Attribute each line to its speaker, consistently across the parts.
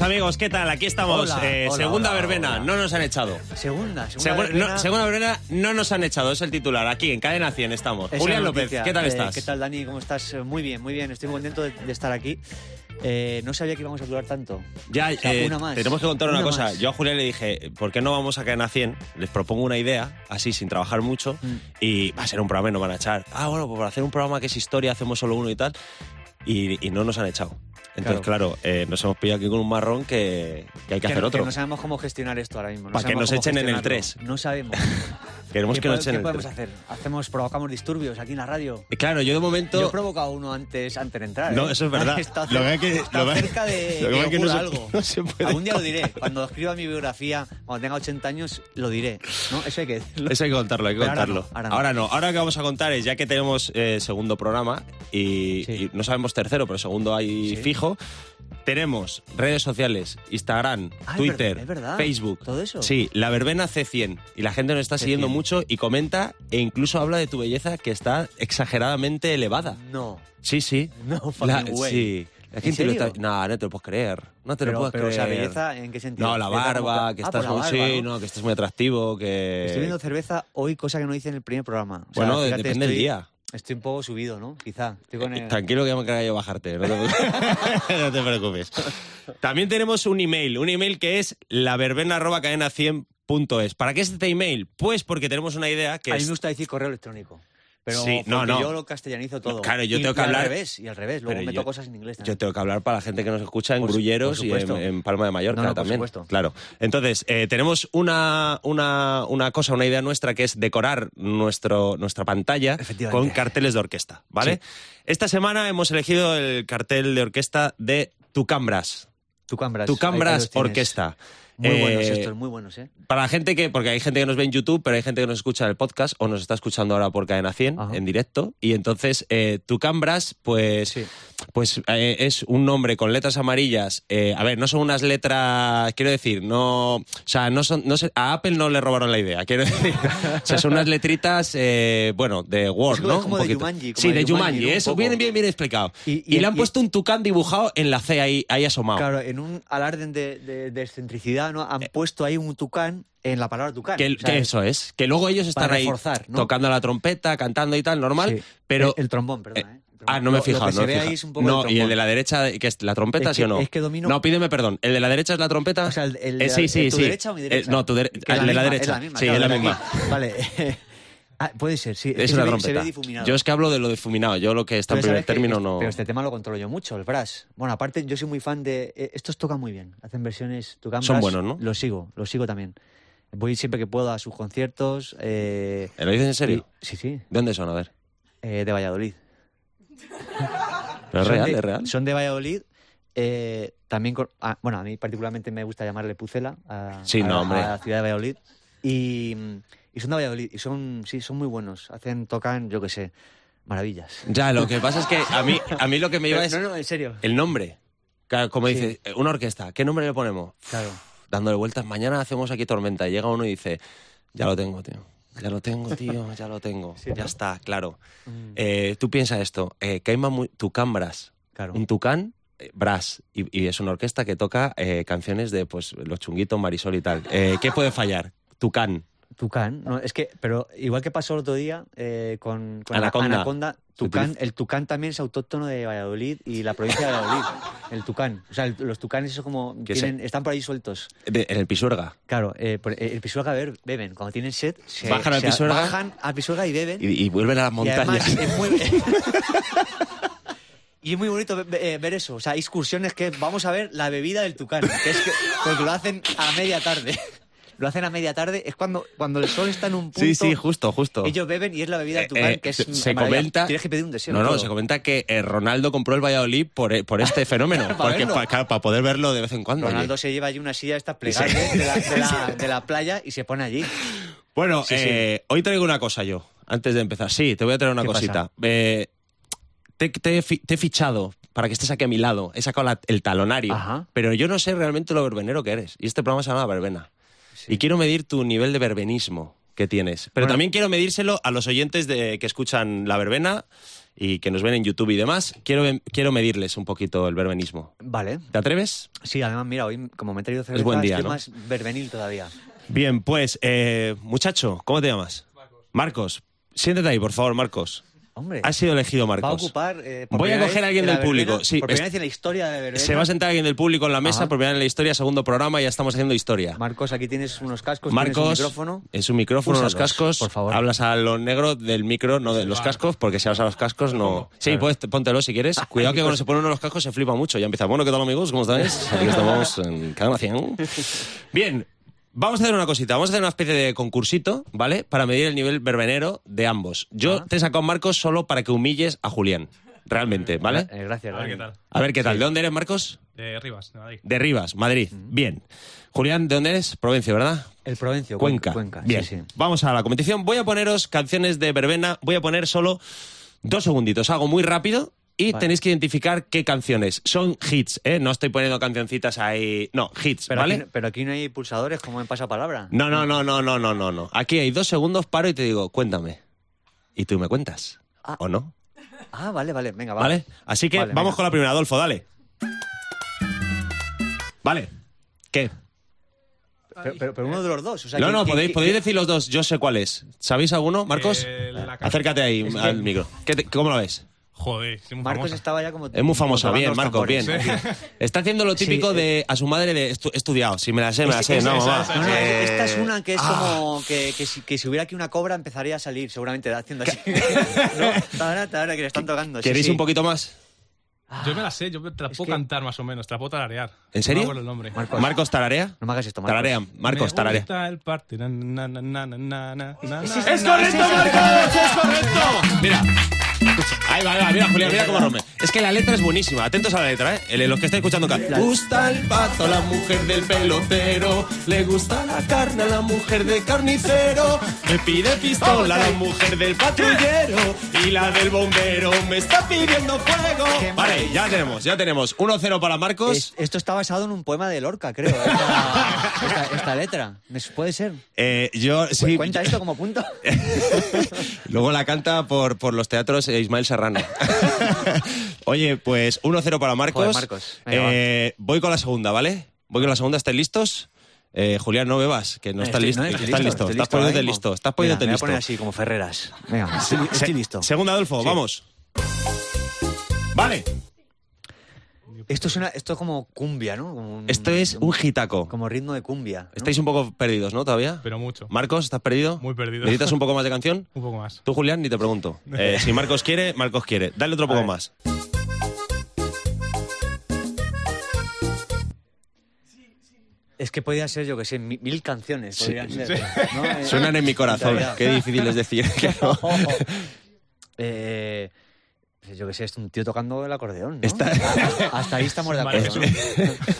Speaker 1: amigos, ¿qué tal? Aquí estamos.
Speaker 2: Hola,
Speaker 1: eh,
Speaker 2: hola,
Speaker 1: segunda
Speaker 2: hola,
Speaker 1: verbena,
Speaker 2: hola.
Speaker 1: no nos han echado.
Speaker 2: Segunda, segunda.
Speaker 1: Segunda,
Speaker 2: verbena.
Speaker 1: no, segunda verbena, no nos han echado, es el titular. Aquí, en Cadena 100 estamos.
Speaker 2: Esa
Speaker 1: Julián López,
Speaker 2: noticia.
Speaker 1: ¿qué tal
Speaker 2: Eh,
Speaker 1: estás?
Speaker 2: ¿Qué tal, Dani? ¿Cómo estás? Eh, Muy bien, muy bien. Estoy muy contento de, de estar aquí. Eh, no sabía que íbamos a durar tanto.
Speaker 1: Ya,
Speaker 2: O sea,
Speaker 1: eh,
Speaker 2: una más.
Speaker 1: tenemos que contar una,
Speaker 2: Una
Speaker 1: cosa.
Speaker 2: más.
Speaker 1: Yo a Julián le dije, ¿por qué no vamos a Cadena 100? Les propongo una idea, así, sin trabajar mucho,
Speaker 2: Mm.
Speaker 1: y va a ser un programa y nos van a echar. Ah, bueno, pues para hacer un programa que es historia, hacemos solo uno y tal, y, y no nos han echado. Entonces, claro, eh, nos hemos pillado aquí con un marrón que, que hay que,
Speaker 2: Que
Speaker 1: hacer
Speaker 2: no-
Speaker 1: otro.
Speaker 2: que no sabemos cómo gestionar esto ahora mismo. No
Speaker 1: Para que
Speaker 2: sabemos
Speaker 1: nos
Speaker 2: cómo
Speaker 1: echen en el
Speaker 2: gestionarlo. No sabemos.
Speaker 1: Queremos
Speaker 2: ¿Qué,
Speaker 1: que nos
Speaker 2: po-
Speaker 1: echen
Speaker 2: qué
Speaker 1: el
Speaker 2: podemos
Speaker 1: tren.
Speaker 2: hacer? Hacemos, provocamos disturbios aquí en la radio.
Speaker 1: Eh, Claro, yo de momento...
Speaker 2: Yo he provocado uno antes, antes de entrar.
Speaker 1: No,
Speaker 2: ¿eh?
Speaker 1: eso es verdad.
Speaker 2: Está,
Speaker 3: Lo que hay que-
Speaker 2: está
Speaker 3: lo que-
Speaker 2: cerca de
Speaker 3: lo que
Speaker 2: que
Speaker 3: hay que no
Speaker 2: ocurra
Speaker 3: se-
Speaker 2: algo.
Speaker 3: no se puede
Speaker 2: Algún día lo diré. Cuando escriba mi biografía, cuando tenga 80 años, lo diré. ¿No? Eso hay que decirlo.
Speaker 1: Eso hay que contarlo, hay que
Speaker 2: Pero ahora
Speaker 1: contarlo.
Speaker 2: no, ahora no.
Speaker 1: Ahora lo que vamos a contar es, ya que tenemos eh, segundo programa y,
Speaker 2: Sí.
Speaker 1: y no sabemos tercero, pero segundo hay
Speaker 2: Sí.
Speaker 1: fijo, tenemos redes sociales, Instagram,
Speaker 2: Ah, es
Speaker 1: Twitter,
Speaker 2: verdad, es verdad.
Speaker 1: Facebook.
Speaker 2: Todo eso.
Speaker 1: Sí, la verbena C100. Y la gente nos está siguiendo
Speaker 2: C100.
Speaker 1: mucho y comenta e incluso habla de tu belleza que está exageradamente elevada.
Speaker 2: No.
Speaker 1: Sí, sí.
Speaker 2: No fucking way.
Speaker 1: Sí. La
Speaker 2: ¿En
Speaker 1: gente lo
Speaker 2: serio?
Speaker 1: está- No, no te lo puedes creer. No te
Speaker 2: Pero,
Speaker 1: lo puedes
Speaker 2: pero, o sea,
Speaker 1: creer.
Speaker 2: belleza, ¿en qué sentido?
Speaker 1: No, la
Speaker 2: Belleza
Speaker 1: barba,
Speaker 2: como-
Speaker 1: que
Speaker 2: Ah,
Speaker 1: estás
Speaker 2: por
Speaker 1: muy,
Speaker 2: la
Speaker 1: sí,
Speaker 2: barba,
Speaker 1: no, que estás muy atractivo, que...
Speaker 2: Estoy bebiendo cerveza hoy, cosa que no hice en el primer programa. O sea,
Speaker 1: Bueno,
Speaker 2: fíjate,
Speaker 1: depende del
Speaker 2: estoy-
Speaker 1: día.
Speaker 2: Estoy un poco subido, ¿no? Quizá. Estoy con el-
Speaker 1: Tranquilo que ya me encargo yo de bajarte, no te, preocupes. No te preocupes. También tenemos un email, un email que es laverbena@cadena100.es. ¿Para qué es este email? Pues porque tenemos una idea que
Speaker 2: A mí
Speaker 1: es
Speaker 2: me gusta decir correo electrónico. Pero
Speaker 1: Sí, no,
Speaker 2: porque
Speaker 1: no.
Speaker 2: yo lo castellanizo todo.
Speaker 1: Claro, yo
Speaker 2: Y-
Speaker 1: tengo que
Speaker 2: y
Speaker 1: hablar-
Speaker 2: Al revés, y al revés. Luego
Speaker 1: Pero
Speaker 2: meto
Speaker 1: yo-
Speaker 2: cosas en inglés
Speaker 1: yo
Speaker 2: también.
Speaker 1: tengo que hablar para la gente que nos escucha en
Speaker 2: Por su-
Speaker 1: Grulleros
Speaker 2: por
Speaker 1: y en,
Speaker 2: supuesto.
Speaker 1: en Palma de Mallorca
Speaker 2: No, no, por
Speaker 1: también.
Speaker 2: supuesto.
Speaker 1: Claro. Entonces, eh, tenemos una, una, una cosa, una idea nuestra que es decorar nuestro, nuestra pantalla
Speaker 2: Efectivamente.
Speaker 1: con carteles de orquesta, ¿vale? Esta semana hemos elegido el cartel de orquesta de Tucambras.
Speaker 2: Tu cambras.
Speaker 1: Tucambras Orquesta.
Speaker 2: Muy
Speaker 1: Eh,
Speaker 2: buenos estos, muy buenos, ¿eh?
Speaker 1: Para la gente que, porque hay gente que nos ve en YouTube, pero hay gente que nos escucha en el podcast o nos está escuchando ahora por Cadena 100
Speaker 2: Ajá.
Speaker 1: en directo. Y entonces, eh, Tucambras, pues,
Speaker 2: Sí.
Speaker 1: pues eh, es un nombre con letras amarillas. Eh, a ver, no son unas letras, quiero decir, no, o sea, no son, no sé, a Apple no le robaron la idea, quiero decir. o sea, son unas letritas, eh, bueno, de Word,
Speaker 2: como-
Speaker 1: ¿no?
Speaker 2: es como
Speaker 1: Un
Speaker 2: de
Speaker 1: poquito.
Speaker 2: Jumanji, como
Speaker 1: sí,
Speaker 2: de
Speaker 1: de
Speaker 2: Jumanji,
Speaker 1: Jumanji,
Speaker 2: ¿no? Un
Speaker 1: eso,
Speaker 2: poco.
Speaker 1: bien, bien, bien explicado.
Speaker 2: Y-
Speaker 1: Y,
Speaker 2: y-
Speaker 1: le han
Speaker 2: y-
Speaker 1: puesto un tucán dibujado en la C ahí, ahí asomado.
Speaker 2: Claro, en un alarde de, de- de excentricidad, ¿no? Han puesto ahí un tucán en la palabra tucán.
Speaker 1: Que,
Speaker 2: O sea,
Speaker 1: que eso es. Que luego ellos están
Speaker 2: para
Speaker 1: ahí
Speaker 2: reforzar, ¿no?
Speaker 1: tocando la trompeta, cantando y tal, normal.
Speaker 2: sí.
Speaker 1: Pero.
Speaker 2: El, el trombón, perdona, ¿eh? El trombón.
Speaker 1: ah, no me he
Speaker 2: Lo- lo
Speaker 1: fijado, no
Speaker 2: que se
Speaker 1: me he
Speaker 2: ve
Speaker 1: fijado.
Speaker 2: ahí es un poco
Speaker 1: No,
Speaker 2: el
Speaker 1: y el
Speaker 2: trombón.
Speaker 1: de la derecha, que es la trompeta,
Speaker 2: Es
Speaker 1: ¿sí o
Speaker 2: que-
Speaker 1: no?
Speaker 2: es que domino-
Speaker 1: No, pídeme perdón. ¿El de la derecha es la trompeta?
Speaker 2: O sea, el, el
Speaker 1: Eh,
Speaker 2: de la-
Speaker 1: sí, sí,
Speaker 2: ¿Tu
Speaker 1: sí.
Speaker 2: derecha o mi derecha?
Speaker 1: Eh, no, tu dere-
Speaker 2: Que es
Speaker 1: el de la
Speaker 2: misma,
Speaker 1: derecha.
Speaker 2: Es la misma.
Speaker 1: sí,
Speaker 2: claro,
Speaker 1: es la
Speaker 2: de aquí.
Speaker 1: misma.
Speaker 2: Vale. Ah, puede ser, sí.
Speaker 1: Es
Speaker 2: que
Speaker 1: una
Speaker 2: se ve-
Speaker 1: trompeta.
Speaker 2: Se ve difuminado.
Speaker 1: yo es que hablo de lo difuminado. Yo lo que está en
Speaker 2: Pero
Speaker 1: primer
Speaker 2: sabes que
Speaker 1: término
Speaker 2: este-
Speaker 1: no.
Speaker 2: Pero este tema lo controlo yo mucho, el brass. Bueno, aparte, yo soy muy fan de. eh, Estos tocan muy bien. Hacen versiones. Tocan
Speaker 1: Son
Speaker 2: brass,
Speaker 1: buenos, ¿no?
Speaker 2: Los sigo, los sigo también. Voy siempre que puedo a sus conciertos. eh,
Speaker 1: ¿Lo dices en serio?
Speaker 2: y- sí, sí.
Speaker 1: ¿De dónde son? A ver.
Speaker 2: eh, de Valladolid.
Speaker 1: ¿Pero es
Speaker 2: Son
Speaker 1: real?
Speaker 2: de-
Speaker 1: ¿Es real?
Speaker 2: Son de Valladolid. eh, también, con- ah, bueno, a mí particularmente me gusta llamarle Pucela a,
Speaker 1: Sí,
Speaker 2: a-
Speaker 1: no, hombre.
Speaker 2: a la ciudad de Valladolid. Y, y son de Valladolid. Y son, sí, son muy buenos. Hacen, tocan, yo qué sé, maravillas.
Speaker 1: Ya, lo que pasa es que a mí, a Eh, mí lo que me lleva es
Speaker 2: no, no, en serio.
Speaker 1: el nombre. Claro, Como
Speaker 2: Sí.
Speaker 1: dices, eh, una orquesta, ¿qué nombre le ponemos?
Speaker 2: Claro.
Speaker 1: dándole vueltas. Mañana hacemos aquí tormenta. Y llega uno y dice, ya lo tengo, tío. Ya lo tengo, tío, ya lo tengo.
Speaker 2: Sí,
Speaker 1: ya
Speaker 2: ¿no?
Speaker 1: está, claro.
Speaker 2: Mm,
Speaker 1: Eh, tú piensas esto, eh, que hay mamu- tucán brass.
Speaker 2: claro.
Speaker 1: Un tucán eh, brass. Y, y es una orquesta que toca eh, canciones de pues Los Chunguitos, Marisol y tal. Eh, ¿Qué puede fallar? Tucán.
Speaker 2: Tucán, no, es que, pero igual que pasó el otro día eh, con, con
Speaker 1: Anaconda.
Speaker 2: Anaconda, Tucán,
Speaker 1: utiliza-
Speaker 2: el Tucán también es autóctono de Valladolid y la provincia de Valladolid. El Tucán. O sea, el- los Tucanes es como.
Speaker 1: Que se-
Speaker 2: tienen- están por ahí sueltos.
Speaker 1: De- en el Pisuerga.
Speaker 2: Claro, eh, por- eh, el Pisuerga be- beben. Cuando tienen sed, se,
Speaker 1: Bajan al
Speaker 2: se
Speaker 1: Pisuerga.
Speaker 2: bajan al Pisuerga y beben.
Speaker 1: Y, y vuelven a las
Speaker 2: Y además
Speaker 1: montañas.
Speaker 2: es muy... Y es muy bonito ve- ve- eh, ver eso, o sea, excursiones que vamos a ver la bebida del tucán, que es que, porque lo hacen a media tarde. Lo hacen a media tarde, es cuando, cuando el sol está en un punto.
Speaker 1: Sí, sí, justo, justo.
Speaker 2: Ellos beben y es la bebida del
Speaker 1: Eh,
Speaker 2: tucán,
Speaker 1: eh,
Speaker 2: que es
Speaker 1: se- se
Speaker 2: maravilla.
Speaker 1: comenta
Speaker 2: Tienes que pedir un deseo.
Speaker 1: no no
Speaker 2: todo.
Speaker 1: se comenta que eh, Ronaldo compró el Valladolid por, eh, por este fenómeno
Speaker 2: Para
Speaker 1: porque
Speaker 2: verlo.
Speaker 1: para poder verlo de vez en cuando oye.
Speaker 2: Ronaldo se lleva allí una silla de estas plegables de, la, de la- de la playa y se pone allí.
Speaker 1: Bueno,
Speaker 2: Sí, sí.
Speaker 1: eh, hoy traigo una cosa yo, antes de empezar. Sí, te voy a traer una
Speaker 2: ¿Qué
Speaker 1: cosita.
Speaker 2: pasa?
Speaker 1: Eh, te, te he fi- te he fichado para que estés aquí a mi lado. He sacado la- el talonario.
Speaker 2: Ajá.
Speaker 1: Pero yo no sé realmente lo verbenero que eres. Y este programa se llama Verbena. Y quiero medir tu nivel de verbenismo que tienes. Pero
Speaker 2: Bueno.
Speaker 1: también quiero medírselo a los oyentes de, que escuchan La Verbena y que nos ven en YouTube y demás, quiero, quiero medirles un poquito el verbenismo.
Speaker 2: Vale.
Speaker 1: ¿Te atreves?
Speaker 2: Sí, además, mira, hoy como me he traído cerveza,
Speaker 1: buen día,
Speaker 2: estoy
Speaker 1: ¿no?
Speaker 2: más verbenil todavía.
Speaker 1: Bien, pues, eh, muchacho, ¿cómo te llamas? Marcos. Marcos, siéntate ahí, por favor, Marcos.
Speaker 2: Hombre,
Speaker 1: Has sido elegido,
Speaker 2: va a
Speaker 1: Marcos.
Speaker 2: ocupar... eh,
Speaker 1: Ah,
Speaker 2: por
Speaker 1: Voy a
Speaker 2: primera
Speaker 1: coger
Speaker 2: vez
Speaker 1: a alguien
Speaker 2: en la
Speaker 1: del público,
Speaker 2: verbena-
Speaker 1: sí,
Speaker 2: Por
Speaker 1: es-
Speaker 2: primera vez en la historia de verbena.
Speaker 1: Se va a sentar alguien del público en la mesa
Speaker 2: Ajá.
Speaker 1: por primera vez en la historia, segundo programa, ya estamos haciendo historia.
Speaker 2: Marcos, aquí tienes unos cascos,
Speaker 1: Marcos,
Speaker 2: tienes un micrófono.
Speaker 1: es un micrófono,
Speaker 2: Úsalos,
Speaker 1: los cascos.
Speaker 2: por favor.
Speaker 1: Hablas a los negros del micro, no de los cascos, porque si hablas a los cascos no. Sí, puedes, póntelo si quieres. Cuidado que cuando se ponen uno los cascos se flipa mucho. Ya empieza, bueno, ¿qué tal amigos? ¿Cómo estáis? Aquí estamos en Cadena 100. Bien, vamos a hacer una cosita. Vamos a hacer una especie de concursito, ¿vale? Para medir el nivel verbenero de ambos. Yo te he sacado Marcos solo para que humilles a Julián. Realmente, ¿vale?
Speaker 2: Eh, gracias.
Speaker 3: A ver qué
Speaker 2: Dani.
Speaker 3: tal.
Speaker 1: A ver, ¿qué tal? ¿De dónde eres, Marcos?
Speaker 3: De Rivas, de Madrid.
Speaker 1: De Rivas, Madrid. Bien. Julián, ¿de dónde eres? Provincia, ¿verdad?
Speaker 2: El Provencio,
Speaker 1: Cuenca.
Speaker 2: Cuenca,
Speaker 1: Bien.
Speaker 2: sí, sí.
Speaker 1: Vamos a la competición. Voy a poneros canciones de verbena. Voy a poner solo dos segunditos. Hago muy rápido y tenéis que identificar qué canciones. Son hits, ¿eh? No estoy poniendo cancioncitas ahí. No, hits,
Speaker 2: Pero,
Speaker 1: ¿vale?
Speaker 2: aquí, pero aquí no hay pulsadores como en Pasapalabra.
Speaker 1: No, no, no, no, no, no, no, no. Aquí hay dos segundos, paro y te digo, cuéntame. Y tú me cuentas.
Speaker 2: Ah.
Speaker 1: ¿O no?
Speaker 2: Ah, vale, vale, venga, va.
Speaker 1: ¿Vale? Así que
Speaker 2: Vale,
Speaker 1: vamos
Speaker 2: venga.
Speaker 1: con la primera, Adolfo, dale. Vale. ¿Qué?
Speaker 2: Pero, pero- pero uno de los dos. o sea,
Speaker 1: no,
Speaker 2: ¿quién-
Speaker 1: no,
Speaker 2: quién-
Speaker 1: podéis,
Speaker 2: quién-
Speaker 1: podéis decir los dos. Yo sé cuál es. ¿Sabéis alguno, Marcos?
Speaker 3: Eh, la canción-
Speaker 1: Acércate ahí
Speaker 2: que-
Speaker 1: al micro. ¿Qué te- ¿Cómo lo ves?
Speaker 3: Joder, soy muy
Speaker 2: Marcos
Speaker 3: famosa.
Speaker 2: estaba ya como.
Speaker 1: Es muy famosa,
Speaker 2: como
Speaker 1: bien,
Speaker 2: tocando
Speaker 1: Marcos,
Speaker 2: los
Speaker 1: bien.
Speaker 2: tambores.
Speaker 1: Está haciendo lo típico
Speaker 2: Sí, eh.
Speaker 1: de a su madre de "Estu- he estudiado. Si me la sé, me la
Speaker 2: Es-
Speaker 1: sé.
Speaker 2: es-
Speaker 1: Pues no,
Speaker 3: esa,
Speaker 1: mamá.
Speaker 3: esa,
Speaker 2: No, no,
Speaker 1: Eh,
Speaker 2: esta es una que es como que, que si, que si hubiera aquí una cobra empezaría a salir, seguramente haciendo así. no, ahora, ahora que le están tocando. sí,
Speaker 1: ¿Queréis
Speaker 2: sí.
Speaker 1: un poquito más?
Speaker 3: Yo me la sé, yo te la
Speaker 2: Es
Speaker 3: puedo
Speaker 2: que-
Speaker 3: cantar más o menos, te la puedo tararear.
Speaker 1: ¿En serio?
Speaker 3: No me acuerdo el nombre.
Speaker 2: Marcos.
Speaker 1: ¿Marcos tararea?
Speaker 2: No me hagas esto, Marcos.
Speaker 1: Tararea. Marcos
Speaker 3: Me
Speaker 1: tararea.
Speaker 3: gusta el parte. na, na, na, na, na, na, na, na,
Speaker 1: ¡Es
Speaker 3: na,
Speaker 1: correcto, Marcos! ¡Es correcto! Mira. Ahí va, ahí va, mira, Julián, mira cómo rompe. Es que la letra es buenísima, atentos a la letra, ¿eh? El- Los que estáis escuchando acá.
Speaker 2: La-
Speaker 1: Gusta el pato a la mujer del pelotero, le gusta la carne a la mujer del carnicero, me pide pistola la mujer del patrullero y la del bombero me está pidiendo fuego.
Speaker 2: Qué
Speaker 1: Vale, ya tenemos, ya tenemos. 1-0 para Marcos.
Speaker 2: Es- esto está basado en un poema de Lorca, creo. ¿eh? Esta, esta- esta letra. ¿Me su- ¿Puede ser? Pues
Speaker 1: Eh, yo sí.
Speaker 2: ¿Cuenta esto como punto?
Speaker 1: Luego la canta por, por los teatros eh, Ismael Serrano. Oye, pues 1-0 para Marcos.
Speaker 2: Joder, Marcos. Venga,
Speaker 1: Eh, voy con la segunda, ¿vale? Voy con la segunda. ¿Estáis listos? Eh, Julián, no bebas, que no estás
Speaker 2: Eh, Estoy-
Speaker 1: listo.
Speaker 2: no, estoy
Speaker 1: estás listo,
Speaker 2: estoy
Speaker 1: estás poniéndote
Speaker 2: ahora mismo.
Speaker 1: listo. Estás
Speaker 2: Mira,
Speaker 1: poniéndote
Speaker 2: me
Speaker 1: listo.
Speaker 2: Voy a poner así, como Ferreras. Venga, estoy, estoy
Speaker 1: Se-
Speaker 2: listo.
Speaker 1: Segunda, Adolfo, vamos. Vale,
Speaker 2: Esto es, una, esto es como cumbia, ¿no? Como un-
Speaker 1: esto es un Este- gitaco.
Speaker 2: Como ritmo de cumbia. ¿no?
Speaker 1: Estáis un poco perdidos, ¿no? Todavía.
Speaker 3: Pero mucho.
Speaker 1: Marcos, ¿estás perdido?
Speaker 3: Muy perdido.
Speaker 1: ¿Necesitas un poco más de canción?
Speaker 3: Un poco más.
Speaker 1: Tú, Julián, ni te pregunto. Eh, si Marcos quiere, Marcos quiere. Dale otro poco
Speaker 2: ver.
Speaker 1: más.
Speaker 2: Es que podía ser, yo que sé, mi- mil, canciones. podrían ser, ¿no? Eh,
Speaker 1: Suenan en mi corazón.
Speaker 2: ya, ya.
Speaker 1: Qué difícil es decir que no.
Speaker 2: Eh, pues yo que sé, es un tío tocando el acordeón. ¿no?
Speaker 1: Está-
Speaker 2: Hasta ahí estamos de
Speaker 3: Vale,
Speaker 2: acuerdo. ¿no?
Speaker 3: Jesús.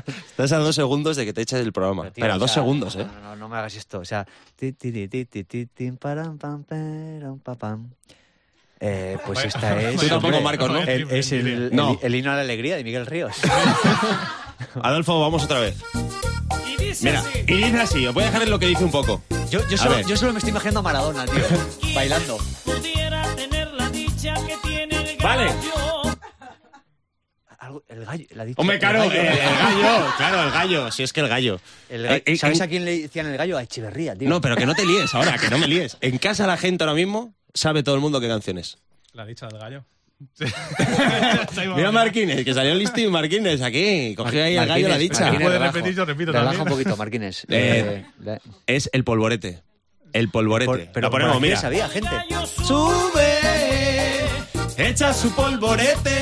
Speaker 1: Estás a dos segundos de que te eches del programa.
Speaker 2: Pero, tío,
Speaker 1: Espera,
Speaker 2: o
Speaker 1: dos
Speaker 2: sea,
Speaker 1: segundos, ¿eh?
Speaker 2: No, no, no me hagas esto. O sea. ti, ti, ti, ti, ti, ti, tim, param, pam, peram, pa, pam. Eh, pues
Speaker 3: Vaya-
Speaker 2: esta es.
Speaker 1: Tú tampoco,
Speaker 2: hombre,
Speaker 1: Marcos, ¿no?
Speaker 2: el- es el, el-
Speaker 1: No.
Speaker 2: el himno a la alegría de Miguel Ríos.
Speaker 1: Adolfo, vamos otra vez. Mira, y dice así, os voy a dejar en lo que dice un poco.
Speaker 2: Yo, yo
Speaker 1: A
Speaker 2: solo,
Speaker 1: ver.
Speaker 2: yo solo me estoy imaginando a Maradona, tío, bailando.
Speaker 4: pudiera tener la dicha que tiene el
Speaker 1: Vale.
Speaker 4: gallo.
Speaker 2: Algo- el gallo, la dicha-
Speaker 1: Hombre,
Speaker 2: el
Speaker 1: claro,
Speaker 2: gallo,
Speaker 1: eh, el,
Speaker 2: el-
Speaker 1: gallo, claro, el gallo, si es que el gallo.
Speaker 2: el gallo.
Speaker 1: Eh, eh,
Speaker 2: ¿Sabes
Speaker 1: en-
Speaker 2: a quién le decían el gallo? A Echeverría, tío.
Speaker 1: No, pero que no te líes ahora, que no me líes. En casa la gente ahora mismo sabe todo el mundo qué canciones.
Speaker 3: La dicha del gallo.
Speaker 1: Mira Marquines, que salió listo y Marquines aquí, cogió ahí el gallo la
Speaker 2: Marquines,
Speaker 1: dicha.
Speaker 2: Marquines,
Speaker 3: Puedes
Speaker 2: relajo.
Speaker 3: repetir, yo repito
Speaker 2: Relaja
Speaker 3: también.
Speaker 2: un poquito, Marquines.
Speaker 1: Eh,
Speaker 2: la-
Speaker 1: Es el polvorete. El polvorete.
Speaker 2: por-
Speaker 1: Lo ponemos,
Speaker 2: ¿por qué
Speaker 1: mira.
Speaker 2: Sabía, gente.
Speaker 1: Sube, echa su polvorete,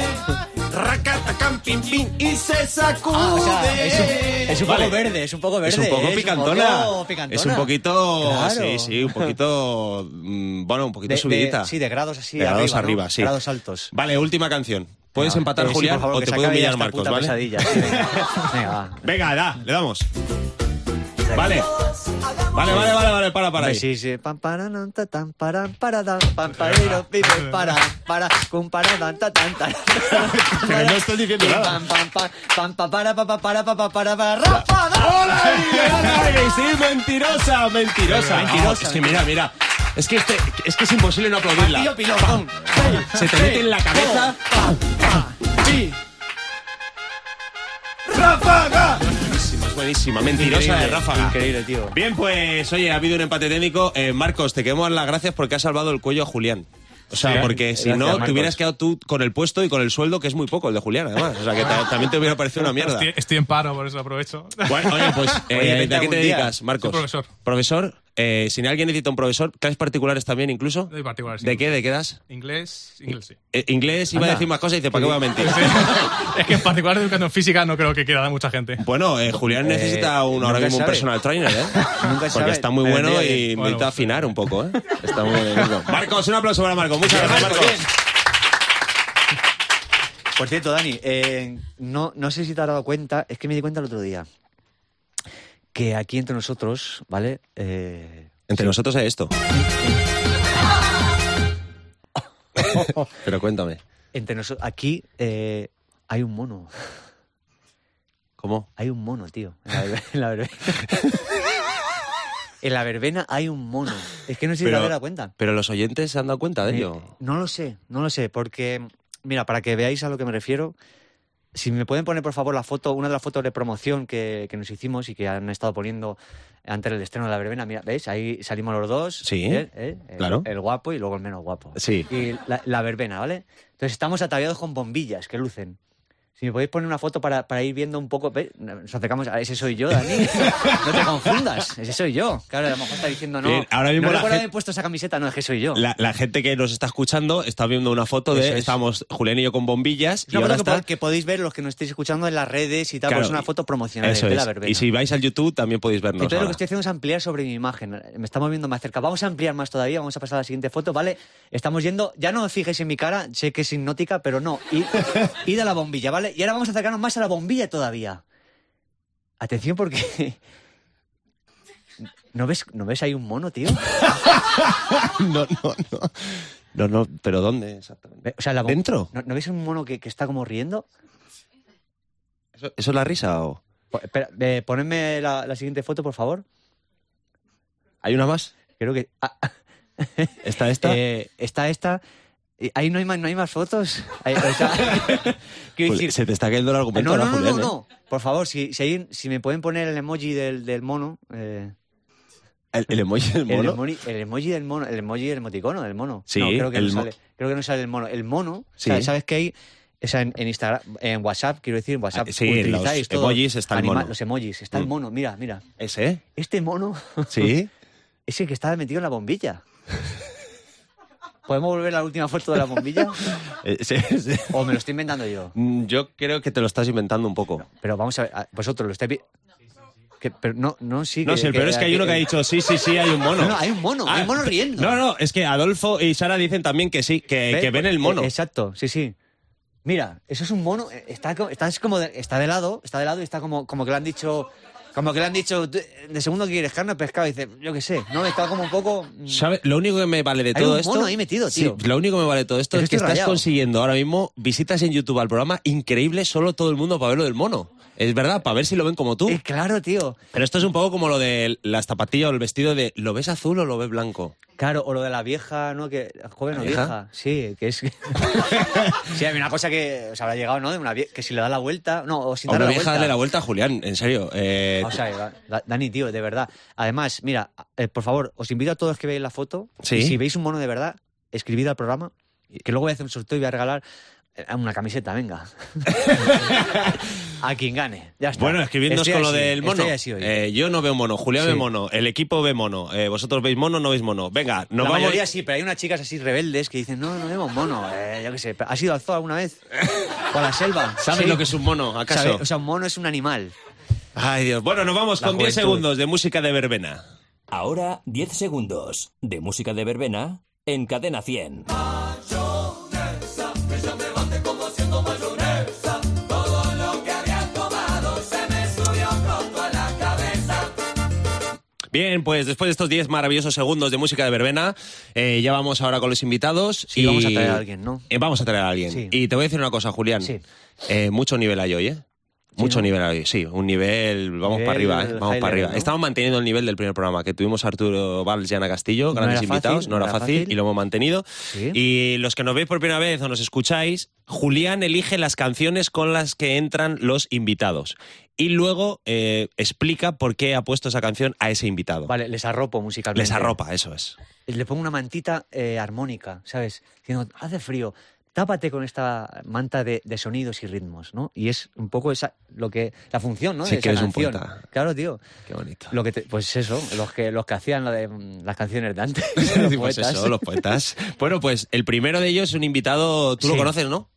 Speaker 1: racata, camping, pin y se sacude.
Speaker 2: Ah, o sea, es un, es un poco
Speaker 1: Vale.
Speaker 2: verde, es un poco verde.
Speaker 1: Es un poco
Speaker 2: ¿eh?
Speaker 1: picantona.
Speaker 2: poco picantona.
Speaker 1: Es un poquito.
Speaker 2: Claro.
Speaker 1: Sí, sí, un poquito. mm, bueno, un poquito
Speaker 2: de,
Speaker 1: subidita.
Speaker 2: de- sí, de grados así
Speaker 1: De grados
Speaker 2: arriba, ¿no?
Speaker 1: arriba, sí.
Speaker 2: Grados altos.
Speaker 1: Vale, última canción. Puedes
Speaker 2: Ah,
Speaker 1: empatar,
Speaker 2: eh, sí,
Speaker 1: Julián,
Speaker 2: por favor,
Speaker 1: o
Speaker 2: que
Speaker 1: te
Speaker 2: se
Speaker 1: puede
Speaker 2: acabe ya
Speaker 1: humillar
Speaker 2: esta
Speaker 1: Marcos,
Speaker 2: puta
Speaker 1: ¿vale?
Speaker 2: pesadilla, sí, venga. Venga, va.
Speaker 1: Venga, da, le damos. Vale. Vale, vale, vale, vale, para, para
Speaker 2: Hombre,
Speaker 1: ahí.
Speaker 2: Sí, sí. Pam, para, nan, ta, tan, para, para, da, pam, parero, pipe, para, para, cum, para, dan, ta, tan, tan.
Speaker 1: Pero no estás diciendo
Speaker 2: Pim,
Speaker 1: nada.
Speaker 2: Pam, pam, pam, pam, pa, para, pa, pa, para, pa, pa, para, para, ra, pa, da.
Speaker 1: ¡Hola! ahí! ¡Hola! ahí! ¡Sí, mentirosa! ¡Mentirosa!
Speaker 2: Mentirosa.
Speaker 1: Ah, es que mira, mira. Es que, este, es, que es imposible no aplaudirla.
Speaker 2: Martillo pilón.
Speaker 1: Se te mete en la cabeza. Es buenísima, mentirosa de ráfaga.
Speaker 2: Increíble, tío.
Speaker 1: Bien, pues oye, ha habido un empate técnico. Eh, Marcos, te queremos dar las gracias porque has salvado el cuello a Julián. O sea,
Speaker 3: Sí,
Speaker 1: porque si
Speaker 5: gracias,
Speaker 1: no, te
Speaker 5: Marcos.
Speaker 1: hubieras quedado tú con el puesto y con el sueldo, que es muy poco el de Julián, además. O sea, que ta- también te hubiera parecido una mierda.
Speaker 3: Estoy, estoy en paro, por eso aprovecho.
Speaker 1: Bueno, oye, pues, eh,
Speaker 2: Oye, vente
Speaker 1: ¿de qué te
Speaker 2: algún día.
Speaker 1: dedicas, Marcos?
Speaker 3: Soy profesor.
Speaker 1: Profesor, eh, si alguien necesita un profesor, clases particulares también incluso.
Speaker 3: Doy particulares, sí.
Speaker 1: ¿De qué? ¿De qué das?
Speaker 3: Inglés, inglés sí.
Speaker 1: Eh, inglés iba a
Speaker 2: Anda.
Speaker 1: decir más cosas y dice, ¿para qué voy a mentir?
Speaker 3: es que en particular educando en física no creo que quiera dar mucha gente.
Speaker 1: Bueno, eh, Julián necesita un,
Speaker 2: nunca
Speaker 1: ahora mismo un
Speaker 2: sabe.
Speaker 1: personal trainer, ¿eh?
Speaker 2: Nunca
Speaker 1: Porque
Speaker 2: sabe.
Speaker 1: está muy
Speaker 2: Pero
Speaker 1: bueno
Speaker 2: mira,
Speaker 1: y
Speaker 3: bueno,
Speaker 1: necesita
Speaker 3: pues-
Speaker 1: afinar un poco, ¿eh? Está muy bien. Nico. Marcos, un aplauso para Marcos. Muchas gracias, Marcos.
Speaker 2: Por cierto, Dani, eh, no, no sé si te has dado cuenta, es que me di cuenta el otro día que aquí entre nosotros, ¿vale? Eh,
Speaker 1: Entre nosotros hay esto. Pero cuéntame,
Speaker 2: entre nosotros, aquí eh, hay un mono,
Speaker 1: ¿cómo?
Speaker 2: hay un mono, tío, en la, verbe- en la verbena. en la verbena hay un mono. Es que no sé si te has dado cuenta.
Speaker 1: pero los oyentes se han dado cuenta de
Speaker 2: Eh,
Speaker 1: ello.
Speaker 2: No lo sé, no lo sé, porque, mira, para que veáis a lo que me refiero, si me pueden poner, por favor, la foto, una de las fotos de promoción que, que nos hicimos y que han estado poniendo antes del estreno de la verbena, mira, ¿veis? Ahí salimos los dos.
Speaker 1: Sí,
Speaker 2: ¿eh? ¿eh? El-
Speaker 1: claro.
Speaker 2: El, guapo y luego el menos guapo.
Speaker 1: Sí.
Speaker 2: Y la, la verbena, ¿vale? Entonces estamos ataviados con bombillas que lucen. Si me podéis poner una foto para, para ir viendo un poco. ¿ves? Nos acercamos. a ese soy yo, Dani. No te confundas. Ese soy yo. Claro, a lo mejor está diciendo no.
Speaker 1: Bien, ahora mismo
Speaker 2: no
Speaker 1: la
Speaker 2: recuerdo
Speaker 1: gente-
Speaker 2: haber puesto esa camiseta. No, es que soy yo.
Speaker 1: La, la gente que nos está escuchando está viendo una foto de
Speaker 2: Eso es.
Speaker 1: estamos Julián y yo con bombillas
Speaker 2: Es
Speaker 1: y
Speaker 2: una
Speaker 1: ahora
Speaker 2: foto que,
Speaker 1: está
Speaker 2: po- que podéis ver los que nos estáis escuchando en las redes y tal,
Speaker 1: Claro,
Speaker 2: pues es una foto promocional
Speaker 1: Eso
Speaker 2: de la
Speaker 1: es.
Speaker 2: verbena.
Speaker 1: Y si vais al YouTube también podéis vernos.
Speaker 2: Entonces lo que
Speaker 1: ahora.
Speaker 2: estoy haciendo es ampliar sobre mi imagen. Me está moviendo más cerca. Vamos a ampliar más todavía. Vamos a pasar a la siguiente foto, ¿vale? Estamos yendo. Ya no os fijéis en mi cara. Sé que es hipnótica, pero no. Id, id a la bombilla, ¿vale? Y ahora vamos a acercarnos más a la bombilla todavía. Atención porque. ¿No ves, ¿No ves ahí un mono, tío?
Speaker 1: No, no, no. No, no, pero ¿dónde exactamente?
Speaker 2: O sea, la bom-
Speaker 1: ¿Dentro?
Speaker 2: ¿No, no ves un mono que, que está como riendo?
Speaker 1: ¿Eso, eso es la risa o...?
Speaker 2: Po- Espera, eh, ponedme la- la siguiente foto, por favor.
Speaker 1: ¿Hay una más?
Speaker 2: Creo que. ah,
Speaker 1: ¿Está esta?
Speaker 2: eh, está esta. Eh, Ahí no hay más, no hay más fotos. Ahí, o sea, quiero
Speaker 1: Juli-
Speaker 2: decir.
Speaker 1: se te está cayendo el argumento
Speaker 2: No, no,
Speaker 1: ahora,
Speaker 2: no, no,
Speaker 1: Julián, ¿eh?
Speaker 2: no. Por favor, si, si, hay- si me pueden poner el emoji del, del mono. eh,
Speaker 1: ¿El, el emoji del
Speaker 2: el,
Speaker 1: mono?
Speaker 2: emoji, el emoji del mono. El emoji del emoticono, del mono.
Speaker 1: Sí,
Speaker 2: No, creo, que
Speaker 1: el
Speaker 2: no
Speaker 1: mo-
Speaker 2: sale, creo que no sale el mono. El mono,
Speaker 1: Sí.
Speaker 2: ¿sabes, ¿sabes qué hay? O sea, en, en Instagram, en WhatsApp, quiero decir, en WhatsApp.
Speaker 1: Ah, sí,
Speaker 2: utilizáis
Speaker 1: los
Speaker 2: todo.
Speaker 1: emojis está el
Speaker 2: Anima-
Speaker 1: mono.
Speaker 2: Los emojis, está el
Speaker 1: Mm.
Speaker 2: mono. Mira, mira.
Speaker 1: ¿Ese?
Speaker 2: Este mono.
Speaker 1: ¿Sí?
Speaker 2: Ese que estaba metido en la bombilla. ¿Podemos volver a la última foto de la bombilla?
Speaker 1: Ese- ese.
Speaker 2: ¿O me lo estoy inventando yo?
Speaker 1: Eh, Mm, Yo creo que te lo estás inventando un poco.
Speaker 2: Pero vamos a ver, a- vosotros lo estáis... vi- Que, pero no, no, sí.
Speaker 1: No, si el peor es que hay uno que ha dicho sí, sí, sí, hay un mono.
Speaker 2: No, no, hay un mono, hay un mono riendo.
Speaker 1: ah, No, no, es que Adolfo y Sara dicen también que sí, que,
Speaker 2: ¿Ves?
Speaker 1: que ven el mono.
Speaker 2: Eh, Exacto, sí, sí. Mira, eso es un mono, eh, está, co- está, es como de, está de lado, está de lado y está como, como que le han dicho... Como que le han dicho, "Tú, eh, de segundo que quieres carne o pescado, y dice, yo qué sé, ¿no? Está como un poco... mm,
Speaker 1: ¿Sabes? Lo único que me vale de
Speaker 2: Hay
Speaker 1: todo
Speaker 2: un
Speaker 1: esto.
Speaker 2: mono ahí metido, tío.
Speaker 1: Sí, lo único que me vale de todo esto
Speaker 2: Pero
Speaker 1: es que
Speaker 2: estoy
Speaker 1: estás
Speaker 2: rayado.
Speaker 1: consiguiendo ahora mismo visitas en YouTube al programa increíble, solo todo el mundo para ver lo del mono. Es verdad, para ver si lo ven como tú.
Speaker 2: eh, claro, tío.
Speaker 1: Pero esto es un poco como lo de las zapatillas o el vestido de ¿lo ves azul o lo ves blanco?
Speaker 2: Claro, o lo de la vieja, ¿no? Que joven
Speaker 1: ¿La
Speaker 2: o
Speaker 1: vieja?
Speaker 2: vieja? Sí, que es. sí, hay una cosa que os habrá llegado, ¿no? De una vie- que si le da la vuelta. No, o sin
Speaker 1: A una
Speaker 2: darle la
Speaker 1: vieja
Speaker 2: vuelta. Ah,
Speaker 1: darle la vuelta a Julián, en serio. Eh,
Speaker 2: O sea, da- da- Dani, tío, de verdad. Además, mira, eh, por favor, os invito a todos que veáis la foto.
Speaker 1: Sí.
Speaker 2: Y si veis un mono de verdad, escribid al programa. Que luego voy a hacer un sorteo y voy a regalar eh, una camiseta, venga. a quien gane. Este Ya está.
Speaker 1: Bueno, escribidnos
Speaker 2: Estoy
Speaker 1: con lo
Speaker 2: así,
Speaker 1: del mono.
Speaker 2: estoy así hoy.
Speaker 1: Eh, yo no veo mono, Julián
Speaker 2: Sí.
Speaker 1: ve mono, el equipo ve mono, eh, vosotros veis mono, no veis mono. Venga, nos
Speaker 2: la
Speaker 1: vamos.
Speaker 2: mayoría sí, pero hay unas chicas así rebeldes que dicen, no, no vemos mono, eh, yo qué sé. ¿Has ido al zoo alguna vez? ¿O a la selva?
Speaker 1: ¿Sabes
Speaker 2: Sí.
Speaker 1: lo que es un mono, acaso?
Speaker 2: ¿Sabe? O sea, un mono es un animal.
Speaker 1: Ay, Dios. Bueno, nos vamos
Speaker 2: La
Speaker 1: con 10
Speaker 2: juventud.
Speaker 1: segundos de música de verbena.
Speaker 6: Ahora 10 segundos de música de verbena en cadena 100.
Speaker 1: Bien, pues después de estos 10 maravillosos segundos de música de verbena, eh, ya vamos ahora con los invitados.
Speaker 2: Sí, vamos a traer a alguien, ¿no?
Speaker 1: Eh, vamos a traer a alguien.
Speaker 2: Sí.
Speaker 1: Y te voy a decir una cosa, Julián.
Speaker 2: Sí.
Speaker 1: Eh, mucho nivel hay hoy, ¿eh? Mucho nivel ahí, sí, un nivel, vamos
Speaker 2: Nivel
Speaker 1: para arriba, ¿eh? vamos
Speaker 2: high
Speaker 1: para arriba.
Speaker 2: level, ¿no?
Speaker 1: Estamos manteniendo el nivel del primer programa, que tuvimos a Arturo Valls y Ana Castillo,
Speaker 2: No
Speaker 1: grandes
Speaker 2: era
Speaker 1: invitados,
Speaker 2: fácil,
Speaker 1: no era fácil, y lo hemos mantenido.
Speaker 2: Sí.
Speaker 1: Y los que nos veis por primera vez o nos escucháis, Julián elige las canciones con las que entran los invitados y luego eh, explica por qué ha puesto esa canción a ese invitado.
Speaker 2: Vale, les arropo musicalmente.
Speaker 1: Les arropa, eso es.
Speaker 2: Le pongo una mantita eh, armónica, ¿sabes? Diciendo, hace frío, tápate con esta manta de, de sonidos y ritmos, ¿no? Y es un poco esa, lo que, la función, ¿no?
Speaker 1: Sí
Speaker 2: de
Speaker 1: que
Speaker 2: esa
Speaker 1: eres un
Speaker 2: canción.
Speaker 1: poeta.
Speaker 2: Claro, tío.
Speaker 1: Qué bonito.
Speaker 2: Lo que te- pues eso, los que, los que hacían la de, mm, las canciones de antes. los
Speaker 1: Sí, pues
Speaker 2: poetas.
Speaker 1: eso, los poetas. Bueno, pues el primero de ellos es un invitado, tú lo
Speaker 2: Sí.
Speaker 1: conoces, ¿no?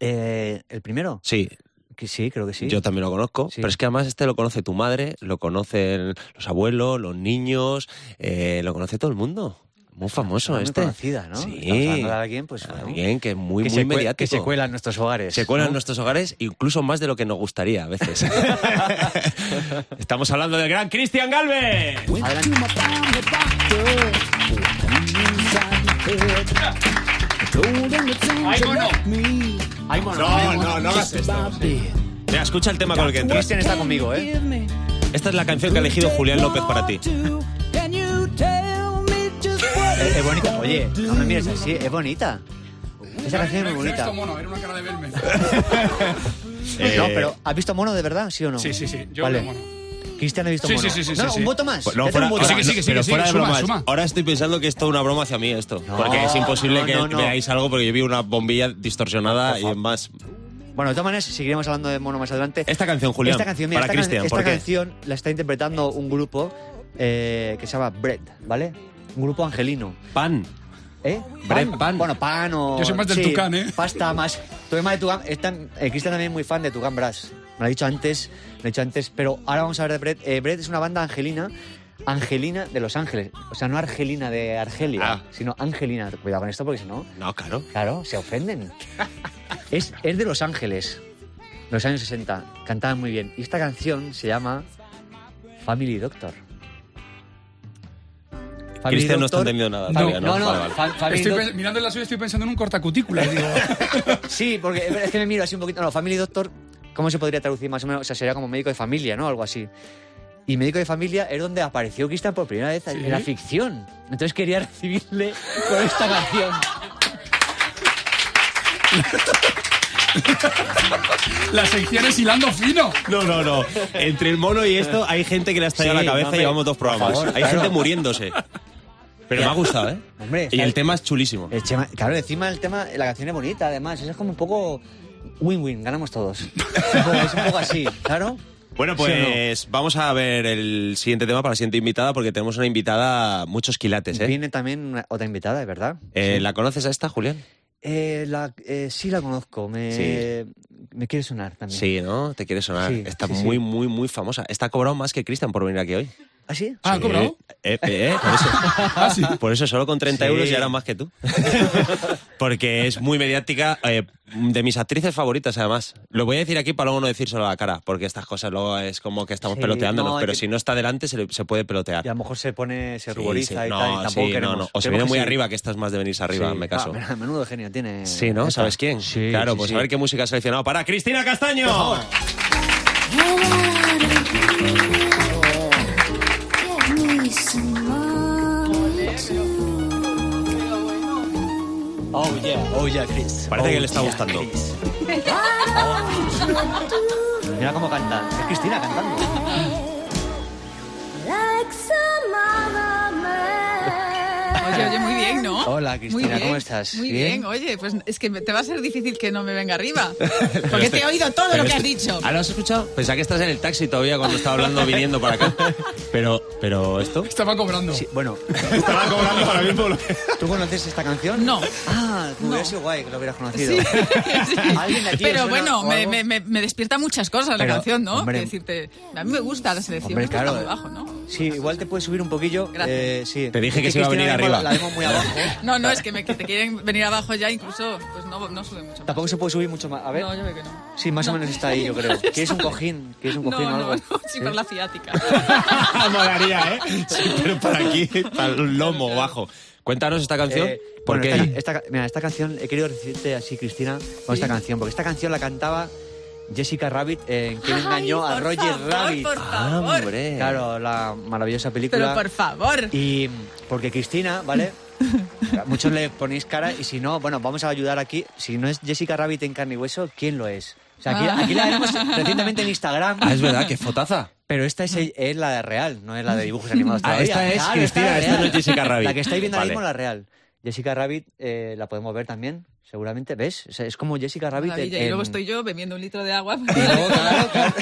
Speaker 2: Eh, ¿El primero?
Speaker 1: Sí,
Speaker 2: Que Sí, creo que sí.
Speaker 1: Yo también lo conozco,
Speaker 2: Sí.
Speaker 1: pero es que además este lo conoce tu madre, lo conocen los abuelos, los niños, eh, lo conoce todo el mundo. Muy famoso
Speaker 2: Muy
Speaker 1: este.
Speaker 2: conocida, ¿no? Estamos
Speaker 1: Sí.
Speaker 2: hablando de alguien, pues, bueno,
Speaker 1: Alguien que es muy,
Speaker 2: que
Speaker 1: muy
Speaker 2: se cue-
Speaker 1: mediático.
Speaker 2: Que se cuela en nuestros hogares.
Speaker 1: Se cuela en
Speaker 2: ¿no?
Speaker 1: nuestros hogares, incluso más de lo que nos gustaría a veces. Estamos hablando del gran Cristian Galvez.
Speaker 2: Ay, mono.
Speaker 1: No, no, no hagas esto. Mira, escucha el tema con el que entras.
Speaker 2: Cristian está conmigo, ¿eh?
Speaker 1: Esta es la canción que ha elegido Julián López para ti.
Speaker 2: Es, es bonita. Oye, no me mires así, es bonita. Esa canción es muy bonita.
Speaker 3: mono, era una cara de verme.
Speaker 1: Eh,
Speaker 2: No, pero ¿has visto mono de verdad? ¿Sí o no?
Speaker 3: Sí, sí, sí. Yo
Speaker 2: vale.
Speaker 3: era mono.
Speaker 2: Cristian ha visto
Speaker 3: Sí,
Speaker 2: mono.
Speaker 3: sí, sí, sí,
Speaker 2: no,
Speaker 3: sí, Ah, sí.
Speaker 2: un voto más.
Speaker 1: Pues no,
Speaker 2: Ya tengo
Speaker 1: fuera,
Speaker 2: un voto
Speaker 1: ahora-
Speaker 3: sigue,
Speaker 2: más.
Speaker 1: no,
Speaker 3: sigue,
Speaker 1: pero
Speaker 3: sigue,
Speaker 1: fuera de
Speaker 3: suma,
Speaker 1: bromas.
Speaker 3: suma.
Speaker 1: Ahora estoy pensando que es toda una broma hacia mí esto.
Speaker 2: No,
Speaker 1: porque es imposible
Speaker 2: no,
Speaker 1: que
Speaker 2: no, no.
Speaker 1: veáis algo porque yo vi una bombilla distorsionada y más.
Speaker 2: Bueno, de todas maneras, seguiremos hablando de mono más adelante.
Speaker 1: Esta canción, Julián,
Speaker 2: Esta canción, mira,
Speaker 1: para
Speaker 2: esta, can-
Speaker 1: Cristian,
Speaker 2: esta
Speaker 1: ¿por qué?
Speaker 2: canción la está interpretando un grupo eh, que se llama Bread, ¿vale? Un grupo angelino.
Speaker 1: Pan.
Speaker 2: ¿Eh?
Speaker 1: Bread, pan.
Speaker 2: Bueno, pan o.
Speaker 3: Yo soy más del
Speaker 2: sí,
Speaker 3: Tucán, ¿eh?
Speaker 2: Pasta más. Tú eres más de Tucán. Esta- eh, Cristian también es muy fan de Tucán Brass. Me lo ha dicho antes, me lo he dicho antes, pero ahora vamos a hablar de Brett. Eh, Brett es una banda angelina, angelina de Los Ángeles. O sea, no argelina de Argelia,
Speaker 1: Ah.
Speaker 2: sino angelina. Cuidado con esto porque si no,
Speaker 1: No, claro.
Speaker 2: claro, se ofenden. es, es de Los Ángeles, de los años 60. Cantaban muy bien. Y esta canción se llama Family Doctor. Family
Speaker 1: Cristian no está
Speaker 2: Doctor-
Speaker 1: entendiendo nada.
Speaker 3: No,
Speaker 1: todavía,
Speaker 2: No, no,
Speaker 1: Vale, vale.
Speaker 2: Fa- Family
Speaker 3: Estoy
Speaker 2: Doc-
Speaker 3: pe- mirando la suya estoy pensando en un cortacutícula. Digo,
Speaker 2: Sí, porque es que me miro así un poquito. No, Family Doctor, ¿cómo se podría traducir más o menos? O sea, sería como médico de familia, ¿no? Algo así. Y médico de familia es donde apareció Cristian por primera vez en la ficción. Entonces quería recibirle con esta canción.
Speaker 3: la sección es hilando fino.
Speaker 1: No, no, no. Entre el mono y esto hay gente que le ha estallado
Speaker 2: Sí,
Speaker 1: la cabeza
Speaker 2: hombre,
Speaker 1: y llevamos dos
Speaker 2: por
Speaker 1: programas.
Speaker 2: favor,
Speaker 1: hay
Speaker 2: claro.
Speaker 1: gente muriéndose. Pero me ha gustado, ¿eh?
Speaker 2: Hombre,
Speaker 1: y
Speaker 2: está-
Speaker 1: el tema es chulísimo.
Speaker 2: El tema- claro, encima el tema, la canción es bonita, además. Es como un poco win-win, ganamos todos. Es un poco- es un poco así, claro.
Speaker 1: Bueno,
Speaker 2: ¿Sí o no?
Speaker 1: pues vamos a ver el siguiente tema para la siguiente invitada porque tenemos una invitada muchos quilates, ¿eh?
Speaker 2: Viene también una- otra invitada, es verdad.
Speaker 1: Eh, ¿La conoces a esta, Julián?
Speaker 2: Eh, la- eh, sí la conozco, me, me quiere sonar también.
Speaker 1: Sí, ¿no? Te quiere sonar.
Speaker 2: Sí,
Speaker 1: Está
Speaker 2: sí, sí.
Speaker 1: muy, muy, muy famosa. Está cobrado más que Cristian por venir aquí hoy.
Speaker 2: ¿Ah, sí?
Speaker 3: Ah,
Speaker 1: Sí.
Speaker 3: cobrado.
Speaker 1: Eh, eh, eh, por eso.
Speaker 3: Ah, sí.
Speaker 1: Por eso solo con 30
Speaker 2: Sí.
Speaker 1: euros ya era más que tú. Porque es muy mediática, eh, de mis actrices favoritas además. Lo voy a decir aquí para luego no decírselo a la cara, porque estas cosas luego es como que estamos
Speaker 2: Sí,
Speaker 1: peloteándonos,
Speaker 2: no, hay
Speaker 1: pero
Speaker 2: que-
Speaker 1: si no está delante se, le- se puede pelotear.
Speaker 2: Y a lo mejor se pone, se
Speaker 1: Sí,
Speaker 2: ruboriza
Speaker 1: sí.
Speaker 2: y
Speaker 1: No,
Speaker 2: tal, y tampoco
Speaker 1: sí,
Speaker 2: queremos.
Speaker 1: no, no. O se
Speaker 2: Queremos
Speaker 1: viene
Speaker 2: que
Speaker 1: muy
Speaker 2: sí.
Speaker 1: arriba, que estás más de venirse arriba,
Speaker 2: Sí.
Speaker 1: me caso.
Speaker 2: Ah, menudo genio tiene.
Speaker 1: Sí, ¿no?
Speaker 2: esta.
Speaker 1: ¿Sabes quién?
Speaker 2: Sí,
Speaker 1: claro,
Speaker 2: sí,
Speaker 1: pues
Speaker 2: sí.
Speaker 1: a ver qué música ha seleccionado para Cristina Castaño.
Speaker 2: Oh, yeah, oh, yeah, Chris.
Speaker 1: Parece
Speaker 2: Oh,
Speaker 1: que le está
Speaker 2: yeah,
Speaker 1: gustando.
Speaker 2: Chris. Mira cómo canta. Es Cristina cantando.
Speaker 5: Oye, oye, muy bien, ¿no?
Speaker 2: Hola, Cristina,
Speaker 5: Muy bien,
Speaker 2: ¿cómo estás?
Speaker 5: Muy
Speaker 2: ¿Bien?
Speaker 5: bien? oye, pues es que me- te va a ser difícil que no me venga arriba.
Speaker 1: Pero
Speaker 5: Porque
Speaker 1: este-
Speaker 5: te he oído todo
Speaker 1: pero
Speaker 5: lo que has
Speaker 1: este-
Speaker 5: dicho.
Speaker 1: ¿Ah, lo has escuchado? Pensaba que estás en el taxi todavía cuando estaba hablando viniendo para acá. Pero, pero esto.
Speaker 3: Estaba cobrando.
Speaker 2: Sí, bueno,
Speaker 1: Estaba cobrando para mí
Speaker 2: ¿tú conoces esta canción?
Speaker 5: No.
Speaker 2: Ah,
Speaker 5: No.
Speaker 2: hubiera sido guay que lo hubieras conocido.
Speaker 5: Sí,
Speaker 2: ¿Alguien de aquí os suena
Speaker 5: Pero bueno,
Speaker 2: o
Speaker 5: me,
Speaker 2: algo?
Speaker 5: me- me- me despierta muchas cosas
Speaker 2: Pero,
Speaker 5: la canción, ¿no?
Speaker 2: hombre.
Speaker 5: Que decirte, a mí me gusta la selección,
Speaker 2: Hombre,
Speaker 5: me gusta
Speaker 2: claro.
Speaker 5: muy bajo, ¿no?
Speaker 2: Sí, igual te puedes subir un poquillo.
Speaker 5: Gracias.
Speaker 2: eh, sí.
Speaker 1: Te dije
Speaker 2: Es
Speaker 1: que se iba a
Speaker 2: Cristina
Speaker 1: venir
Speaker 2: la vemos-
Speaker 1: arriba.
Speaker 2: La vemos muy abajo.
Speaker 5: No, no, es que, me- que te quieren venir abajo ya, incluso, pues no, no sube mucho. más.
Speaker 2: Tampoco se puede subir mucho más. A ver.
Speaker 5: No, yo creo que no.
Speaker 2: Sí, más o
Speaker 5: No.
Speaker 2: menos está ahí, yo creo. ¿Quieres un cojín? ¿Quieres un
Speaker 5: No,
Speaker 2: cojín o
Speaker 5: no,
Speaker 2: algo? ¿Eh?
Speaker 5: no, sí, por la ciática.
Speaker 1: Molaría, ¿eh? Sí, pero para aquí, para el lomo bajo. Cuéntanos esta canción.
Speaker 2: Eh, bueno,
Speaker 1: porque
Speaker 2: esta, esta ca- mira, esta canción, he querido decirte así, Cristina, con esta canción, porque esta canción la cantaba Jessica Rabbit en quien engañó a
Speaker 5: por
Speaker 2: Roger
Speaker 5: favor,
Speaker 2: Rabbit.
Speaker 5: Por favor.
Speaker 1: Ah, Hombre.
Speaker 2: Ah, Claro, la maravillosa película.
Speaker 5: Pero por favor.
Speaker 2: Y porque Cristina, ¿vale? Muchos le ponéis cara y si no, bueno, vamos a ayudar aquí. Si no es Jessica Rabbit en carne y hueso, ¿quién lo es? O sea, aquí,
Speaker 5: Ah.
Speaker 2: aquí la vemos recientemente en Instagram,
Speaker 1: Ah, es verdad, qué fotaza.
Speaker 2: pero esta es, es la de real, no es la de dibujos animados.
Speaker 1: Ah,
Speaker 2: todavía.
Speaker 1: esta es
Speaker 2: Claro,
Speaker 1: Cristina,
Speaker 2: la
Speaker 1: esta no
Speaker 2: real.
Speaker 1: es Jessica Rabbit.
Speaker 2: La que estáis viendo
Speaker 1: Vale.
Speaker 2: ahora mismo, la real. Jessica Rabbit eh, la podemos ver también, seguramente. ¿Ves? O sea, es como Jessica Rabbit.
Speaker 5: Maravilla.
Speaker 2: en-
Speaker 5: Y luego estoy yo bebiendo un litro de agua.
Speaker 2: Y luego, claro, claro.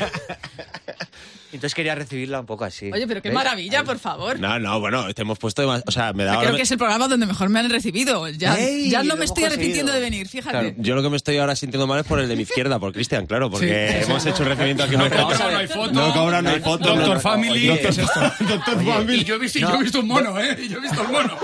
Speaker 2: Entonces quería recibirla un poco así.
Speaker 5: Oye, pero qué
Speaker 2: ¿Ves?
Speaker 5: maravilla,
Speaker 2: Ahí.
Speaker 5: por favor.
Speaker 1: No, no, bueno, te hemos puesto... demasi- O sea, me da... ahora
Speaker 5: Creo
Speaker 1: me-
Speaker 5: que es el programa donde mejor me han recibido. Ya,
Speaker 2: ¡Ey!
Speaker 5: ya
Speaker 2: Lo
Speaker 5: no me
Speaker 2: hemos
Speaker 5: estoy arrepintiendo
Speaker 2: conseguido.
Speaker 5: de venir, fíjate.
Speaker 2: Claro.
Speaker 1: Yo lo que me estoy ahora sintiendo mal es por el de mi izquierda, por Cristian, claro, porque
Speaker 3: Sí.
Speaker 1: hemos hecho un recibimiento aquí muy
Speaker 3: No
Speaker 1: fuerte.
Speaker 3: cobra, no hay foto.
Speaker 1: No cobra, no hay foto.
Speaker 3: Doctor
Speaker 1: no-
Speaker 3: Family.
Speaker 1: Oye,
Speaker 3: ¿qué es esto? Doctor
Speaker 2: Oye,
Speaker 3: Family. Yo he, visto, yo he visto un mono, ¿eh? Yo he visto el mono.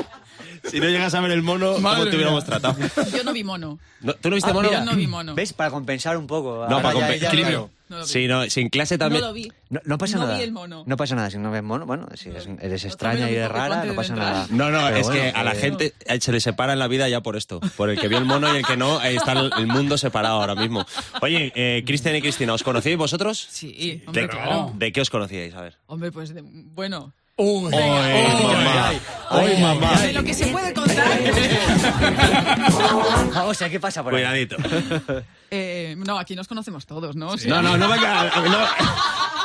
Speaker 1: Si no llegas a ver el mono, ¿cómo
Speaker 3: Madre
Speaker 1: te hubiéramos
Speaker 3: mía. Ah,
Speaker 1: tratado?
Speaker 5: Yo no vi mono.
Speaker 1: No, ¿Tú no viste mono?
Speaker 5: Yo no vi mono.
Speaker 2: ¿Ves? Para compensar un poco.
Speaker 1: No,
Speaker 2: Ahora
Speaker 1: para
Speaker 2: ya-
Speaker 1: compe-
Speaker 2: ya-
Speaker 3: Equilibrio.
Speaker 5: No lo vi.
Speaker 1: Sí, no, sin clase
Speaker 5: No
Speaker 1: también.
Speaker 5: lo vi.
Speaker 2: No, no pasa
Speaker 5: No
Speaker 2: nada.
Speaker 5: vi el mono.
Speaker 2: No pasa nada. Si no ves mono, bueno, si eres, eres
Speaker 5: Otra
Speaker 2: extraña
Speaker 5: vez
Speaker 2: y eres
Speaker 5: lo mismo que
Speaker 2: rara,
Speaker 5: antes
Speaker 2: no
Speaker 5: de
Speaker 2: pasa
Speaker 5: entrar.
Speaker 2: nada.
Speaker 1: No, no,
Speaker 2: Pero
Speaker 1: es
Speaker 2: bueno,
Speaker 1: que a la
Speaker 2: eh,
Speaker 1: gente eh, se le separa en la vida ya por esto. Por el que vio el mono y el que no, ahí está el, el mundo separado ahora mismo. Oye, eh, Cristian y Cristina, ¿os conocíais vosotros?
Speaker 5: Sí, hombre,
Speaker 1: ¿De,
Speaker 5: claro.
Speaker 1: ¿De qué os conocíais? A ver.
Speaker 5: Hombre, pues de- bueno.
Speaker 3: Uy,
Speaker 1: mamá. Ay, mamá.
Speaker 5: De lo que se puede contar.
Speaker 2: O sea, ¿qué pasa por ahí?
Speaker 1: Cuidadito.
Speaker 5: Eh, no, aquí nos conocemos todos, ¿no? O sea,
Speaker 1: No, no, no venga. a- a- no.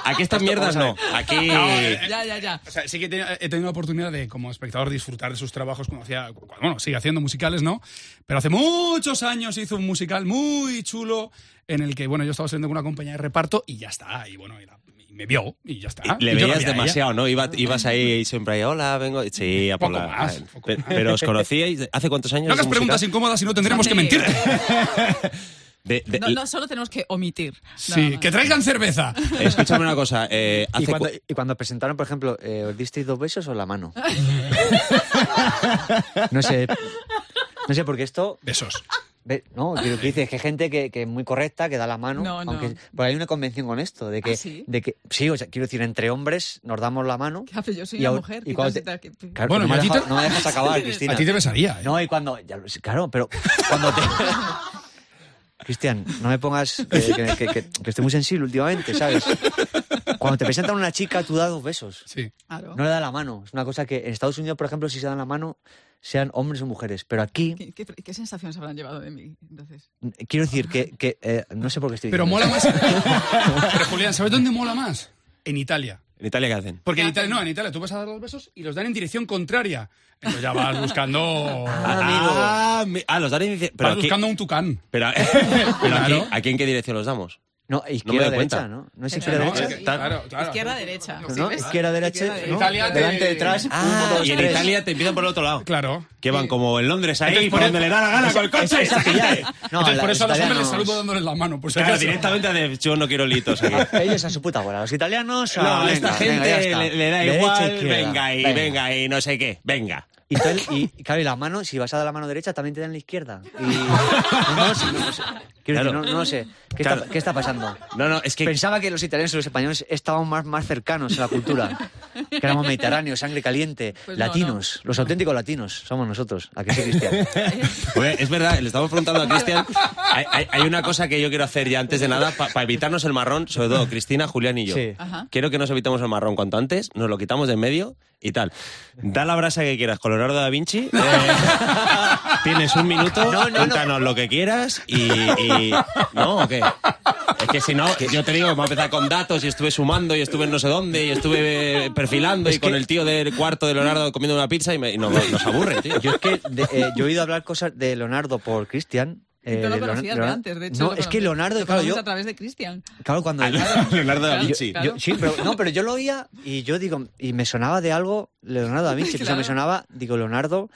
Speaker 1: Aquí estas mierdas no. Aquí.
Speaker 5: eh, Ya, ya, ya.
Speaker 3: O sea, sí que he tenido- he tenido la oportunidad de, como espectador, disfrutar de sus trabajos cuando hacía. cuando- Bueno, sigue haciendo musicales, ¿no? Pero hace muchos años hizo un musical muy chulo en el que, bueno, yo estaba saliendo con una compañía de reparto y ya está. Y bueno, y la- y me vio y ya está.
Speaker 1: Y Le
Speaker 3: Y ah, yo
Speaker 1: veías
Speaker 3: ¿eh? la vi a ella.
Speaker 1: demasiado, ¿no? Iba- ibas ahí siempre ahí, hola, vengo. Sí, a por
Speaker 3: Poco
Speaker 1: la-
Speaker 3: más, poco
Speaker 1: Pe-
Speaker 3: más.
Speaker 1: Pero os conocíais. ¿Hace cuántos años?
Speaker 3: No hagas
Speaker 1: de
Speaker 3: preguntas
Speaker 1: musical?
Speaker 3: incómodas y no tendremos que mentirte.
Speaker 1: De- de-
Speaker 5: No, no, solo tenemos que omitir. Nada
Speaker 3: Sí,
Speaker 5: más.
Speaker 3: que traigan cerveza.
Speaker 1: Escúchame una cosa. eh,
Speaker 2: ¿Y
Speaker 1: hace
Speaker 2: cuando,
Speaker 1: cu-
Speaker 2: y cuando presentaron, por ejemplo, eh, ¿os disteis dos besos o la mano? no sé. No sé, porque esto.
Speaker 3: Besos.
Speaker 2: ve- No, que lo que dices es que hay gente que, que es muy correcta, que da la mano.
Speaker 5: No, no.
Speaker 2: aunque, Porque hay una convención con esto, de que,
Speaker 5: ¿Ah, sí?
Speaker 2: de que. Sí, o sea, quiero decir, entre hombres nos damos la mano.
Speaker 5: Ya, pero yo soy
Speaker 2: y
Speaker 5: una
Speaker 2: au-
Speaker 5: mujer,
Speaker 2: y
Speaker 5: quizás
Speaker 2: cuando
Speaker 5: y tal, que-
Speaker 2: Claro,
Speaker 3: Bueno,
Speaker 2: no, me
Speaker 3: y a ti
Speaker 2: deja-
Speaker 3: te-
Speaker 2: no me dejas acabar, Cristina.
Speaker 3: A ti te besaría. ¿eh?
Speaker 2: No, y cuando. ya lo sé, claro, pero cuando te. Cristian, no me pongas. eh, Que, que- que- que- que estoy muy sensible últimamente, ¿sabes? Cuando te presentan una chica, tú das dos besos.
Speaker 3: Sí.
Speaker 5: Claro.
Speaker 2: No le das la mano. Es una cosa que en Estados Unidos, por ejemplo, si se dan la mano, sean hombres o mujeres. Pero aquí,
Speaker 5: ¿Qué, qué, qué sensaciones habrán llevado de mí entonces?
Speaker 2: n- quiero decir que. que, eh, no sé por qué estoy.
Speaker 3: Pero
Speaker 2: diciendo
Speaker 3: mola
Speaker 2: esto.
Speaker 3: más. Pero Julián, ¿sabes dónde mola más? En Italia.
Speaker 1: ¿En Italia qué hacen?
Speaker 3: Porque en Italia, no, en Italia tú vas a dar los besos y los dan en dirección contraria. Entonces ya vas buscando.
Speaker 1: Ah, mi- ah, los dan en dirección. Pero
Speaker 3: vas
Speaker 1: aquí.
Speaker 3: buscando un tucán.
Speaker 1: Pero, pero
Speaker 3: Claro.
Speaker 1: aquí, aquí en qué dirección los damos?
Speaker 2: No,
Speaker 1: No me
Speaker 2: izquierda
Speaker 1: doy
Speaker 2: derecha,
Speaker 1: cuenta.
Speaker 2: ¿no? No es
Speaker 5: Pero
Speaker 2: izquierda
Speaker 5: no,
Speaker 2: derecha.
Speaker 5: es que-
Speaker 3: Claro, claro.
Speaker 5: Izquierda, derecha. ¿sí
Speaker 2: ¿No?
Speaker 5: ves?
Speaker 2: Izquierda, derecha,
Speaker 5: Izquierda,
Speaker 2: ¿no?
Speaker 5: derecha.
Speaker 3: Italia te-
Speaker 2: delante, detrás.
Speaker 3: Ah,
Speaker 2: uno, dos,
Speaker 1: y en
Speaker 2: tres.
Speaker 1: Italia te empiezan por el otro lado.
Speaker 3: Claro.
Speaker 1: Que van como en Londres ahí,
Speaker 3: Entonces,
Speaker 1: por
Speaker 3: por
Speaker 1: donde
Speaker 3: el-
Speaker 1: le da la gana con el coche.
Speaker 2: Esa- esa pillada. No,
Speaker 3: Entonces,
Speaker 2: la-
Speaker 3: por eso a los hombres les
Speaker 2: italianos-
Speaker 3: saludo dándoles la mano. Por si
Speaker 1: Claro,
Speaker 3: acaso.
Speaker 1: directamente de yo no quiero litos aquí.
Speaker 2: Ellos a su puta bola. Los italianos.
Speaker 1: No,
Speaker 2: ah,
Speaker 1: a esta
Speaker 2: venga, venga, ya
Speaker 1: gente
Speaker 2: está.
Speaker 1: le, le da
Speaker 2: Derecha,
Speaker 1: igual,
Speaker 2: izquierda.
Speaker 1: venga y venga y no sé qué, venga.
Speaker 2: Y, tú el- y- y claro, y la mano, si vas a dar la mano derecha, también te dan la izquierda. Y, no, sé, no sé. Quiero decir,
Speaker 1: Claro.
Speaker 2: no, no sé. ¿Qué,
Speaker 1: Claro.
Speaker 2: está, qué está pasando?
Speaker 1: No, no, es que
Speaker 2: Pensaba que los italianos y los españoles estaban más, más cercanos a la cultura. Que éramos mediterráneos, sangre caliente,
Speaker 5: Pues no,
Speaker 2: latinos. Los auténticos latinos somos nosotros. ¿A que sí, Cristian?
Speaker 1: Oye, es verdad, le estamos preguntando a Cristian. Hay, hay- hay una cosa que yo quiero hacer ya antes de nada para evitarnos el marrón, sobre todo Cristina, Julián y yo.
Speaker 2: Sí.
Speaker 5: Ajá.
Speaker 1: Quiero que nos evitemos el marrón cuanto antes, nos lo quitamos de en medio y tal. Da la brasa que quieras con Leonardo da Vinci. eh, tienes un minuto,
Speaker 2: No, no, no.
Speaker 1: cuéntanos lo que quieras y, y- ¿No o qué? Es que si no, yo te digo, vamos a empezar con datos y estuve sumando y estuve en no sé dónde y estuve eh, perfilando y con el tío del cuarto de Leonardo comiendo una pizza y, me- y no- nos aburre, tío.
Speaker 2: Yo es que de- eh, yo he oído hablar cosas de Leonardo por Cristian.
Speaker 5: Y tú
Speaker 2: eh,
Speaker 5: lo
Speaker 2: Leonardo-
Speaker 5: conocías de
Speaker 2: Leonardo-
Speaker 5: antes, de hecho.
Speaker 2: No,
Speaker 5: lo
Speaker 2: es que
Speaker 5: conoces.
Speaker 2: Leonardo,
Speaker 5: Lo
Speaker 2: claro,
Speaker 5: conoces
Speaker 2: yo.
Speaker 5: a través de Cristian.
Speaker 2: Claro, cuando.
Speaker 1: Leonardo da
Speaker 5: Claro,
Speaker 1: Vinci.
Speaker 5: claro.
Speaker 2: Yo- sí, pero, no, pero yo lo oía y yo digo, y me sonaba de algo Leonardo da Vinci. O sea,
Speaker 5: Claro.
Speaker 2: me sonaba, digo, Leonardo.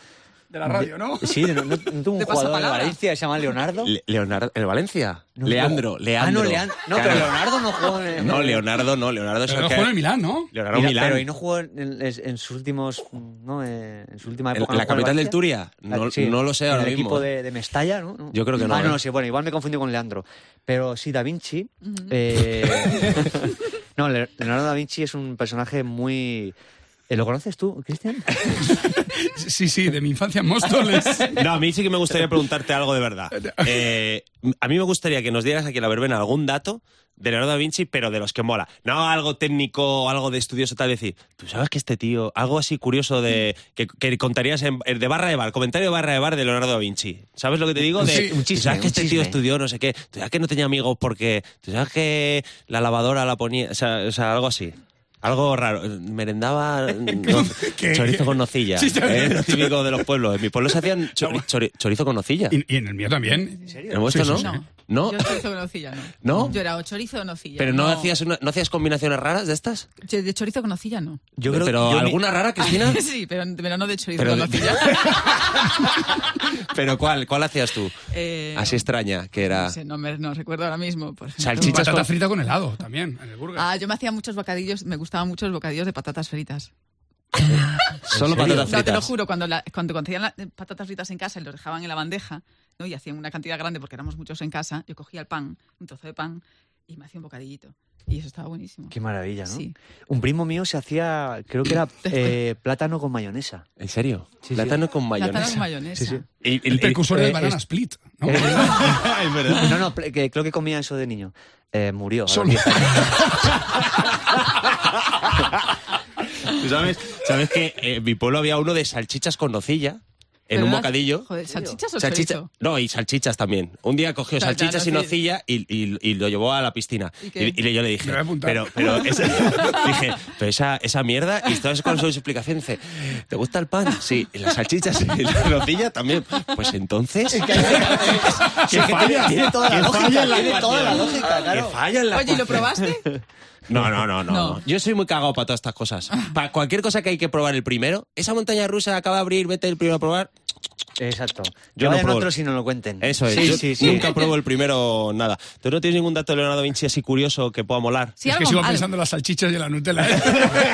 Speaker 3: De la radio, ¿no?
Speaker 2: Sí, no, no- no tuvo un jugador de
Speaker 5: De pasapalabra.
Speaker 2: Valencia que se llama Leonardo.
Speaker 1: Le- Leonardo, ¿el Valencia?
Speaker 2: No,
Speaker 1: Leandro,
Speaker 2: no.
Speaker 1: Leandro.
Speaker 2: Ah, no, Leandro. No,
Speaker 1: Claro.
Speaker 2: pero Leonardo no jugó en el.
Speaker 1: No, Leonardo no, Leonardo es
Speaker 3: Pero
Speaker 1: el
Speaker 3: no
Speaker 1: que-
Speaker 3: juega en el Milán, ¿no?
Speaker 1: Leonardo
Speaker 2: Mira,
Speaker 1: Milán.
Speaker 2: Pero y no jugó en, en- en sus últimos. ¿no? Eh, en su última
Speaker 1: ¿En
Speaker 2: época.
Speaker 1: la
Speaker 2: ¿no jugó en
Speaker 1: capital del
Speaker 2: Valencia?
Speaker 1: Turia?
Speaker 2: La-
Speaker 1: No- no lo sé ahora
Speaker 2: en el
Speaker 1: mismo. ¿eh?
Speaker 2: equipo de, de Mestalla, ¿no? ¿no?
Speaker 1: Yo creo que no,
Speaker 2: Ah, no
Speaker 1: ¿eh?
Speaker 2: lo sé. Bueno, igual me confundí con Leandro. Pero sí, Da Vinci. eh, no, Le- Leonardo da Vinci es un personaje muy. eh, ¿Lo conoces tú, Cristian?
Speaker 3: Sí, sí, de mi infancia en Móstoles.
Speaker 1: No, a mí sí que me gustaría preguntarte algo de verdad. Eh, a mí me gustaría que nos dieras aquí en la verbena algún dato de Leonardo da Vinci, pero de los que mola. No algo técnico, algo de estudioso, tal vez decir, tú sabes que este tío, algo así curioso de que, que contarías en- de barra de bar, comentario de barra de bar de Leonardo da Vinci. ¿Sabes lo que te digo? De,
Speaker 3: Sí,
Speaker 1: "Tú
Speaker 2: un chisme,
Speaker 1: sabes que
Speaker 2: un
Speaker 1: este tío
Speaker 2: chisme".
Speaker 1: estudió no sé qué, tú sabes que no tenía amigos porque, tú sabes que la lavadora la ponía, o sea, o sea, algo así. Algo raro. Merendaba mm, no,
Speaker 3: ¿Qué?
Speaker 1: chorizo con nocilla.
Speaker 3: Sí, ya-
Speaker 1: Eh, lo típico de los pueblos. En mis pueblos se hacían cho- chori- chorizo con nocilla.
Speaker 3: Y, y en el mío también.
Speaker 1: ¿En el vuestro
Speaker 3: Sí, sí,
Speaker 1: no?
Speaker 3: sí.
Speaker 1: No.
Speaker 5: Yo chorizo con nocilla, no.
Speaker 1: ¿No?
Speaker 5: Yo era o chorizo o nocilla.
Speaker 1: ¿Pero no, Hacías una- no hacías combinaciones raras de estas?
Speaker 5: Che, De chorizo con nocilla, no.
Speaker 2: Yo creo
Speaker 1: ¿Pero
Speaker 2: yo mi-
Speaker 1: alguna rara, Cristina?
Speaker 5: sí, pero, pero no de chorizo
Speaker 1: Pero
Speaker 5: con
Speaker 1: de-
Speaker 5: nocilla.
Speaker 1: ¿Pero cuál? ¿Cuál hacías tú?
Speaker 5: Eh,
Speaker 1: Así extraña, que era...
Speaker 5: No, sé, no me, no recuerdo ahora mismo. por ejemplo.
Speaker 1: Salchicha. Chichas
Speaker 3: Patata
Speaker 1: con-
Speaker 3: frita con helado también, en el burger.
Speaker 5: Ah, yo me hacía muchos bocadillos, me gustaban muchos bocadillos de patatas fritas.
Speaker 1: Solo patatas
Speaker 5: No, te lo
Speaker 1: fritas.
Speaker 5: juro, cuando, la- cuando conseguían las patatas fritas en casa y los dejaban en la bandeja, ¿no? y hacían una cantidad grande porque éramos muchos en casa, yo cogía el pan, un trozo de pan, y me hacía un bocadillito. Y eso estaba buenísimo.
Speaker 2: Qué maravilla, ¿no?
Speaker 5: Sí.
Speaker 2: Un primo mío se hacía, creo que era eh, plátano con mayonesa.
Speaker 1: ¿En serio?
Speaker 2: sí.
Speaker 1: Plátano con
Speaker 5: Plátano
Speaker 1: mayonesa.
Speaker 5: con mayonesa.
Speaker 2: Sí, sí.
Speaker 1: Y- y-
Speaker 3: el precursor
Speaker 2: eh,
Speaker 3: del banana
Speaker 2: es-
Speaker 3: split. ¿no?
Speaker 2: No, no, pl- que creo que comía eso de niño. Eh, murió. a los
Speaker 3: Solo-
Speaker 2: 10 años.
Speaker 1: ¿Tú ¿Sabes, ¿Sabes que eh, en mi pueblo había uno de salchichas con nocilla en
Speaker 5: Pero
Speaker 1: un
Speaker 5: eras-
Speaker 1: bocadillo?
Speaker 5: Joder, ¿salchichas o
Speaker 1: Salchicha-
Speaker 5: chorizo?
Speaker 1: No, y salchichas también. Un día cogió
Speaker 5: Claro, claro,
Speaker 1: salchichas y
Speaker 5: sí.
Speaker 1: nocilla y, y- y lo llevó a la piscina.
Speaker 5: ¿Y
Speaker 1: Y,
Speaker 5: qué?
Speaker 1: y yo le dije,
Speaker 3: Me lo he apuntado.
Speaker 1: pero, pero, esa, dije, pero esa, esa mierda, y sabes cuál fue su explicación. Dice, ¿te gusta el pan? Sí, y las salchichas y la nocilla también. Pues entonces...
Speaker 2: Sí, es que tiene, tiene toda la
Speaker 1: que falla
Speaker 2: lógica,
Speaker 1: en la
Speaker 2: tiene toda la
Speaker 1: ecuación.
Speaker 2: lógica, claro.
Speaker 1: Que falla en la
Speaker 5: Oye, ¿y lo
Speaker 1: ecuación.
Speaker 5: probaste?
Speaker 1: No, no, no, no.
Speaker 5: No.
Speaker 1: Yo soy muy cagado para todas estas cosas. Para cualquier cosa que hay que probar el primero, esa montaña rusa acaba de abrir, vete el primero a probar.
Speaker 2: Exacto.
Speaker 1: Yo
Speaker 2: Yo
Speaker 1: no
Speaker 2: vayan
Speaker 1: pruebo.
Speaker 2: otros y no lo cuenten.
Speaker 1: Eso es.
Speaker 2: Sí,
Speaker 1: Yo
Speaker 2: sí, sí.
Speaker 1: Nunca pruebo el primero nada. ¿Tú no tienes ningún dato de Leonardo da Vinci así curioso que pueda molar?
Speaker 5: Sí,
Speaker 3: es que
Speaker 5: algo-
Speaker 3: sigo
Speaker 5: algo-
Speaker 3: pensando en las salchichas y en la Nutella. ¿eh?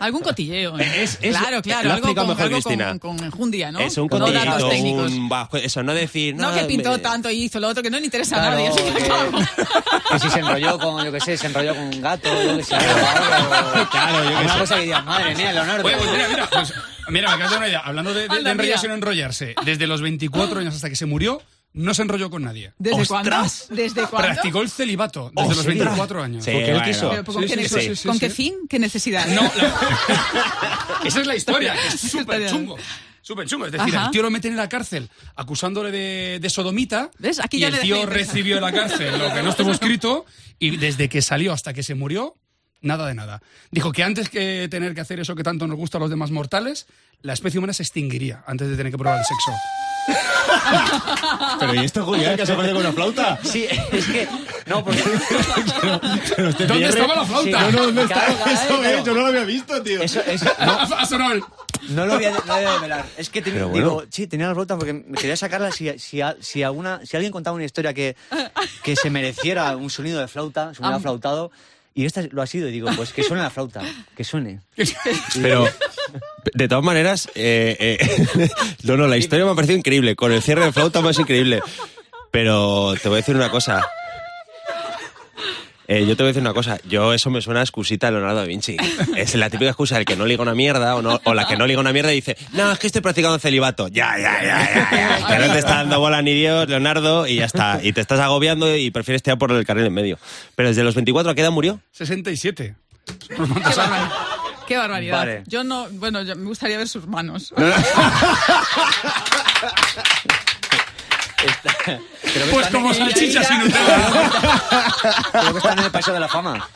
Speaker 5: Algún cotilleo. ¿eh?
Speaker 1: Es- es-
Speaker 5: claro, claro.
Speaker 1: lo ha
Speaker 5: Algo,
Speaker 1: explicado
Speaker 5: con,
Speaker 1: mejor
Speaker 5: algo
Speaker 1: Cristina.
Speaker 5: con, con enjundia, ¿no?
Speaker 1: Es un
Speaker 5: no
Speaker 1: cotillito,
Speaker 5: datos técnicos.
Speaker 1: un bajo- eso, no decir...
Speaker 5: No, que
Speaker 1: me-
Speaker 5: pintó tanto y hizo lo otro, que no le interesa a
Speaker 2: Claro, eh,
Speaker 5: nadie. al fin y al cabo.
Speaker 2: que, que si se enrolló con, yo qué sé, se enrolló con un gato, yo qué sé.
Speaker 1: Claro, yo qué
Speaker 2: Una
Speaker 1: sé.
Speaker 2: cosa que digas, madre mía, Leonardo.
Speaker 3: Oye, pues mira, mira, pues, mira, me acabas de dar una idea. Hablando de, de,
Speaker 5: Anda,
Speaker 3: de enrollarse y
Speaker 5: mira.
Speaker 3: no enrollarse, desde los 24 años hasta que se murió, no se enrolló con nadie.
Speaker 5: ¿Desde cuándo?
Speaker 1: ¡Ostras!
Speaker 5: ¿Desde cuándo?
Speaker 3: Practicó el celibato desde
Speaker 1: ¿en
Speaker 3: los
Speaker 1: serio?
Speaker 3: 24 años.
Speaker 1: Sí,
Speaker 2: Porque él
Speaker 1: bueno.
Speaker 2: quiso.
Speaker 5: Pero, ¿Con,
Speaker 3: Oh, Sí,
Speaker 5: qué,
Speaker 3: sí,
Speaker 5: nece-
Speaker 3: sí, sí,
Speaker 5: ¿con
Speaker 3: sí,
Speaker 5: qué
Speaker 3: sí.
Speaker 5: fin? ¿Qué necesidad?
Speaker 3: No, la- esa es la historia, que es
Speaker 5: Esa
Speaker 3: súper chungo. Súper chungo. Es decir,
Speaker 5: Ajá.
Speaker 3: el tío lo meten en la cárcel acusándole de, de sodomita.
Speaker 5: ¿Ves? Aquí
Speaker 3: y
Speaker 5: ya
Speaker 3: el
Speaker 5: le dejé
Speaker 3: tío
Speaker 5: interesar.
Speaker 3: recibió en la cárcel lo que no estuvo escrito. Y desde que salió hasta que se murió, nada de nada. Dijo que antes que tener que hacer eso que tanto nos gusta a los demás mortales, la especie humana se extinguiría antes de tener que probar el sexo.
Speaker 1: Pero ¿y esto, Julián, que se aparece con una flauta?
Speaker 2: Sí, es que. No, porque.
Speaker 1: Este
Speaker 3: ¿Dónde estaba la
Speaker 2: Sí,
Speaker 3: flauta?
Speaker 2: no, no, claro, cada vez, claro.
Speaker 1: no lo había visto, tío.
Speaker 2: Eso, eso, no,
Speaker 3: Ha sonado el-
Speaker 2: no lo voy a, no lo voy a develar. Es que ten-
Speaker 1: Pero bueno.
Speaker 2: digo, sí, tenía la flauta porque me quería sacarla si, si, a- si, alguna, si alguien contaba una historia que, que se mereciera un sonido de flauta, se hubiera
Speaker 5: Am-
Speaker 2: flautado. Y esta lo ha sido, y digo, pues que suene la flauta, que suene.
Speaker 1: Pero, de todas maneras, eh, eh, no, no, la historia me ha parecido increíble. Con el cierre de flauta más increíble. Pero te voy a decir una cosa. Eh, yo te voy a decir una cosa. Yo, eso me suena a excusita de Leonardo da Vinci. Es la típica excusa del que no liga una mierda o, no- o la que no liga una mierda y dice, no, es que estoy practicando celibato. Ya, ya, ya, ya, ya. Que no te está dando bola ni Dios, Leonardo, y ya está. Y te estás agobiando y prefieres tirar por el carril en medio. Pero desde los 24, ¿a qué edad murió?
Speaker 3: 67. Pues
Speaker 5: Qué, barbaridad. Qué barbaridad.
Speaker 2: Vale.
Speaker 5: Yo no, bueno, yo- me gustaría ver sus manos.
Speaker 2: Pero que
Speaker 3: Pues
Speaker 2: están
Speaker 3: como
Speaker 2: en-
Speaker 3: salchichas y Nutella.
Speaker 2: Creo que están en el Paseo de la Fama.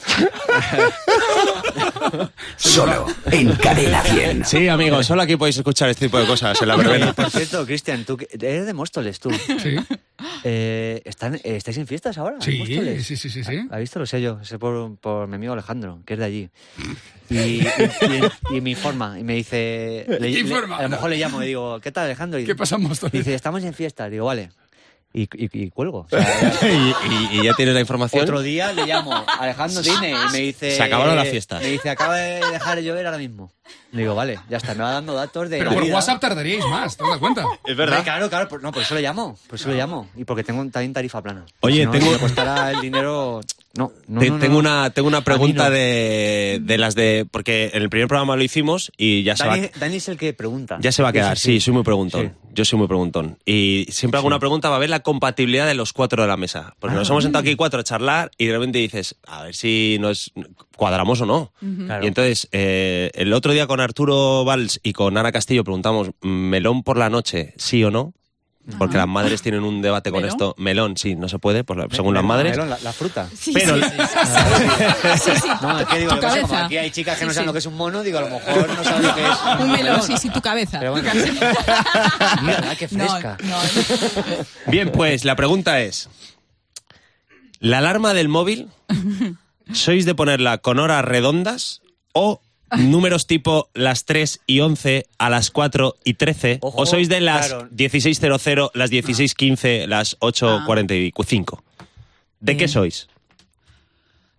Speaker 7: Solo en Cadena 100.
Speaker 1: Sí, amigos, solo aquí podéis escuchar este tipo de cosas en la verbena.
Speaker 2: Eh, Por cierto, Cristian, tú que- eres de Móstoles, tú.
Speaker 3: Sí,
Speaker 2: Eh, ¿están, eh, ¿Estáis en fiestas ahora? en
Speaker 3: sí,
Speaker 2: Móstoles?
Speaker 3: sí, sí, sí, sí.
Speaker 2: ¿Ha visto? Lo sé yo. Sé por, por mi amigo Alejandro, que es de allí. Y, y- y- y me informa. Y me dice... le- le-
Speaker 3: informa?
Speaker 2: a lo mejor le llamo y digo, ¿qué tal, Alejandro? Y
Speaker 3: ¿Qué pasa en Móstoles?
Speaker 2: Dice, estamos en fiestas. Digo, vale. Y, y- y cuelgo. O sea,
Speaker 1: y, y- y ya tienes la información.
Speaker 2: otro día le llamo, Alejandro Dine, y me dice...
Speaker 1: Se acabaron las fiestas.
Speaker 2: Me dice, acaba de dejar de llover ahora mismo. Le digo, vale, ya está. Me va dando datos de
Speaker 3: Pero
Speaker 2: la
Speaker 3: por
Speaker 2: vida.
Speaker 3: WhatsApp tardaríais más, ¿te das cuenta?
Speaker 1: Es
Speaker 2: Hombre, Claro, claro, por- no, por eso lo llamo, por eso lo llamo. Y porque tengo también tarifa plana.
Speaker 1: Oye,
Speaker 2: Si no,
Speaker 1: tengo-
Speaker 2: Si me costara el dinero, No, no,
Speaker 1: Te-
Speaker 2: no, no,
Speaker 1: tengo,
Speaker 2: no.
Speaker 1: Una, tengo una pregunta
Speaker 2: no.
Speaker 1: de, de las de. Porque en el primer programa lo hicimos y ya se va.
Speaker 2: Dani, Dani es el que pregunta.
Speaker 1: Ya se va a
Speaker 2: Sí,
Speaker 1: quedar, sí, soy muy preguntón.
Speaker 2: Sí.
Speaker 1: Yo soy muy preguntón. Y siempre hago una pregunta va a ver la compatibilidad de los cuatro de la mesa. Porque
Speaker 2: Ah.
Speaker 1: nos hemos sentado aquí cuatro a charlar y de repente dices, a ver si nos cuadramos o no.
Speaker 2: Claro.
Speaker 1: Y entonces, eh, el otro día con Arturo Valls y con Ana Castillo preguntamos, ¿melón por la noche, sí o no? Porque las madres tienen un debate con
Speaker 5: ¿Melón?
Speaker 1: esto. Melón, sí, no se puede, por la- según las
Speaker 2: Melón,
Speaker 1: madres.
Speaker 2: melón, La, la fruta.
Speaker 5: Sí,
Speaker 1: Pero-
Speaker 5: sí, sí, sí, sí.
Speaker 2: No, es que digo,
Speaker 5: tu
Speaker 2: yo qué sé, como
Speaker 5: cabeza.
Speaker 2: aquí hay chicas que no
Speaker 5: Sí,
Speaker 2: saben
Speaker 5: sí.
Speaker 2: lo que es un mono, digo, a lo mejor no saben lo que es
Speaker 5: Un melón, sí, sí, tu cabeza.
Speaker 2: Pero
Speaker 5: tu
Speaker 2: bueno.
Speaker 5: cabeza.
Speaker 2: Ah, Mira, qué fresca.
Speaker 5: No, no.
Speaker 1: Bien, pues la pregunta es: ¿la alarma del móvil sois de ponerla con horas redondas o números tipo las 3 y 11 a las 4 y 13?
Speaker 2: Ojo,
Speaker 1: ¿O sois de las
Speaker 2: claro.
Speaker 1: 16.00, las 16.15, las 8.45? ¿De qué
Speaker 5: Eh,
Speaker 1: sois?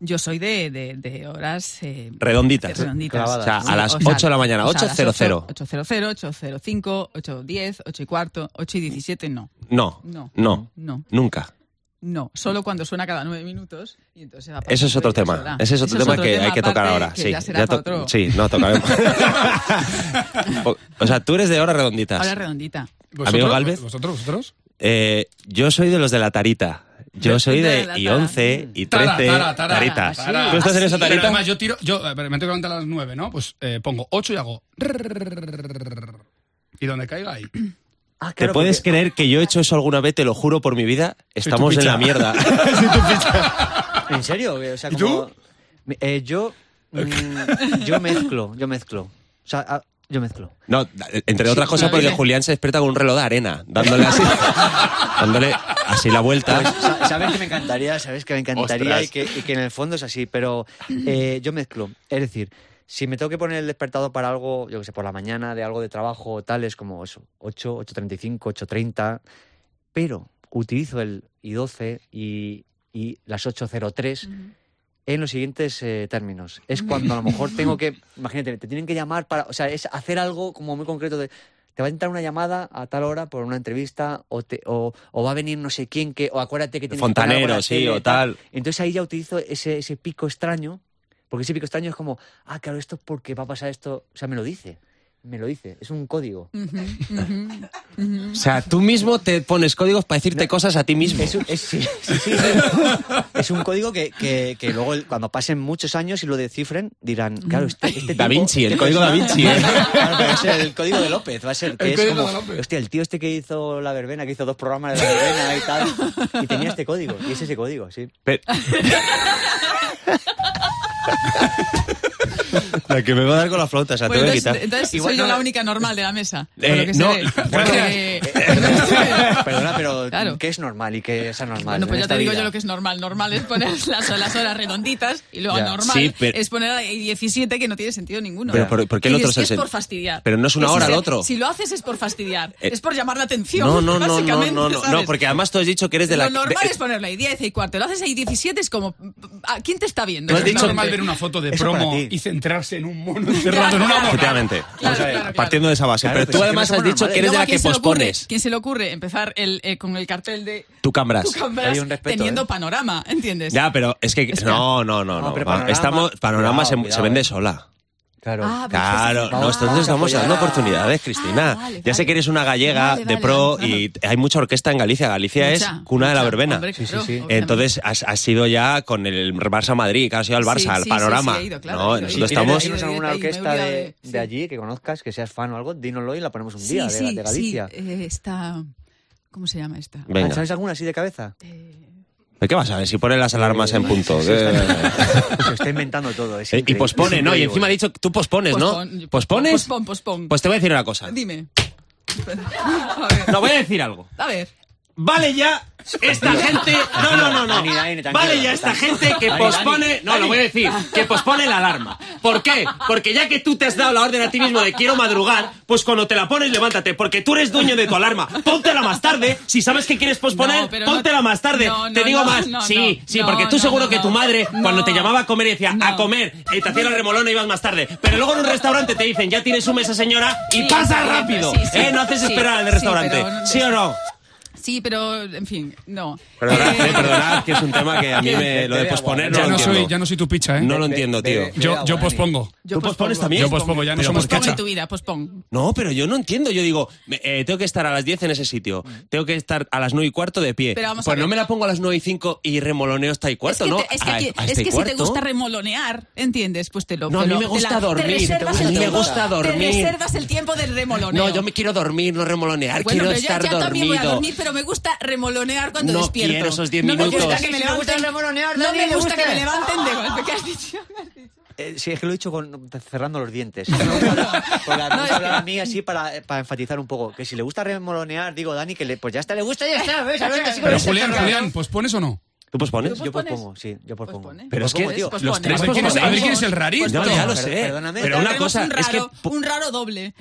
Speaker 5: Yo soy de, de, de horas eh,
Speaker 1: Redonditas.
Speaker 5: redonditas.
Speaker 2: Clavadas.
Speaker 1: O sea, a las
Speaker 5: O sea,
Speaker 1: 8 de la mañana,
Speaker 5: o sea, a las
Speaker 1: 8.00.
Speaker 5: 8.00, 8.05, 8.10, 8 y cuarto, 8 y 17, no.
Speaker 1: No,
Speaker 5: No.
Speaker 1: no,
Speaker 5: No,
Speaker 1: nunca.
Speaker 5: no. Solo cuando suena cada nueve minutos. Y entonces va
Speaker 1: Ese es
Speaker 5: pasando
Speaker 1: otro
Speaker 5: y ya
Speaker 1: tema.
Speaker 5: será.
Speaker 1: Ese es otro tema que hay que tocar
Speaker 5: aparte,
Speaker 1: ahora.
Speaker 5: que
Speaker 1: sí,
Speaker 5: ya será
Speaker 1: ya
Speaker 5: para
Speaker 1: to-
Speaker 5: otro.
Speaker 1: sí, no tocaremos. o, o sea, tú eres de horas redonditas.
Speaker 5: Ahora redondita.
Speaker 1: Amigo Galvez.
Speaker 3: ¿Vosotros? ¿Vosotros?
Speaker 1: Eh, yo soy de los de la tarita. Yo soy
Speaker 5: de
Speaker 1: de,
Speaker 5: la
Speaker 1: y
Speaker 5: tara.
Speaker 1: 11 y 13
Speaker 3: Tara, tara, tara,
Speaker 1: tarita.
Speaker 3: tara.
Speaker 1: ¿Tú estás en esa
Speaker 5: Así.
Speaker 3: Pero
Speaker 1: tarita?
Speaker 3: además yo tiro, yo eh, pero me tengo que levantar a las 9, ¿no? Pues eh, pongo 8 y hago... Y donde caiga ahí.
Speaker 2: Ah,
Speaker 1: ¿Te
Speaker 2: claro,
Speaker 1: puedes
Speaker 2: porque-
Speaker 1: creer que yo he hecho eso alguna vez? Te lo juro por mi vida. Estamos en
Speaker 3: picha.
Speaker 1: la mierda.
Speaker 2: ¿En serio? O sea,
Speaker 3: ¿Y
Speaker 2: como-
Speaker 3: tú?
Speaker 2: Eh, yo, mm, yo mezclo, yo mezclo. O sea, ah, yo mezclo.
Speaker 1: No, entre otras
Speaker 5: Sí,
Speaker 1: cosas
Speaker 5: pero
Speaker 1: porque
Speaker 5: dime.
Speaker 1: Julián se despierta con un reloj de arena, dándole así, dándole así la vuelta.
Speaker 2: Pues, sa- sabes que me encantaría, sabes que me encantaría
Speaker 1: Ostras.
Speaker 2: y que, y que en el fondo es así, pero eh, yo mezclo. Es decir, si me tengo que poner el despertador para algo, yo que sé, por la mañana, de algo de trabajo o tal, es como eso, 8, 8.35, 8.30, pero utilizo el I12 y, y las 8.03 en los siguientes eh, términos. Es cuando a lo mejor tengo que, imagínate, te tienen que llamar para, o sea, es hacer algo como muy concreto de, te va a entrar una llamada a tal hora por una entrevista o, te, o, o va a venir no sé quién que, o acuérdate que tienes que poner algo en la
Speaker 1: Fontanero, sí,
Speaker 2: tele,
Speaker 1: o tal.
Speaker 2: Entonces ahí ya utilizo ese, ese pico extraño, porque ese pico extraño es como, ah, claro, esto es porque va a pasar esto, o sea, me lo dice, me lo dice, es un código.
Speaker 1: O sea, tú mismo te pones códigos para decirte cosas a ti mismo.
Speaker 2: Es un, es- sí, sí, sí. Es un código que, que- que luego el- cuando pasen muchos años y lo descifren dirán, claro, este, este tipo-
Speaker 1: Da Vinci, el
Speaker 2: este
Speaker 1: código Da
Speaker 2: personaje-
Speaker 1: Vinci, ¿eh?
Speaker 2: Claro, pero va a ser el código de López, va a ser que
Speaker 3: El
Speaker 2: es
Speaker 3: código
Speaker 2: como,
Speaker 3: de López.
Speaker 2: hostia, el tío este que hizo la verbena, que hizo dos programas de la verbena y tal, y tenía este código, y es ese código, sí.
Speaker 1: Pe- la que me va a dar con la flauta, o sea,
Speaker 5: Bueno,
Speaker 1: te voy a
Speaker 5: Pues entonces,
Speaker 1: quitar.
Speaker 5: entonces
Speaker 2: Igual
Speaker 5: soy yo
Speaker 2: no-
Speaker 5: la única normal de la mesa.
Speaker 1: Eh,
Speaker 5: por lo que se
Speaker 1: no,
Speaker 5: ve.
Speaker 1: gracias.
Speaker 5: Porque-
Speaker 2: Perdona, pero
Speaker 5: Claro.
Speaker 2: ¿qué es normal y qué es anormal?
Speaker 5: Bueno, pues
Speaker 2: en
Speaker 5: ya
Speaker 2: esta
Speaker 5: te digo
Speaker 2: vida?
Speaker 5: yo lo que es normal. Normal es poner las, las horas redonditas y luego
Speaker 2: Ya.
Speaker 5: anormal
Speaker 1: Sí, pero-
Speaker 5: es poner ahí 17 que no tiene sentido ninguno.
Speaker 1: Pero por- ¿por qué el
Speaker 5: Y
Speaker 1: otro
Speaker 5: es,
Speaker 1: se
Speaker 5: que es
Speaker 1: sen-
Speaker 5: por fastidiar.
Speaker 1: Pero no es una
Speaker 5: Ese
Speaker 1: hora
Speaker 5: el-
Speaker 1: el otro.
Speaker 5: Si lo haces es por fastidiar.
Speaker 1: Eh,
Speaker 5: es por llamar la atención.
Speaker 1: No, no, no, no,
Speaker 5: básicamente,
Speaker 1: no, no,
Speaker 5: ¿sabes?
Speaker 1: no, porque además tú has dicho que eh, eres de la...
Speaker 5: Lo normal
Speaker 1: de-
Speaker 5: es ponerlo ahí 10 y cuarto. Lo haces ahí 17 es como... ¿a ¿Quién te está viendo?
Speaker 1: Tú has
Speaker 3: Es
Speaker 1: dicho-
Speaker 3: normal ver una foto de
Speaker 2: Eso para
Speaker 3: promo
Speaker 2: ti.
Speaker 3: y centrarse en un mono encerrado en una boca.
Speaker 1: Efectivamente.
Speaker 5: Claro, claro, claro.
Speaker 1: Partiendo de esa base.
Speaker 2: Claro,
Speaker 1: pero
Speaker 2: pues
Speaker 1: tú
Speaker 2: es que
Speaker 1: además
Speaker 2: no
Speaker 1: has
Speaker 2: somos
Speaker 1: dicho
Speaker 2: normales.
Speaker 1: que eres de
Speaker 5: Luego, ¿a
Speaker 1: la que
Speaker 5: quién se le ocurre?
Speaker 1: pospones.
Speaker 5: ¿Quién se le ocurre empezar el, eh, con el cartel de
Speaker 1: Tú cambras.
Speaker 5: tu cámara
Speaker 2: Hay un respeto,
Speaker 5: teniendo
Speaker 2: ¿eh?
Speaker 5: panorama? ¿Entiendes?
Speaker 1: Ya, pero es que...
Speaker 5: Espera.
Speaker 1: No, no, no,
Speaker 2: No,
Speaker 1: no.
Speaker 2: pero
Speaker 1: va,
Speaker 2: Panorama-
Speaker 1: Estamos... Panorama se,
Speaker 2: Cuidado,
Speaker 1: se vende
Speaker 2: cuidado,
Speaker 1: sola.
Speaker 2: Claro.
Speaker 5: Ah, pero es que
Speaker 1: Claro,
Speaker 5: sí.
Speaker 1: no,
Speaker 2: Vamos,
Speaker 1: entonces
Speaker 2: vamos
Speaker 1: estamos
Speaker 2: a
Speaker 1: dando
Speaker 2: apoyar.
Speaker 1: oportunidades, Cristina.
Speaker 5: Ah, vale,
Speaker 1: Ya sé
Speaker 5: vale.
Speaker 1: que eres una gallega
Speaker 5: Vale,
Speaker 1: de
Speaker 5: vale,
Speaker 1: pro
Speaker 5: vale.
Speaker 1: y hay mucha orquesta en Galicia. Galicia es
Speaker 5: Mucha,
Speaker 1: cuna de la
Speaker 5: mucha.
Speaker 1: verbena.
Speaker 5: Hombre,
Speaker 2: Sí, sí,
Speaker 5: claro,
Speaker 2: sí.
Speaker 5: obviamente.
Speaker 1: Entonces has, has ido ya con el Barça Madrid, que has ido al
Speaker 5: Sí,
Speaker 1: Barça, al
Speaker 5: sí, sí,
Speaker 1: panorama.
Speaker 5: sí, he ido, claro,
Speaker 1: no,
Speaker 5: he ido,
Speaker 1: nosotros
Speaker 5: he ido.
Speaker 1: estamos.
Speaker 5: Sí,
Speaker 2: irnos a
Speaker 5: directa
Speaker 2: una
Speaker 5: y me he
Speaker 2: orquesta
Speaker 5: olvidado
Speaker 2: de,
Speaker 5: de-
Speaker 2: de
Speaker 5: sí.
Speaker 2: allí que conozcas, que seas fan o algo, dínoslo y la ponemos un día de, de Galicia.
Speaker 5: sí, eh, está... ¿Cómo se llama esta?
Speaker 1: Venga.
Speaker 2: ¿Sabes alguna así de cabeza?
Speaker 1: ¿De qué vas a ver? Si pones las alarmas en punto. ¿qué?
Speaker 2: Se está inventando todo. es
Speaker 1: Eh, Y
Speaker 2: increíble.
Speaker 1: pospone,
Speaker 2: Es
Speaker 1: ¿no? Y
Speaker 2: increíble.
Speaker 1: encima ha dicho, tú pospones, ¿no?
Speaker 5: Pospon-
Speaker 1: ¿Pospones?
Speaker 5: Pospon, pospon.
Speaker 1: Pues te voy a decir una cosa.
Speaker 5: Dime. A ver.
Speaker 1: No, voy a decir algo.
Speaker 5: A ver.
Speaker 1: Vale ya esta gente... No, no, no,
Speaker 2: Dani, Dani,
Speaker 1: no.
Speaker 2: tranquilo,
Speaker 1: Vale ya esta
Speaker 2: tranquilo.
Speaker 1: gente que
Speaker 2: Dani,
Speaker 1: pospone...
Speaker 2: Dani,
Speaker 1: No, lo voy a decir. Que pospone la alarma. ¿Por qué? Porque ya que tú te has dado la orden a ti mismo de quiero madrugar, pues cuando te la pones levántate, porque tú eres dueño de tu alarma. Póntela más tarde. Si sabes que quieres posponer,
Speaker 5: No, pero no
Speaker 1: póntela
Speaker 5: te-
Speaker 1: más tarde.
Speaker 5: No, no,
Speaker 1: te digo
Speaker 5: no,
Speaker 1: más.
Speaker 5: no,
Speaker 1: sí,
Speaker 5: no,
Speaker 1: sí,
Speaker 5: no,
Speaker 1: porque tú
Speaker 5: no,
Speaker 1: seguro
Speaker 5: no,
Speaker 1: que tu madre,
Speaker 5: no.
Speaker 1: cuando te llamaba a comer y decía, a
Speaker 5: No.
Speaker 1: comer, y te hacía la remolona y ibas más tarde. Pero luego en un restaurante te dicen, ya tienes su mesa, señora, y
Speaker 5: Sí,
Speaker 1: pasa
Speaker 5: sí,
Speaker 1: rápido.
Speaker 5: sí, sí.
Speaker 1: ¿eh? No haces
Speaker 5: Sí,
Speaker 1: esperar al
Speaker 5: sí,
Speaker 1: restaurante.
Speaker 5: pero no-
Speaker 1: ¿Sí o no?
Speaker 5: Sí, pero, en fin, no.
Speaker 1: Perdonad,
Speaker 5: Eh,
Speaker 1: eh, perdonad, que es un tema que a mí me, lo de
Speaker 2: Bebe agua.
Speaker 1: posponer no
Speaker 3: Ya
Speaker 1: lo
Speaker 3: no, soy,
Speaker 1: entiendo.
Speaker 3: ya no soy tu picha, ¿eh?
Speaker 1: No lo entiendo, tío.
Speaker 2: Bebe-
Speaker 3: yo,
Speaker 2: agua,
Speaker 3: yo
Speaker 2: Dani.
Speaker 3: pospongo.
Speaker 1: ¿Tú pospones también?
Speaker 3: Yo pospongo, ya no somos
Speaker 5: Pospon
Speaker 3: cacha.
Speaker 5: en tu vida, pospon.
Speaker 1: No, pero yo no entiendo. Yo digo, me- eh, tengo que estar a las 10 en ese sitio. Tengo que estar a las 9 y cuarto de pie.
Speaker 5: Mm. Pero vamos a
Speaker 1: pues
Speaker 5: ver.
Speaker 1: no me la pongo a las 9 y 5 y remoloneo hasta y cuarto,
Speaker 5: es que,
Speaker 1: ¿no?
Speaker 5: te- es que
Speaker 1: A-
Speaker 5: aquí-
Speaker 1: a
Speaker 5: es
Speaker 1: este
Speaker 5: que si te
Speaker 1: cuarto.
Speaker 5: gusta remolonear, ¿entiendes? Pues te lo
Speaker 1: No, a
Speaker 5: te
Speaker 1: mí
Speaker 5: lo-
Speaker 1: me
Speaker 5: te
Speaker 1: gusta
Speaker 5: te
Speaker 1: dormir,
Speaker 5: reservas
Speaker 1: te gusta-
Speaker 5: el tiempo-
Speaker 1: me gusta dormir.
Speaker 5: Te reservas el tiempo del remoloneo.
Speaker 1: No, yo me quiero dormir, no remolonear.
Speaker 5: Bueno,
Speaker 1: quiero
Speaker 5: pero yo
Speaker 1: estar
Speaker 5: ya también voy a
Speaker 1: dormido.
Speaker 5: dormir, pero me gusta remolonear cuando
Speaker 1: No
Speaker 5: despierto.
Speaker 1: quiero esos 10
Speaker 5: No me
Speaker 1: minutos.
Speaker 5: gusta que me
Speaker 2: Si le gusta
Speaker 5: levanten.
Speaker 2: remolonear,
Speaker 5: No
Speaker 2: Dani,
Speaker 5: me
Speaker 2: le
Speaker 5: gusta que
Speaker 2: gusta.
Speaker 5: me levanten de golpe. ¿Qué has dicho?
Speaker 2: Eh, sí, es que lo he dicho con, cerrando los dientes. Por la,
Speaker 5: No, es que-
Speaker 2: a mí así para, para enfatizar un poco. Que si le gusta remolonear, digo, Dani, que le, pues ya está, le gusta, ya está. ¿ves? A ver, así con
Speaker 3: Pero
Speaker 2: ese
Speaker 3: Julián,
Speaker 2: cabrón.
Speaker 3: Julián, ¿pospones o no?
Speaker 1: ¿Tú pospones?
Speaker 5: Yo
Speaker 2: Yo
Speaker 5: pospones.
Speaker 2: propongo, sí, yo propongo.
Speaker 5: Pospone.
Speaker 1: Pero es que
Speaker 2: Propongo, tío.
Speaker 5: Pues
Speaker 1: los
Speaker 5: pospone.
Speaker 1: tres
Speaker 3: A ver quién es- a ver
Speaker 1: posponemos.
Speaker 3: quién es el rarito.
Speaker 1: Pues ya, ya lo
Speaker 2: Perdón,
Speaker 1: sé.
Speaker 2: perdóname.
Speaker 1: Pero una
Speaker 5: Tenemos
Speaker 1: cosa
Speaker 5: un
Speaker 1: es
Speaker 5: raro,
Speaker 1: que... po-
Speaker 5: un raro doble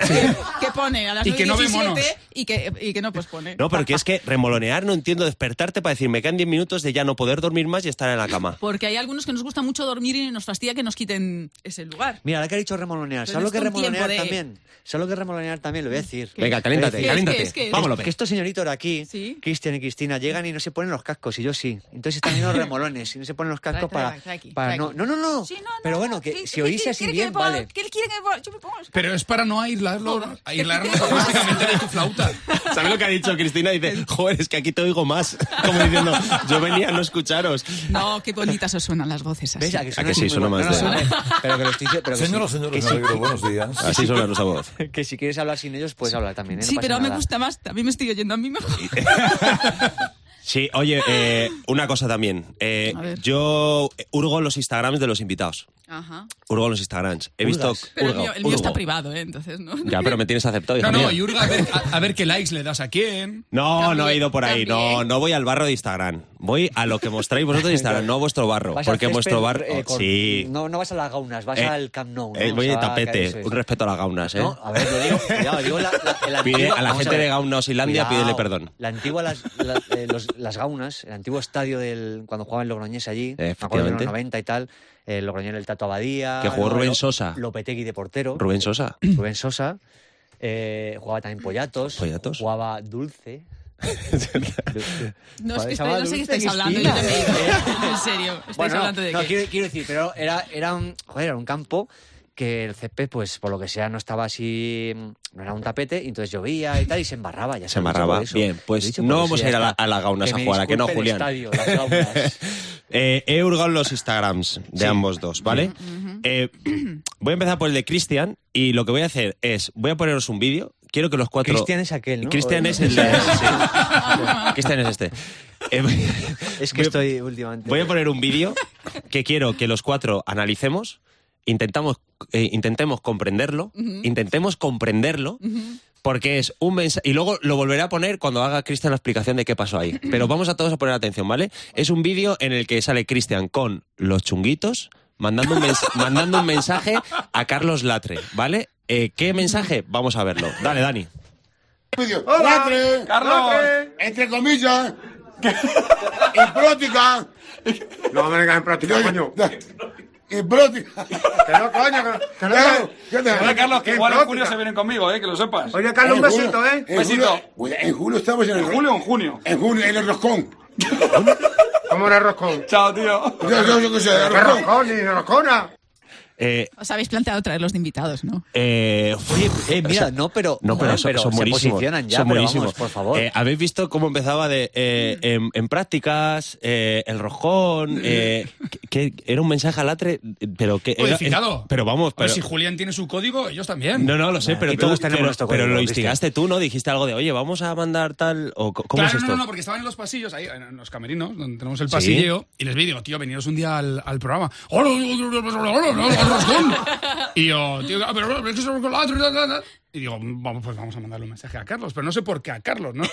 Speaker 5: que pone a las
Speaker 3: Y que no ve
Speaker 5: 9:17
Speaker 3: monos.
Speaker 5: y que, y que no pospone.
Speaker 1: No, porque es que remolonear no entiendo despertarte para decir me quedan 10 minutos de ya no poder dormir más y estar en la cama.
Speaker 5: Porque hay algunos que nos gusta mucho dormir y nos fastidia que nos quiten ese lugar.
Speaker 2: Mira, ahora que ha dicho remolonear,
Speaker 5: Pero
Speaker 2: ¿sabes lo que es
Speaker 5: necesito un tiempo
Speaker 2: remolonear
Speaker 5: de-
Speaker 2: también? ¿Sabes lo que es remolonear también? Lo voy a decir.
Speaker 1: Venga,
Speaker 2: Es
Speaker 1: caléntate,
Speaker 2: que-
Speaker 1: caléntate.
Speaker 5: es que- es que-
Speaker 1: Vámonos,
Speaker 2: Que estos señoritos de aquí,
Speaker 5: Sí.
Speaker 2: Cristian y Cristina, llegan y no se ponen los cascos, y yo sí. Entonces están viendo remolones y no se ponen los cascos
Speaker 5: Trae, trae,
Speaker 2: para.
Speaker 5: trae aquí,
Speaker 2: para
Speaker 5: trae
Speaker 2: no,
Speaker 5: aquí.
Speaker 2: no, no, no.
Speaker 5: Sí, no, no,
Speaker 2: Pero
Speaker 5: no.
Speaker 2: bueno, que
Speaker 5: ¿Qué-
Speaker 2: si
Speaker 5: qué-
Speaker 2: oíse
Speaker 5: qué
Speaker 2: así
Speaker 5: quiere que
Speaker 2: bien,
Speaker 5: me ponga?
Speaker 2: vale.
Speaker 5: ¿Qué quiere que me ponga? Yo me pongo los-
Speaker 3: Pero es para no aislarlo,
Speaker 5: Joder.
Speaker 3: aislarlo acústicamente de tu flauta.
Speaker 1: ¿Sabes lo que ha dicho Cristina? Dice, joder, es que aquí te oigo más. Como diciendo, yo venía a no escucharos.
Speaker 5: No, qué bonitas os suenan las voces así.
Speaker 2: ¿Ves? A que,
Speaker 1: que sí,
Speaker 2: muy
Speaker 1: suena
Speaker 2: bueno.
Speaker 1: más
Speaker 2: No, no,
Speaker 1: de-
Speaker 2: no, Pero que lo estoy pero que
Speaker 8: Señoras,
Speaker 2: sí,
Speaker 8: señores, me alegro, buenos días.
Speaker 1: Así suena nuestra voz.
Speaker 2: que si quieres hablar sin ellos, puedes hablar también. ¿eh? No
Speaker 5: sí,
Speaker 2: pasa
Speaker 5: pero me
Speaker 2: nada.
Speaker 5: gusta más. También me estoy oyendo a mí mejor.
Speaker 1: eh, Sí, oye, eh, una cosa también. Eh,
Speaker 5: A ver.
Speaker 1: yo hurgo los Instagrams de los invitados.
Speaker 5: Ajá.
Speaker 1: Hurgo los Instagrams. He visto...
Speaker 2: Hurgas.
Speaker 5: Pero
Speaker 1: hurgo,
Speaker 5: el mío, el mío está
Speaker 1: hurgo.
Speaker 5: privado, ¿eh? Entonces, ¿no?
Speaker 1: Ya, pero me tienes aceptado, hija
Speaker 3: No, no,
Speaker 1: mía.
Speaker 3: y Urga, a ver, a- a ver qué likes le das a quién.
Speaker 1: No,
Speaker 5: También,
Speaker 1: no he ido por ahí. No,
Speaker 5: también.
Speaker 1: no voy al barro de Instagram. Voy a lo que mostráis vosotros de Instagram, no a vuestro barro.
Speaker 2: Vas al
Speaker 1: Porque
Speaker 2: césped,
Speaker 1: vuestro barro.
Speaker 2: eh, con-
Speaker 1: sí.
Speaker 2: No, no vas a las gaunas, vas
Speaker 1: Eh,
Speaker 2: al Camp Nou. ¿no?
Speaker 1: eh, voy
Speaker 2: O
Speaker 1: de
Speaker 2: sea,
Speaker 1: tapete.
Speaker 2: que eso es.
Speaker 1: Un respeto a las gaunas, ¿eh?
Speaker 2: No, a ver, lo digo, cuidado, digo la, la- el
Speaker 1: Pide
Speaker 2: antiguo-
Speaker 1: a la
Speaker 2: vamos
Speaker 1: gente
Speaker 2: ver.
Speaker 1: de Gaunas, Islandia,
Speaker 2: Cuidado.
Speaker 1: pídele perdón.
Speaker 2: La antigua, las, la- eh, los- las Gaunas, el antiguo estadio del cuando jugaba el Logroñés allí, me acuerdo de los
Speaker 1: Efectivamente.
Speaker 2: 90 y tal, el Logroñés, el Tato Abadía.
Speaker 1: Que jugó
Speaker 2: ¿no?
Speaker 1: Rubén
Speaker 2: Lo-
Speaker 1: Sosa.
Speaker 2: Lopetegui de portero.
Speaker 1: Rubén Sosa.
Speaker 2: Rubén Sosa. eh, jugaba también Pollatos.
Speaker 1: Pollatos.
Speaker 2: Jugaba Dulce. Dulce.
Speaker 5: No,
Speaker 2: Joder,
Speaker 5: es que
Speaker 2: se
Speaker 5: estoy-
Speaker 2: llama
Speaker 5: no sé qué
Speaker 2: Dulce
Speaker 5: estáis hablando.
Speaker 2: Cristina.
Speaker 5: yo ya me he ido. En serio, estáis
Speaker 2: Bueno, no,
Speaker 5: hablando de
Speaker 2: no,
Speaker 5: qué.
Speaker 2: quiero, quiero decir, pero era, era, un, joder, era un campo que el césped, pues por lo que sea, no estaba así, mm, no era un tapete, y entonces llovía y tal, y se embarraba. Ya
Speaker 1: Se
Speaker 2: sabes,
Speaker 1: embarraba.
Speaker 2: por eso.
Speaker 1: Bien, pues
Speaker 2: Lo he dicho
Speaker 1: no
Speaker 2: por
Speaker 1: vamos a
Speaker 2: eso, ya
Speaker 1: ir a la-
Speaker 2: está.
Speaker 1: a la Gaunas
Speaker 2: Que
Speaker 1: a
Speaker 2: me
Speaker 1: jugar, ¿a que no,
Speaker 2: disculpe
Speaker 1: Julián?
Speaker 2: el estadio, las Gaunas.
Speaker 1: Eh, he hurgado los Instagrams de ambos dos, ¿vale? Eh, voy a empezar por el de Cristian y lo que voy a hacer es, voy a poneros un vídeo. Quiero que los cuatro...
Speaker 2: Cristian es aquel, ¿no?
Speaker 1: Cristian
Speaker 2: O-
Speaker 1: es el de... sí. Cristian es este. Eh, voy-
Speaker 2: es que
Speaker 1: voy-
Speaker 2: estoy últimamente.
Speaker 1: Voy a poner un vídeo que quiero que los cuatro analicemos, intentamos, eh, intentemos comprenderlo, intentemos comprenderlo, porque es un mensaje... Y luego lo volveré a poner cuando haga Cristian la explicación de qué pasó ahí. Pero vamos a todos a poner atención, ¿vale? Es un vídeo en el que sale Cristian con los chunguitos, mandando un, mens- mandando un mensaje a Carlos Latre, ¿vale? Eh, ¿Qué mensaje? Vamos a verlo. Dale, Dani.
Speaker 9: Oh,
Speaker 10: Latre, Latre, entre comillas, imprótica.
Speaker 9: No me vengas en práctica, coño.
Speaker 10: Imprótica.
Speaker 9: Que no, coño, que no. Que no, que no- que no, que-
Speaker 8: vienen conmigo, eh, que lo sepas.
Speaker 9: Oye, Carlos, un besito, ¿eh?
Speaker 10: En julio, en julio estamos en el
Speaker 8: en junio?
Speaker 10: En julio, en el roscón.
Speaker 9: ¿Cómo era roscón?
Speaker 8: Chao, tío.
Speaker 10: Yo, yo, yo qué sé, el
Speaker 9: ¿Qué
Speaker 10: roscón.
Speaker 9: roscón, ni roscona?
Speaker 1: Eh,
Speaker 5: Os habéis planteado traerlos de invitados, ¿no?
Speaker 1: Eh,
Speaker 2: Oye, eh, mira,
Speaker 1: o sea,
Speaker 2: no, pero-
Speaker 1: no, pero,
Speaker 2: joder,
Speaker 1: son-
Speaker 2: pero
Speaker 1: son
Speaker 2: se
Speaker 1: buenísimos,
Speaker 2: posicionan ya,
Speaker 1: son
Speaker 2: pero vamos,
Speaker 1: buenísimos.
Speaker 2: por favor.
Speaker 1: Eh, Habéis visto cómo empezaba de eh, en, en prácticas, eh, el
Speaker 2: Mm.
Speaker 1: rojón, eh, que, que era un mensaje al atre, pero que era- eh,
Speaker 3: Codificado.
Speaker 1: pero vamos,
Speaker 3: A ver,
Speaker 1: pero-
Speaker 3: si Julián tiene su código, ellos también.
Speaker 1: no, no, lo sé,
Speaker 2: Nah,
Speaker 1: pero
Speaker 2: aquí
Speaker 1: tú-
Speaker 2: todos tenemos
Speaker 1: pero,
Speaker 2: nuestro
Speaker 1: pero
Speaker 2: código,
Speaker 1: lo
Speaker 2: ¿viste?
Speaker 1: instigaste tú, ¿no? Dijiste algo de, oye, vamos a mandar tal o co- cómo
Speaker 3: Claro,
Speaker 1: es esto.
Speaker 3: no, no, porque estaban en los pasillos, ahí en los camerinos, donde tenemos el pasilleo, y les vi, digo, tío, veniros un día al, al programa. Hola, hola, hola, hola, hola, hola, hola, roscón. Y yo, tío, ah, pero es que somos con la otra, la, la, la. Y digo, vamos, pues vamos a mandarle un mensaje a Carlos, pero no sé por qué a Carlos, ¿no?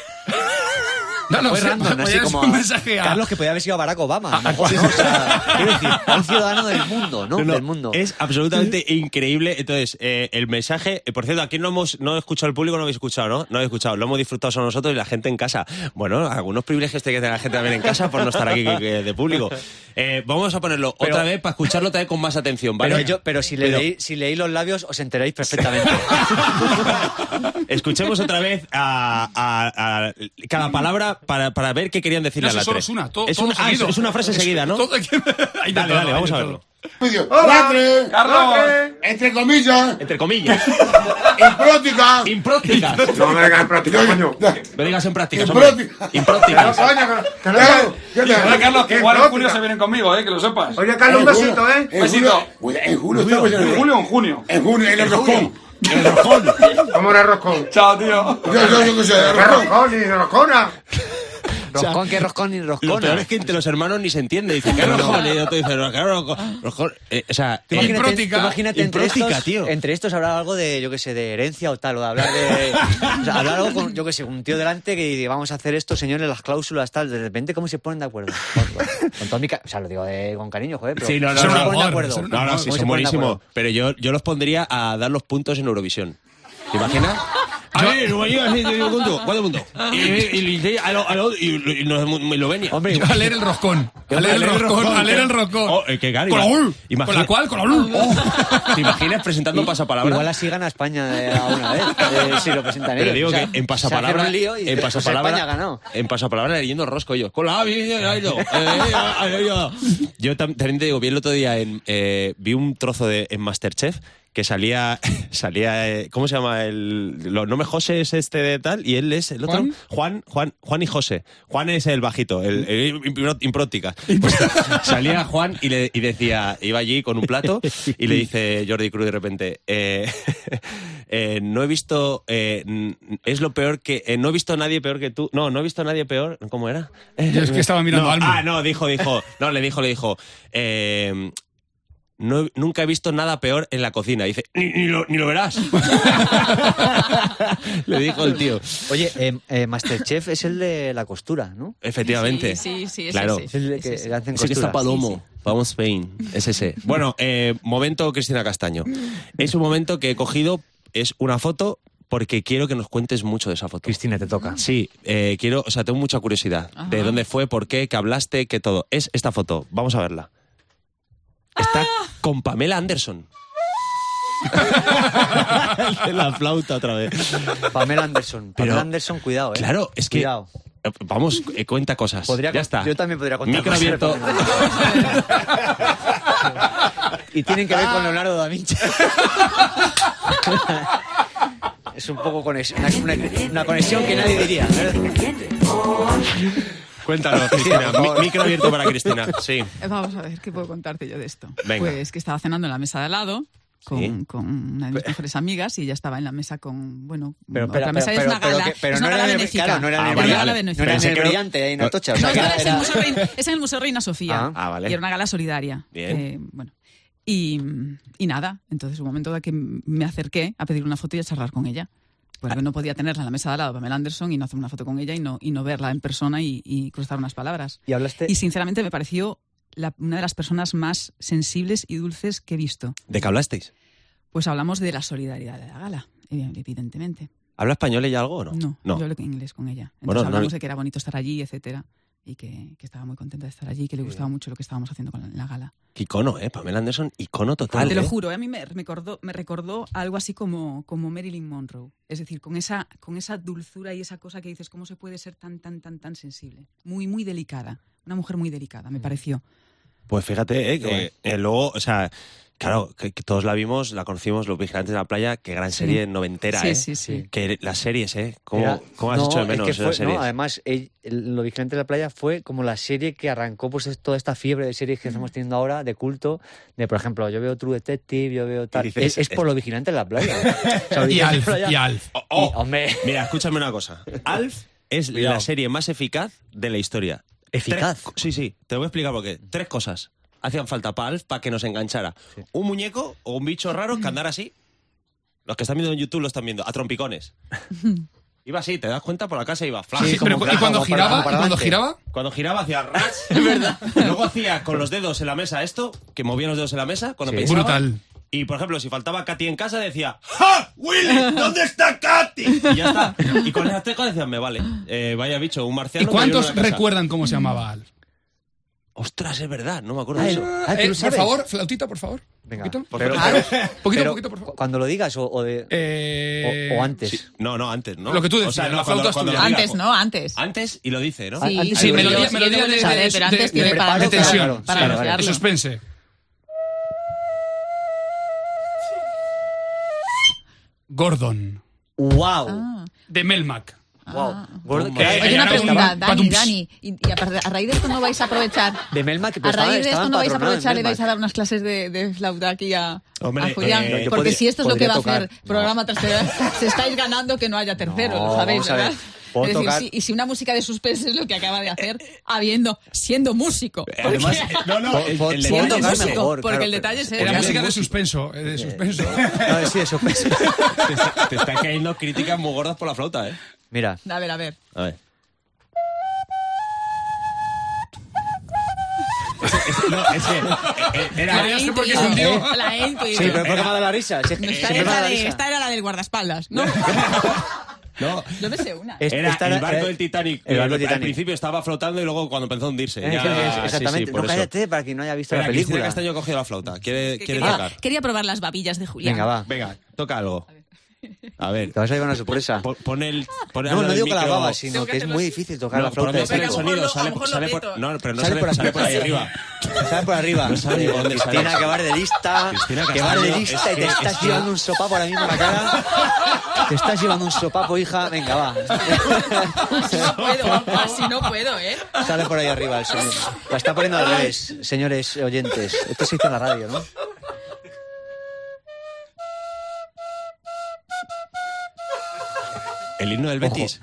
Speaker 3: No, no,
Speaker 2: Fue
Speaker 3: sé,
Speaker 2: Pues random,
Speaker 3: voy a
Speaker 2: así
Speaker 3: dar
Speaker 2: como
Speaker 3: un
Speaker 2: a-
Speaker 3: mensaje a...
Speaker 2: Carlos, que podía haber sido Barack Obama. a lo mejor, ¿no? O sea, quiero decir, un ciudadano del mundo, ¿no?
Speaker 1: No, no,
Speaker 2: del mundo.
Speaker 1: Es absolutamente increíble. Entonces, eh, el mensaje, eh, por cierto, aquí no hemos no he escuchado al público, no habéis escuchado, ¿no? No habéis escuchado, lo hemos disfrutado solo nosotros y la gente en casa. Bueno, algunos privilegios tiene que tener la gente también en casa por no estar aquí eh, de público. Eh, vamos a ponerlo
Speaker 2: Pero-
Speaker 1: otra vez para escucharlo también con más atención, ¿vale?
Speaker 2: Pero, yo, pero si, le
Speaker 1: Pero-
Speaker 2: leí, si leí los labios, os enteráis perfectamente.
Speaker 1: Escuchemos otra vez a, a- a- cada palabra una para, para ver qué querían decirle
Speaker 3: No,
Speaker 1: a
Speaker 3: si
Speaker 1: la
Speaker 3: solo
Speaker 1: tres.
Speaker 3: es una, to-
Speaker 1: es,
Speaker 3: todo
Speaker 1: una ah,
Speaker 3: seguido.
Speaker 1: es una frase
Speaker 3: Es-
Speaker 1: seguida, ¿no?
Speaker 3: todo- Hay de
Speaker 1: Dale,
Speaker 3: todo,
Speaker 1: dale,
Speaker 3: hay
Speaker 1: vamos
Speaker 3: de
Speaker 1: a
Speaker 3: todo.
Speaker 1: verlo.
Speaker 10: Pidió,
Speaker 9: Hola,
Speaker 10: latre,
Speaker 9: Oh, Carlos.
Speaker 10: latre, Entre comillas.
Speaker 1: Entre comillas.
Speaker 10: Imprótica.
Speaker 1: Impróticas.
Speaker 9: No me hagas práctica, coño.
Speaker 1: No digas en prácticas.
Speaker 10: Imprótica.
Speaker 1: Impróticas.
Speaker 9: Que no.
Speaker 10: Hola,
Speaker 8: Hola, Carlos, que igual en junio se vienen conmigo, eh, que lo sepas.
Speaker 9: eh, Oye, Carlos, un besito, ¿eh?
Speaker 10: En julio, Cuida, en julio estamos en
Speaker 8: ¿En
Speaker 10: el
Speaker 8: julio o en junio?
Speaker 10: En junio, en el roscón.
Speaker 9: ¿Cómo era Roscón?
Speaker 8: Chao, tío.
Speaker 10: Yo, yo, yo, que sé,
Speaker 9: ¿Qué
Speaker 10: el roscón.
Speaker 9: Roscón ni Roscona?
Speaker 2: Roscón, que roscón ni
Speaker 1: Lo peor
Speaker 2: roscona.
Speaker 1: es que entre los hermanos ni se entiende. Dice, ¿qué rojón? Y el otro dice, no, ¿qué rojón? Rojón. Eh, o sea,
Speaker 2: Tú
Speaker 1: eh,
Speaker 2: Imagínate,
Speaker 3: Imprótica.
Speaker 2: tú imagínate entre,
Speaker 1: Imprótica,
Speaker 2: estos,
Speaker 1: tío.
Speaker 2: entre estos habrá algo de, yo qué sé, de herencia o tal, o de hablar de. o sea, hablar algo con, yo qué sé, un tío delante que diga, vamos a hacer esto, señores, las cláusulas, tal. De repente, ¿cómo se ponen de acuerdo? Con, con todo mi ca- O sea, lo digo de- con cariño, joder. Pero
Speaker 1: Sí, no, no,
Speaker 2: ¿cómo
Speaker 1: no,
Speaker 2: se ponen de
Speaker 3: amor,
Speaker 2: acuerdo?
Speaker 3: son un
Speaker 1: No, no,
Speaker 3: ¿Cómo
Speaker 1: sí,
Speaker 2: ¿Cómo se
Speaker 1: son
Speaker 2: ponen de
Speaker 1: buenísimos.
Speaker 2: acuerdo?
Speaker 1: Pero yo, yo los pondría a dar los puntos en Eurovisión. ¿Te imaginas? A ver, Rumanía, sí, yo punto, cuatro puntos. Y, y, y, a lo- a lo- y, y, nos- Eslovenia.
Speaker 2: Hombre, igual-
Speaker 3: A leer el roscón. A leer el roscón. A leer el roscón.
Speaker 1: Oh, eh, qué caro.
Speaker 3: Con la UL.
Speaker 1: Imagina-
Speaker 3: Con la cual, con la Oh, UL.
Speaker 1: ¿Te imaginas presentando un pasapalabra?
Speaker 2: Igual así gana España eh, a una vez, eh, si lo presentan
Speaker 1: Pero
Speaker 2: ellos.
Speaker 1: digo
Speaker 2: O sea,
Speaker 1: que en
Speaker 2: se
Speaker 1: pasapalabra,
Speaker 2: hace un lío y
Speaker 1: en
Speaker 2: pues,
Speaker 1: pasapalabra,
Speaker 2: España ganó.
Speaker 1: en pasapalabra leyendo rosco yo. Con la A, bien, bien, ahí lo, eh, ahí lo, ahí lo. Yo tam- también te digo, vi el otro día en, eh, vi un trozo de en MasterChef que salía salía eh, ¿cómo se llama el lo- no me José es este de tal y él es el otro
Speaker 3: ¿Juan?
Speaker 1: Juan Juan, Juan y José. Juan es el bajito, el, el impro- imprótica. Pues, salía Juan y le y decía, iba allí con un plato y le dice Jordi Cruz de repente, eh, eh, no he visto, eh, n- es lo peor que, eh, no he visto a nadie peor que tú, no, no he visto a nadie peor, ¿cómo era?
Speaker 3: Yo es que estaba mirando
Speaker 1: No,
Speaker 3: a Almu.
Speaker 1: Ah, no, dijo, dijo, no, le dijo, le dijo, eh, no- nunca he visto nada peor en la cocina. Dice, ni, ni lo, ni lo verás. le dijo el tío.
Speaker 2: Oye, eh, eh, Masterchef es el de la costura, ¿no?
Speaker 1: Efectivamente.
Speaker 5: Sí, sí, sí, ese,
Speaker 1: Claro.
Speaker 5: ese.
Speaker 2: Es el de que
Speaker 5: Sí, sí.
Speaker 2: hacen
Speaker 1: Ese que está
Speaker 2: costura.
Speaker 1: Palomo. Vamos, Spain. Es ese. Bueno, eh, momento Cristina Castaño. Es un momento que he cogido, es una foto, porque quiero que nos cuentes mucho de esa foto.
Speaker 2: Cristina, te toca.
Speaker 1: Sí, eh, quiero, o sea, tengo mucha curiosidad.
Speaker 5: Ajá.
Speaker 1: ¿De dónde fue, por qué, qué hablaste, qué todo? Es esta foto, vamos a verla. Está con Pamela Anderson. De la flauta otra vez.
Speaker 2: Pamela Anderson.
Speaker 1: Pero-
Speaker 2: Pamela Anderson, cuidado, eh.
Speaker 1: Claro, es que.
Speaker 2: Cuidado.
Speaker 1: eh, Vamos, eh, cuenta cosas.
Speaker 2: Podría
Speaker 1: ya
Speaker 2: con-
Speaker 1: está.
Speaker 2: yo también podría contar
Speaker 1: Micro
Speaker 2: cosas de
Speaker 1: abierto.
Speaker 2: Y tienen que ver con Leonardo da Vinci. es un poco conexión, una, una- una conexión que nadie diría.
Speaker 1: Cuéntanos, Cristina. Mi- micro abierto para Cristina. Sí.
Speaker 5: Eh, Vamos a ver, ¿qué puedo contarte yo de esto?
Speaker 1: Venga.
Speaker 5: Pues que estaba cenando en la mesa de al lado con,
Speaker 1: Sí.
Speaker 5: con una de mis mejores amigas y ella estaba en la mesa con, bueno,
Speaker 2: Pero,
Speaker 5: otra
Speaker 2: pero,
Speaker 5: mesa
Speaker 2: pero,
Speaker 5: es una
Speaker 2: pero
Speaker 5: gala,
Speaker 2: que- pero
Speaker 5: es
Speaker 2: no
Speaker 5: una
Speaker 2: era
Speaker 5: gala
Speaker 2: en el-
Speaker 5: benéfica.
Speaker 2: claro, no era en
Speaker 1: Ah,
Speaker 2: el
Speaker 5: Pero
Speaker 1: vale,
Speaker 5: una gala
Speaker 1: vale.
Speaker 5: benéfica.
Speaker 2: No era en
Speaker 1: Pensé
Speaker 2: el
Speaker 1: que no-
Speaker 2: brillante, ahí en
Speaker 1: no-
Speaker 2: Atocha. O
Speaker 5: No,
Speaker 2: sea,
Speaker 5: es,
Speaker 2: que
Speaker 5: en
Speaker 2: era-
Speaker 5: el
Speaker 2: era-
Speaker 5: Museo Reina, es en el Museo Reina Sofía.
Speaker 2: Ah,
Speaker 1: ah, vale.
Speaker 5: Y era una gala solidaria.
Speaker 1: Bien.
Speaker 5: Eh, bueno. Y, y nada, entonces un momento de que me acerqué a pedir una foto y a charlar con ella.
Speaker 2: Ah.
Speaker 5: Porque no podía tenerla en la mesa de al lado, Pamela Anderson, y no hacer una foto con ella y no, y no verla en persona y, y cruzar unas palabras.
Speaker 2: Y hablaste.
Speaker 5: Y sinceramente me pareció la- una de las personas más sensibles y dulces que he visto.
Speaker 1: ¿De qué hablasteis?
Speaker 5: Pues hablamos de la solidaridad de la gala, evi- evidentemente.
Speaker 1: ¿Habla español ella algo o no?
Speaker 5: yo hablé en inglés con ella. Entonces
Speaker 1: Bueno, no-
Speaker 5: hablamos de que era bonito estar allí, etcétera, y que, que estaba muy contenta de estar allí, que le gustaba mucho lo que estábamos haciendo con la, la gala.
Speaker 1: Qué icono, ¿eh? Pamela Anderson, icono total.
Speaker 5: Te lo
Speaker 1: ¿eh?
Speaker 5: juro, ¿eh? a mí me recordó, me recordó algo así como, como Marilyn Monroe. Es decir, con esa, con esa dulzura y esa cosa que dices, ¿cómo se puede ser tan, tan, tan, tan sensible? Muy, muy delicada. Una mujer muy delicada,
Speaker 1: Mm.
Speaker 5: me pareció.
Speaker 1: Pues fíjate, eh, que eh, luego, o sea, claro, que, que todos la vimos, la conocimos, Los Vigilantes de la Playa, qué gran serie noventera,
Speaker 5: sí,
Speaker 1: ¿eh?
Speaker 5: sí, sí.
Speaker 1: Que las series, ¿eh? ¿Cómo,
Speaker 2: era-
Speaker 1: cómo has
Speaker 2: no,
Speaker 1: hecho de
Speaker 2: es
Speaker 1: menos
Speaker 2: que
Speaker 1: esas
Speaker 2: fue- no,
Speaker 1: series?
Speaker 2: además, el- el- Lo Vigilante de la Playa fue como la serie que arrancó pues, es- toda esta fiebre de series que
Speaker 1: Mm.
Speaker 2: estamos teniendo ahora, de culto. De, por ejemplo, yo veo True Detective, yo veo tal.
Speaker 1: dices,
Speaker 2: es, es por
Speaker 1: es-
Speaker 2: Lo Vigilante de la Playa. O sea, Lo Vigilante
Speaker 3: Y
Speaker 2: de
Speaker 3: Alf.
Speaker 2: la Playa-
Speaker 3: Y Alf.
Speaker 1: Oh,
Speaker 2: y,
Speaker 1: oh,
Speaker 2: hombre,
Speaker 1: Mira, escúchame una cosa. Alf es la
Speaker 2: Cuidado.
Speaker 1: serie más eficaz de la historia.
Speaker 2: ¿Eficaz?
Speaker 1: Tres- sí, sí, te voy a explicar por qué. Tres cosas hacían falta para Alf para que nos enganchara. Un muñeco o un bicho raro que andara así. Los que están viendo en YouTube lo están viendo, a trompicones. iba así, te das cuenta, por la casa iba flash.
Speaker 2: Sí,
Speaker 3: Pero,
Speaker 2: como-
Speaker 3: ¿Y cuando
Speaker 2: como para-
Speaker 3: giraba?
Speaker 2: como
Speaker 3: ¿Y
Speaker 2: para
Speaker 3: cuando
Speaker 2: adelante.
Speaker 3: giraba?
Speaker 1: Cuando giraba hacía ras, verdad. Luego hacía con los dedos en la mesa esto, que movía los dedos en la mesa cuando
Speaker 2: Sí.
Speaker 1: pensaba.
Speaker 3: Brutal.
Speaker 1: Y por ejemplo, si faltaba Katy en casa, decía ¡Ja! ¡Willy! ¿Dónde está Katy? Y ya está. Y con esas tres cosas decían, me vale. Eh, vaya bicho, un marciano.
Speaker 3: ¿Y
Speaker 1: que vive en
Speaker 3: cuántos
Speaker 1: una casa".
Speaker 3: recuerdan cómo se llamaba Alf?
Speaker 1: Ostras, es verdad, no me acuerdo
Speaker 2: Ah,
Speaker 1: de
Speaker 2: el-
Speaker 1: eso.
Speaker 2: ah, ¿tú
Speaker 3: Eh,
Speaker 2: lo
Speaker 3: por
Speaker 2: sabes?
Speaker 3: favor, flautita, por favor.
Speaker 2: Venga.
Speaker 3: ¿Poquito?
Speaker 1: Por
Speaker 2: Pero-
Speaker 1: favor.
Speaker 2: pero-
Speaker 3: Poquito,
Speaker 2: pero
Speaker 3: poquito, por favor.
Speaker 2: Cuando lo digas o, o de-
Speaker 3: Eh,
Speaker 2: o- o antes.
Speaker 1: Sí. No, no, antes, ¿no?
Speaker 3: Lo que tú
Speaker 1: O sea,
Speaker 3: decidas,
Speaker 1: no,
Speaker 3: la
Speaker 1: cuando-
Speaker 3: flauta es
Speaker 1: cuando
Speaker 3: tuya.
Speaker 1: lo diga.
Speaker 11: Antes, ¿no? Antes.
Speaker 1: Antes y lo dice, ¿no?
Speaker 2: Ah,
Speaker 11: Sí,
Speaker 2: antes
Speaker 3: Sí,
Speaker 2: de
Speaker 11: pero
Speaker 3: melodía,
Speaker 11: yo-
Speaker 3: melodía
Speaker 11: yo tengo
Speaker 3: de-
Speaker 11: que saber,
Speaker 3: de-
Speaker 11: pero
Speaker 3: de-
Speaker 11: antes tiene
Speaker 3: de
Speaker 11: que pararlo,
Speaker 3: de tensión.
Speaker 11: para
Speaker 2: Sí,
Speaker 11: anunciarlo.
Speaker 3: De suspense. Gordon,
Speaker 2: ¡Wow!
Speaker 11: Ah.
Speaker 3: de Melmac.
Speaker 2: wow. Gordo-
Speaker 1: Toma.
Speaker 2: que-
Speaker 3: Eh,
Speaker 11: Oye,
Speaker 3: ya
Speaker 11: una
Speaker 3: no,
Speaker 11: pregunta,
Speaker 3: un-
Speaker 11: Dani,
Speaker 3: un-
Speaker 11: Dani. Y, y a, par- a raíz de esto no vais a aprovechar.
Speaker 2: De Melmac, pero
Speaker 11: A
Speaker 2: estaba-
Speaker 11: raíz de
Speaker 2: estaba
Speaker 11: esto no vais a
Speaker 2: empadronado en
Speaker 11: aprovechar y vais a
Speaker 2: Melmac.
Speaker 11: dar unas clases de, de flauta aquí a,
Speaker 1: Hombre,
Speaker 11: a Julián.
Speaker 1: eh,
Speaker 11: porque
Speaker 1: yo
Speaker 2: podría-
Speaker 11: si esto es lo que va a
Speaker 2: podría
Speaker 11: hacer
Speaker 2: tocar.
Speaker 11: programa tras programa, se estáis ganando que no haya tercero,
Speaker 2: No,
Speaker 11: lo sabéis,
Speaker 2: vamos a ver.
Speaker 11: ¿verdad?
Speaker 2: Puedo
Speaker 11: Es decir,
Speaker 2: tocar-
Speaker 11: si- y si una música de suspense es lo que acaba de hacer, habiendo, siendo músico.
Speaker 2: Eh.
Speaker 11: porque-
Speaker 1: Eh, Además, no, no,
Speaker 2: Po-
Speaker 1: el-
Speaker 2: po-
Speaker 1: el
Speaker 2: puedo
Speaker 1: detalle
Speaker 11: siendo
Speaker 2: tocar
Speaker 1: es ese.
Speaker 11: músico,
Speaker 2: mejor,
Speaker 11: porque
Speaker 2: claro,
Speaker 11: el
Speaker 2: pero-
Speaker 11: detalle es
Speaker 3: Era
Speaker 11: ese.
Speaker 3: música de suspenso, eh, de suspenso.
Speaker 2: No, sí, de suspense.
Speaker 1: Te está, te está cayendo críticas muy gordas por la flauta, ¿eh?
Speaker 2: Mira,
Speaker 11: A ver, a ver.
Speaker 1: A ver. eh,
Speaker 11: La
Speaker 3: ya
Speaker 11: he
Speaker 3: sé por qué
Speaker 11: intuido,
Speaker 3: se hundió.
Speaker 11: La he intuido.
Speaker 2: sí, pero es porque me ha dado la risa. sí,
Speaker 11: No, esta,
Speaker 2: siempre me
Speaker 11: era
Speaker 2: da la
Speaker 11: la de,
Speaker 2: risa.
Speaker 11: esta era la del guardaespaldas. No,
Speaker 1: No,
Speaker 11: yo me sé una.
Speaker 2: Es-
Speaker 1: Era
Speaker 2: esta
Speaker 1: el barco
Speaker 2: eh,
Speaker 1: del Titanic.
Speaker 2: El barco
Speaker 1: Al- Al
Speaker 2: del Titanic.
Speaker 1: principio estaba flotando y luego cuando empezó a hundirse.
Speaker 2: Eh,
Speaker 1: Ya, sí, sí,
Speaker 2: Exactamente.
Speaker 1: por
Speaker 2: no
Speaker 1: eso.
Speaker 2: cállate para quien no haya visto
Speaker 1: Espera,
Speaker 2: la
Speaker 1: Cristina
Speaker 2: película.
Speaker 1: Castaño ha cogido la flauta. Quiere, quiere
Speaker 11: quería,
Speaker 1: tocar.
Speaker 11: quería probar las babillas de Julián.
Speaker 2: Venga, va.
Speaker 1: Venga, toca algo. A ver.
Speaker 2: Te vas a llevar una sorpresa.
Speaker 1: Pon, pon el. Pon
Speaker 2: No,
Speaker 1: al
Speaker 2: no
Speaker 1: lado
Speaker 2: digo
Speaker 1: del
Speaker 2: que la
Speaker 1: micro-
Speaker 2: baba, sino
Speaker 11: Tengo que
Speaker 2: que es
Speaker 11: hacerlo
Speaker 2: muy
Speaker 11: así.
Speaker 2: dicil tocar la
Speaker 1: No, pero
Speaker 2: flauta.
Speaker 1: no
Speaker 2: de
Speaker 1: sale el
Speaker 2: Saigo.
Speaker 11: mejor
Speaker 1: sonido,
Speaker 11: lo-
Speaker 1: sale,
Speaker 11: a lo mejor
Speaker 1: sale
Speaker 11: lo
Speaker 1: por.
Speaker 11: aprieto.
Speaker 1: No, pero no
Speaker 2: Sale
Speaker 1: sale,
Speaker 2: por
Speaker 1: sale por ahí
Speaker 2: aprieto.
Speaker 1: arriba.
Speaker 2: Sale por arriba.
Speaker 1: No sabe ni por dónde sale.
Speaker 2: Cristina, que vas de lista.
Speaker 1: Cristina
Speaker 2: Que vas de
Speaker 1: Castaño,
Speaker 2: lista
Speaker 1: es
Speaker 2: y te
Speaker 1: que- es
Speaker 2: estás
Speaker 1: que-
Speaker 2: llevando un sopapo ahora mismo en la cara. Te estás llevando un sopapo, hija. Venga,
Speaker 11: Así no
Speaker 2: va.
Speaker 11: puedo, así no puedo, ¿eh?
Speaker 2: Sale por ahí arriba el sonido. La está poniendo al revés, señores oyentes. Esto se hizo en la radio, ¿no?
Speaker 1: El himno del Betis.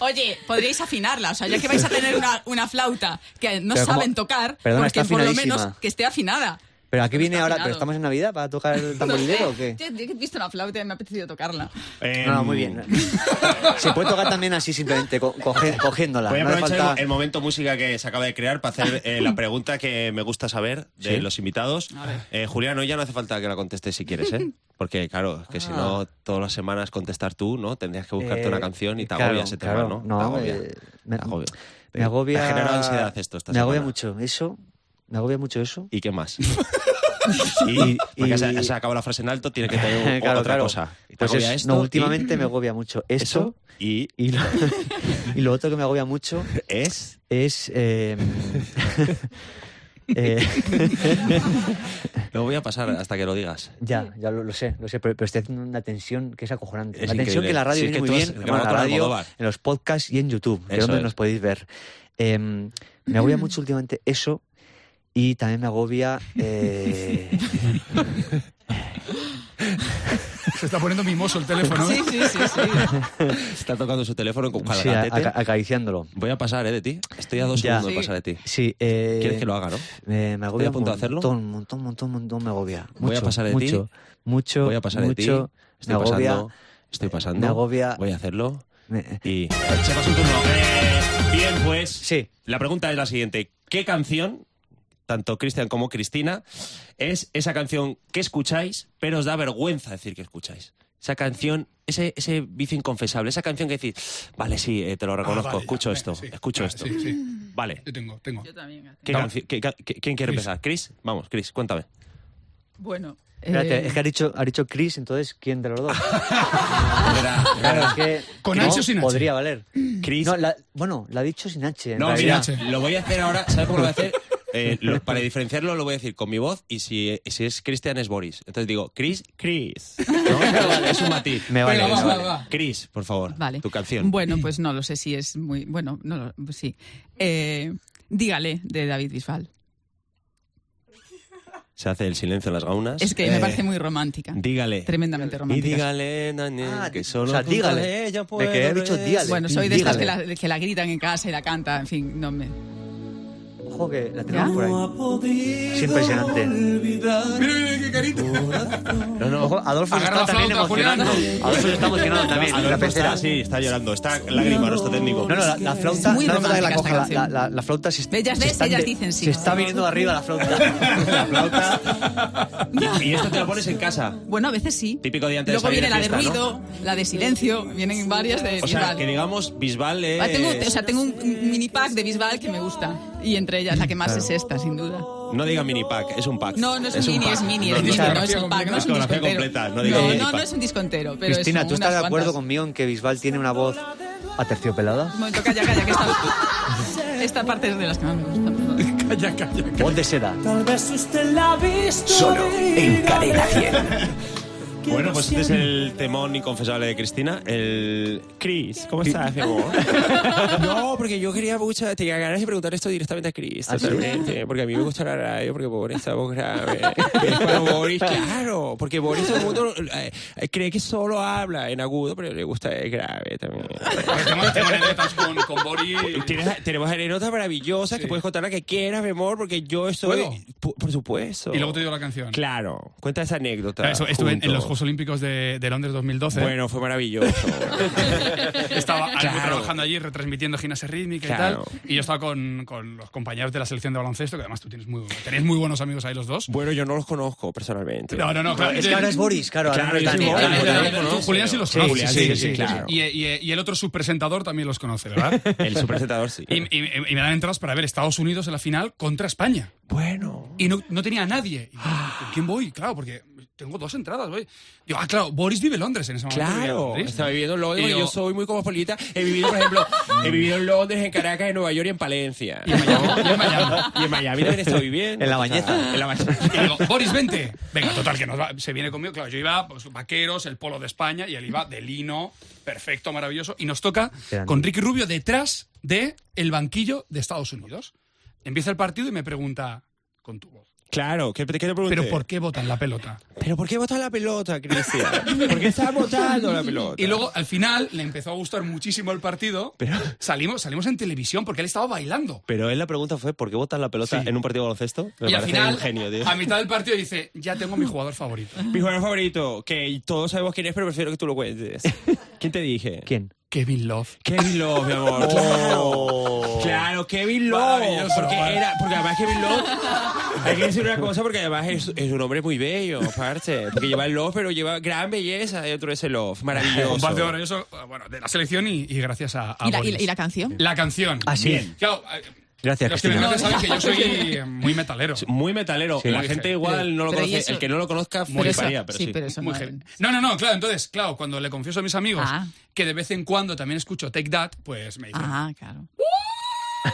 Speaker 11: Oye, podríais afinarla, o sea, ya que vais a tener una, una flauta que no
Speaker 2: Pero como-
Speaker 11: saben tocar,
Speaker 2: Perdona,
Speaker 11: porque
Speaker 2: está
Speaker 11: por lo
Speaker 2: afinadísima.
Speaker 11: menos que esté afinada.
Speaker 2: Pero aquí viene
Speaker 11: Está
Speaker 2: ahora,
Speaker 11: afinado.
Speaker 2: pero estamos en Navidad para tocar el tamborilero o qué?
Speaker 11: Yo, yo he visto una flauta y me ha apetecido tocarla.
Speaker 1: Eh,
Speaker 2: No, no, muy bien. Se puede tocar también así simplemente co- coge- cogiéndola.
Speaker 1: Voy a
Speaker 2: No hace
Speaker 1: aprovechar el-
Speaker 2: falta...
Speaker 1: el momento música que se acaba de crear para hacer eh, la pregunta que me gusta saber de los invitados. Eh, Julián, hoy ya no hace falta que la contestes si quieres, ¿eh? Porque, claro, que si no, todas las semanas contestar tú, ¿no? Tendrías que buscarte
Speaker 2: Eh,
Speaker 1: una canción y te
Speaker 2: claro,
Speaker 1: agobia ese tema,
Speaker 2: claro.
Speaker 1: ¿no?
Speaker 2: No,
Speaker 1: te agobia.
Speaker 2: eh, me-
Speaker 1: Te agobia.
Speaker 2: Me agobia.
Speaker 1: Te ha generado ansiedad esto esta
Speaker 2: Me agobia
Speaker 1: semana.
Speaker 2: mucho eso. Me agobia mucho eso.
Speaker 1: ¿Y qué más? y, porque
Speaker 2: y-
Speaker 1: se, se acaba la frase en alto, tiene que tener un-
Speaker 2: Claro,
Speaker 1: otra
Speaker 2: claro.
Speaker 1: cosa. Y te
Speaker 2: Pues
Speaker 1: agobia
Speaker 2: es-
Speaker 1: esto,
Speaker 2: no,
Speaker 1: y-
Speaker 2: últimamente me agobia mucho
Speaker 1: eso
Speaker 2: eso.
Speaker 1: y
Speaker 2: Y lo, y lo otro que me agobia mucho
Speaker 1: es
Speaker 2: es. eh, eh,
Speaker 1: lo voy a pasar hasta que lo digas
Speaker 2: ya, ya lo, lo sé, lo sé, pero, pero estoy haciendo una tensión que es acojonante.
Speaker 1: Es
Speaker 2: la tensión
Speaker 1: increíble.
Speaker 2: que la radio
Speaker 1: Sí, es
Speaker 2: viene
Speaker 1: que
Speaker 2: muy
Speaker 1: tú has
Speaker 2: bien,
Speaker 1: grabado
Speaker 2: bueno, la
Speaker 1: con
Speaker 2: radio,
Speaker 1: Almodóvar.
Speaker 2: en los podcasts y en YouTube, que es
Speaker 1: Eso
Speaker 2: donde
Speaker 1: es.
Speaker 2: nos podéis ver. Eh, me agobia mucho últimamente eso y también me agobia. eh,
Speaker 3: Se está poniendo mimoso el teléfono. ¿eh?
Speaker 11: Sí, sí, sí, sí.
Speaker 1: está tocando su teléfono con
Speaker 2: sí, a-
Speaker 1: calgatete.
Speaker 2: aca- acariciándolo.
Speaker 1: voy a pasar ¿eh, de ti estoy a dos
Speaker 2: Ya.
Speaker 1: segundos de
Speaker 11: Sí.
Speaker 1: pasar de ti
Speaker 2: Sí, eh,
Speaker 1: ¿Quieres que lo haga, no?
Speaker 2: Me, me agobia
Speaker 1: a punto de
Speaker 2: un
Speaker 1: hacerlo?
Speaker 2: montón, montón, montón, montón, me agobia. Mucho,
Speaker 1: Voy a pasar de ti.
Speaker 2: mucho, Mucho,
Speaker 1: voy a pasar de ti
Speaker 2: mucho,
Speaker 1: estoy
Speaker 2: me agobia,
Speaker 1: pasando estoy pasando
Speaker 2: me agobia-
Speaker 1: voy a hacerlo
Speaker 2: me-
Speaker 1: y se pasó un turno Eh, bien pues
Speaker 2: Sí.
Speaker 1: la pregunta es la siguiente ¿qué canción tanto Cristian como Cristina es esa canción que escucháis pero os da vergüenza decir que escucháis esa canción ese, ese vicio inconfesable, esa canción que decís, vale, sí, eh, te lo reconozco,
Speaker 3: Ah, vale, ya,
Speaker 1: escucho
Speaker 3: venga,
Speaker 1: esto,
Speaker 3: sí.
Speaker 1: escucho
Speaker 3: Ah,
Speaker 1: esto.
Speaker 3: sí, sí.
Speaker 1: Vale,
Speaker 3: Yo tengo, tengo.
Speaker 11: Yo también.
Speaker 1: ¿Qué
Speaker 3: Dame.
Speaker 1: canci- qué ca- qué- ¿Quién quiere
Speaker 3: Chris.
Speaker 1: empezar? ¿Chris? Vamos, Chris, cuéntame.
Speaker 11: Bueno.
Speaker 2: Espérate,
Speaker 11: eh,
Speaker 2: es que ha dicho, ha dicho Chris, entonces, ¿quién de los dos?
Speaker 3: Ah.
Speaker 2: Claro, es que.
Speaker 3: ¿Con
Speaker 2: no,
Speaker 3: H o sin H?
Speaker 2: Podría valer.
Speaker 1: Chris.
Speaker 2: No, la- bueno, la ha dicho sin H. En
Speaker 1: No, mira,
Speaker 2: realidad.
Speaker 3: H.
Speaker 1: lo voy a hacer ahora. ¿Sabes cómo lo voy a hacer? Eh, lo- para diferenciarlo lo voy a decir con mi voz y si, si es Cristian es Boris. Entonces digo, Chris, Chris. ¿No? Es un matiz.
Speaker 2: Me vale,
Speaker 3: Venga,
Speaker 2: me
Speaker 3: va,
Speaker 2: vale.
Speaker 3: va, va.
Speaker 1: Chris, por favor,
Speaker 11: Vale.
Speaker 1: tu canción.
Speaker 5: Bueno, pues no lo sé si es muy. Bueno, no lo- pues sí. Eh, dígale de David Bisbal.
Speaker 1: Se hace el silencio en las gaunas.
Speaker 5: Es que
Speaker 1: Eh,
Speaker 5: me parece muy romántica.
Speaker 1: Dígale.
Speaker 5: Tremendamente
Speaker 1: Y
Speaker 5: romántica.
Speaker 1: dígale, Daniel,
Speaker 2: Ah,
Speaker 1: que solo
Speaker 2: o sea,
Speaker 1: junto a
Speaker 2: dígale.
Speaker 1: ella
Speaker 2: De que
Speaker 1: puedo
Speaker 2: he dicho
Speaker 1: ver.
Speaker 2: dígale.
Speaker 5: Bueno, soy de
Speaker 2: Dígale.
Speaker 5: estas que la, que la gritan en casa y la canta, en fin, no me.
Speaker 2: Ojo que la tenemos por ahí. Es impresionante.
Speaker 3: Mira, mira, qué carita.
Speaker 1: No, no.
Speaker 2: Ojo, Adolfo se
Speaker 3: Agarra
Speaker 2: está
Speaker 3: la
Speaker 2: también
Speaker 3: flauta,
Speaker 2: emocionando.
Speaker 3: Julián.
Speaker 2: Adolfo se está emocionando también.
Speaker 1: Adolfo
Speaker 2: la
Speaker 1: está
Speaker 2: pecera.
Speaker 1: así, está llorando. Está lágrima nuestro técnico.
Speaker 2: No, no, la, la flauta.
Speaker 5: muy
Speaker 2: no hace falta que la coja,
Speaker 5: romántica esta
Speaker 2: la- la,
Speaker 5: canción.
Speaker 2: la- la flauta se,
Speaker 5: Ellas
Speaker 2: se
Speaker 5: ves,
Speaker 2: están
Speaker 5: ellas dicen sí.
Speaker 2: Se está viniendo arriba la flauta.
Speaker 1: Y, y esto te lo pones en casa.
Speaker 5: Bueno, a veces sí.
Speaker 1: Típico día antes de
Speaker 5: Luego
Speaker 1: salir
Speaker 5: viene
Speaker 1: de
Speaker 5: la de
Speaker 1: fiesta,
Speaker 5: ruido, la de silencio, vienen varias de
Speaker 1: O sea,
Speaker 5: Bisbal.
Speaker 1: que digamos, Bisbal
Speaker 11: Ah,
Speaker 1: es...
Speaker 5: Ah, tengo, o sea, tengo un un mini pack de Bisbal que me gusta. Y entre ellas la que más es esta, sin duda.
Speaker 1: No diga mini pack, es un pack.
Speaker 11: No, no es,
Speaker 1: un
Speaker 11: mini,
Speaker 1: pack.
Speaker 11: es mini, es mini, no, es un pack, no es un disco
Speaker 1: Discografía
Speaker 11: entero.
Speaker 1: completa, no diga
Speaker 11: no,
Speaker 1: mini
Speaker 11: no, no
Speaker 1: pack.
Speaker 11: es un disco entero, pero
Speaker 2: Cristina,
Speaker 11: es
Speaker 2: ¿tú estás de acuerdo conmigo en que Bisbal tiene una voz aterciopelada?
Speaker 11: Un momento, calla, calla, que esta, esta parte es de las que más me gusta.
Speaker 3: Calla, calla.
Speaker 2: Voz de seda.
Speaker 4: Tal vez usted la ha visto.
Speaker 7: Solo en
Speaker 4: venir a
Speaker 7: Cadena
Speaker 4: ver.
Speaker 7: 100.
Speaker 1: Bueno, pues este es el temón inconfesable de Cristina. El. Chris, ¿cómo estás,
Speaker 12: No, porque yo quería mucho, tenía ganas de preguntar esto directamente a Chris,
Speaker 1: ¿Ah, sí?
Speaker 12: totalmente, porque a mí me gusta la radio, porque Boris está voz grave. Es como Boris, claro, porque Boris todo el mundo eh, eh, cree que solo habla en agudo, pero le gusta el grave también.
Speaker 3: con, con Boris.
Speaker 12: Tienes- tenemos anécdotas maravillosas que puedes contar la que quieras, mi amor, porque yo estoy...
Speaker 3: ¿Puedo?
Speaker 12: Por, por supuesto.
Speaker 3: Y luego te digo la canción.
Speaker 12: Claro, cuenta esa anécdota.
Speaker 3: Eso, estuve en, en los
Speaker 12: juntos.
Speaker 3: Juegos Olímpicos de, de Londres 2012.
Speaker 12: Bueno, fue maravilloso.
Speaker 3: Estaba algo
Speaker 12: Claro.
Speaker 3: trabajando allí, retransmitiendo gimnasia rítmica
Speaker 12: Claro.
Speaker 3: y tal. Y yo estaba con, con los compañeros de la selección de baloncesto, que además tú tienes muy, tenéis muy buenos amigos ahí los dos.
Speaker 12: Bueno, yo no los conozco personalmente.
Speaker 3: No, no, no, claro.
Speaker 2: Es que ahora es Boris, claro, ahora no es
Speaker 12: yo soy
Speaker 2: Dani,
Speaker 12: Boris,
Speaker 2: ahora es
Speaker 12: yo
Speaker 2: Dani.
Speaker 12: no lo
Speaker 3: Tú,
Speaker 12: conozco.
Speaker 3: Julián sí los
Speaker 12: Sí,
Speaker 3: conoce.
Speaker 12: Julián, sí, sí, claro.
Speaker 3: Y, y- y el otro subpresentador también los conoce, ¿verdad?
Speaker 12: El subpresentador sí.
Speaker 3: Y, y- y me dan entradas para ver Estados Unidos en la final contra España.
Speaker 12: Bueno.
Speaker 3: Y no, no tenía a nadie. Y yo, ¿Con quién voy? Claro, porque tengo dos entradas. Voy. Digo, ah, claro, Boris vive en Londres en ese momento. vivía en
Speaker 12: Claro,
Speaker 3: Londres.
Speaker 12: estaba viviendo en Londres.
Speaker 3: Y
Speaker 12: Yo,
Speaker 3: yo-
Speaker 12: soy muy cosmopolita. He vivido, por ejemplo, he vivido en Londres, en Caracas, en Nueva York y en Palencia. Y en Miami. Y en Miami, también estoy viviendo.
Speaker 2: En la bañeza.
Speaker 12: En la bañeza.
Speaker 3: Y digo, Boris, vente. Venga, total, que nos va- se viene conmigo. Claro, yo iba, pues, vaqueros, el polo de España, y él iba de lino, perfecto, maravilloso. Y nos toca con Ricky Rubio detrás de el banquillo de Estados Unidos. Empieza el partido y me pregunta,
Speaker 12: Claro, ¿qué, qué te pregunté?
Speaker 3: ¿pero por qué votan la pelota?
Speaker 12: ¿Pero por qué votas la pelota, Cristian? ¿Por qué estás votando la pelota?
Speaker 3: Y luego, al final, le empezó a gustar muchísimo el partido. Salimos, salimos en televisión porque él estaba bailando.
Speaker 1: Pero él la pregunta fue: ¿por qué botas la pelota en un partido de baloncesto? Me
Speaker 3: y al
Speaker 1: parece
Speaker 3: final,
Speaker 1: un genio, tío.
Speaker 3: a mitad del partido dice, ya tengo mi jugador favorito.
Speaker 12: Mi jugador favorito, que todos sabemos quién es, pero prefiero que tú lo cuentes. ¿Quién te dije?
Speaker 2: ¿Quién?
Speaker 3: Kevin Love.
Speaker 12: Kevin Love, mi amor. Claro,
Speaker 1: Oh.
Speaker 12: claro, Kevin Love.
Speaker 3: Maravilloso,
Speaker 12: Porque,
Speaker 3: vale.
Speaker 12: era, porque además Kevin Love, hay que decir una cosa, porque además es, es un hombre muy bello, aparte. Porque lleva el Love, pero lleva gran belleza dentro de ese Love.
Speaker 3: Un
Speaker 12: Maravilloso.
Speaker 3: partido maravilloso, bueno, de la selección y, y gracias a, a
Speaker 11: ¿Y la, y, la,
Speaker 3: Boris.
Speaker 11: y la canción?
Speaker 3: La canción.
Speaker 2: Ah, sí.
Speaker 3: Bien. Claro, eh,
Speaker 2: Gracias,
Speaker 3: los que me
Speaker 2: Cristina.
Speaker 3: conocen saben que yo soy muy metalero.
Speaker 1: Muy metalero.
Speaker 3: Sí.
Speaker 1: la
Speaker 3: Muy
Speaker 1: gente
Speaker 3: heavy.
Speaker 1: igual no lo
Speaker 3: Pero y
Speaker 1: conoce.
Speaker 3: eso-
Speaker 1: El que no lo conozca,
Speaker 3: Muy
Speaker 1: fliparía,
Speaker 3: heavy.
Speaker 1: pero
Speaker 3: Sí,
Speaker 1: sí.
Speaker 3: pero eso Muy no heavy. No, no, no, claro, entonces, claro, cuando le confieso a mis amigos que de vez en cuando también escucho Take That, pues me dicen.
Speaker 5: Ah, claro.
Speaker 3: Tú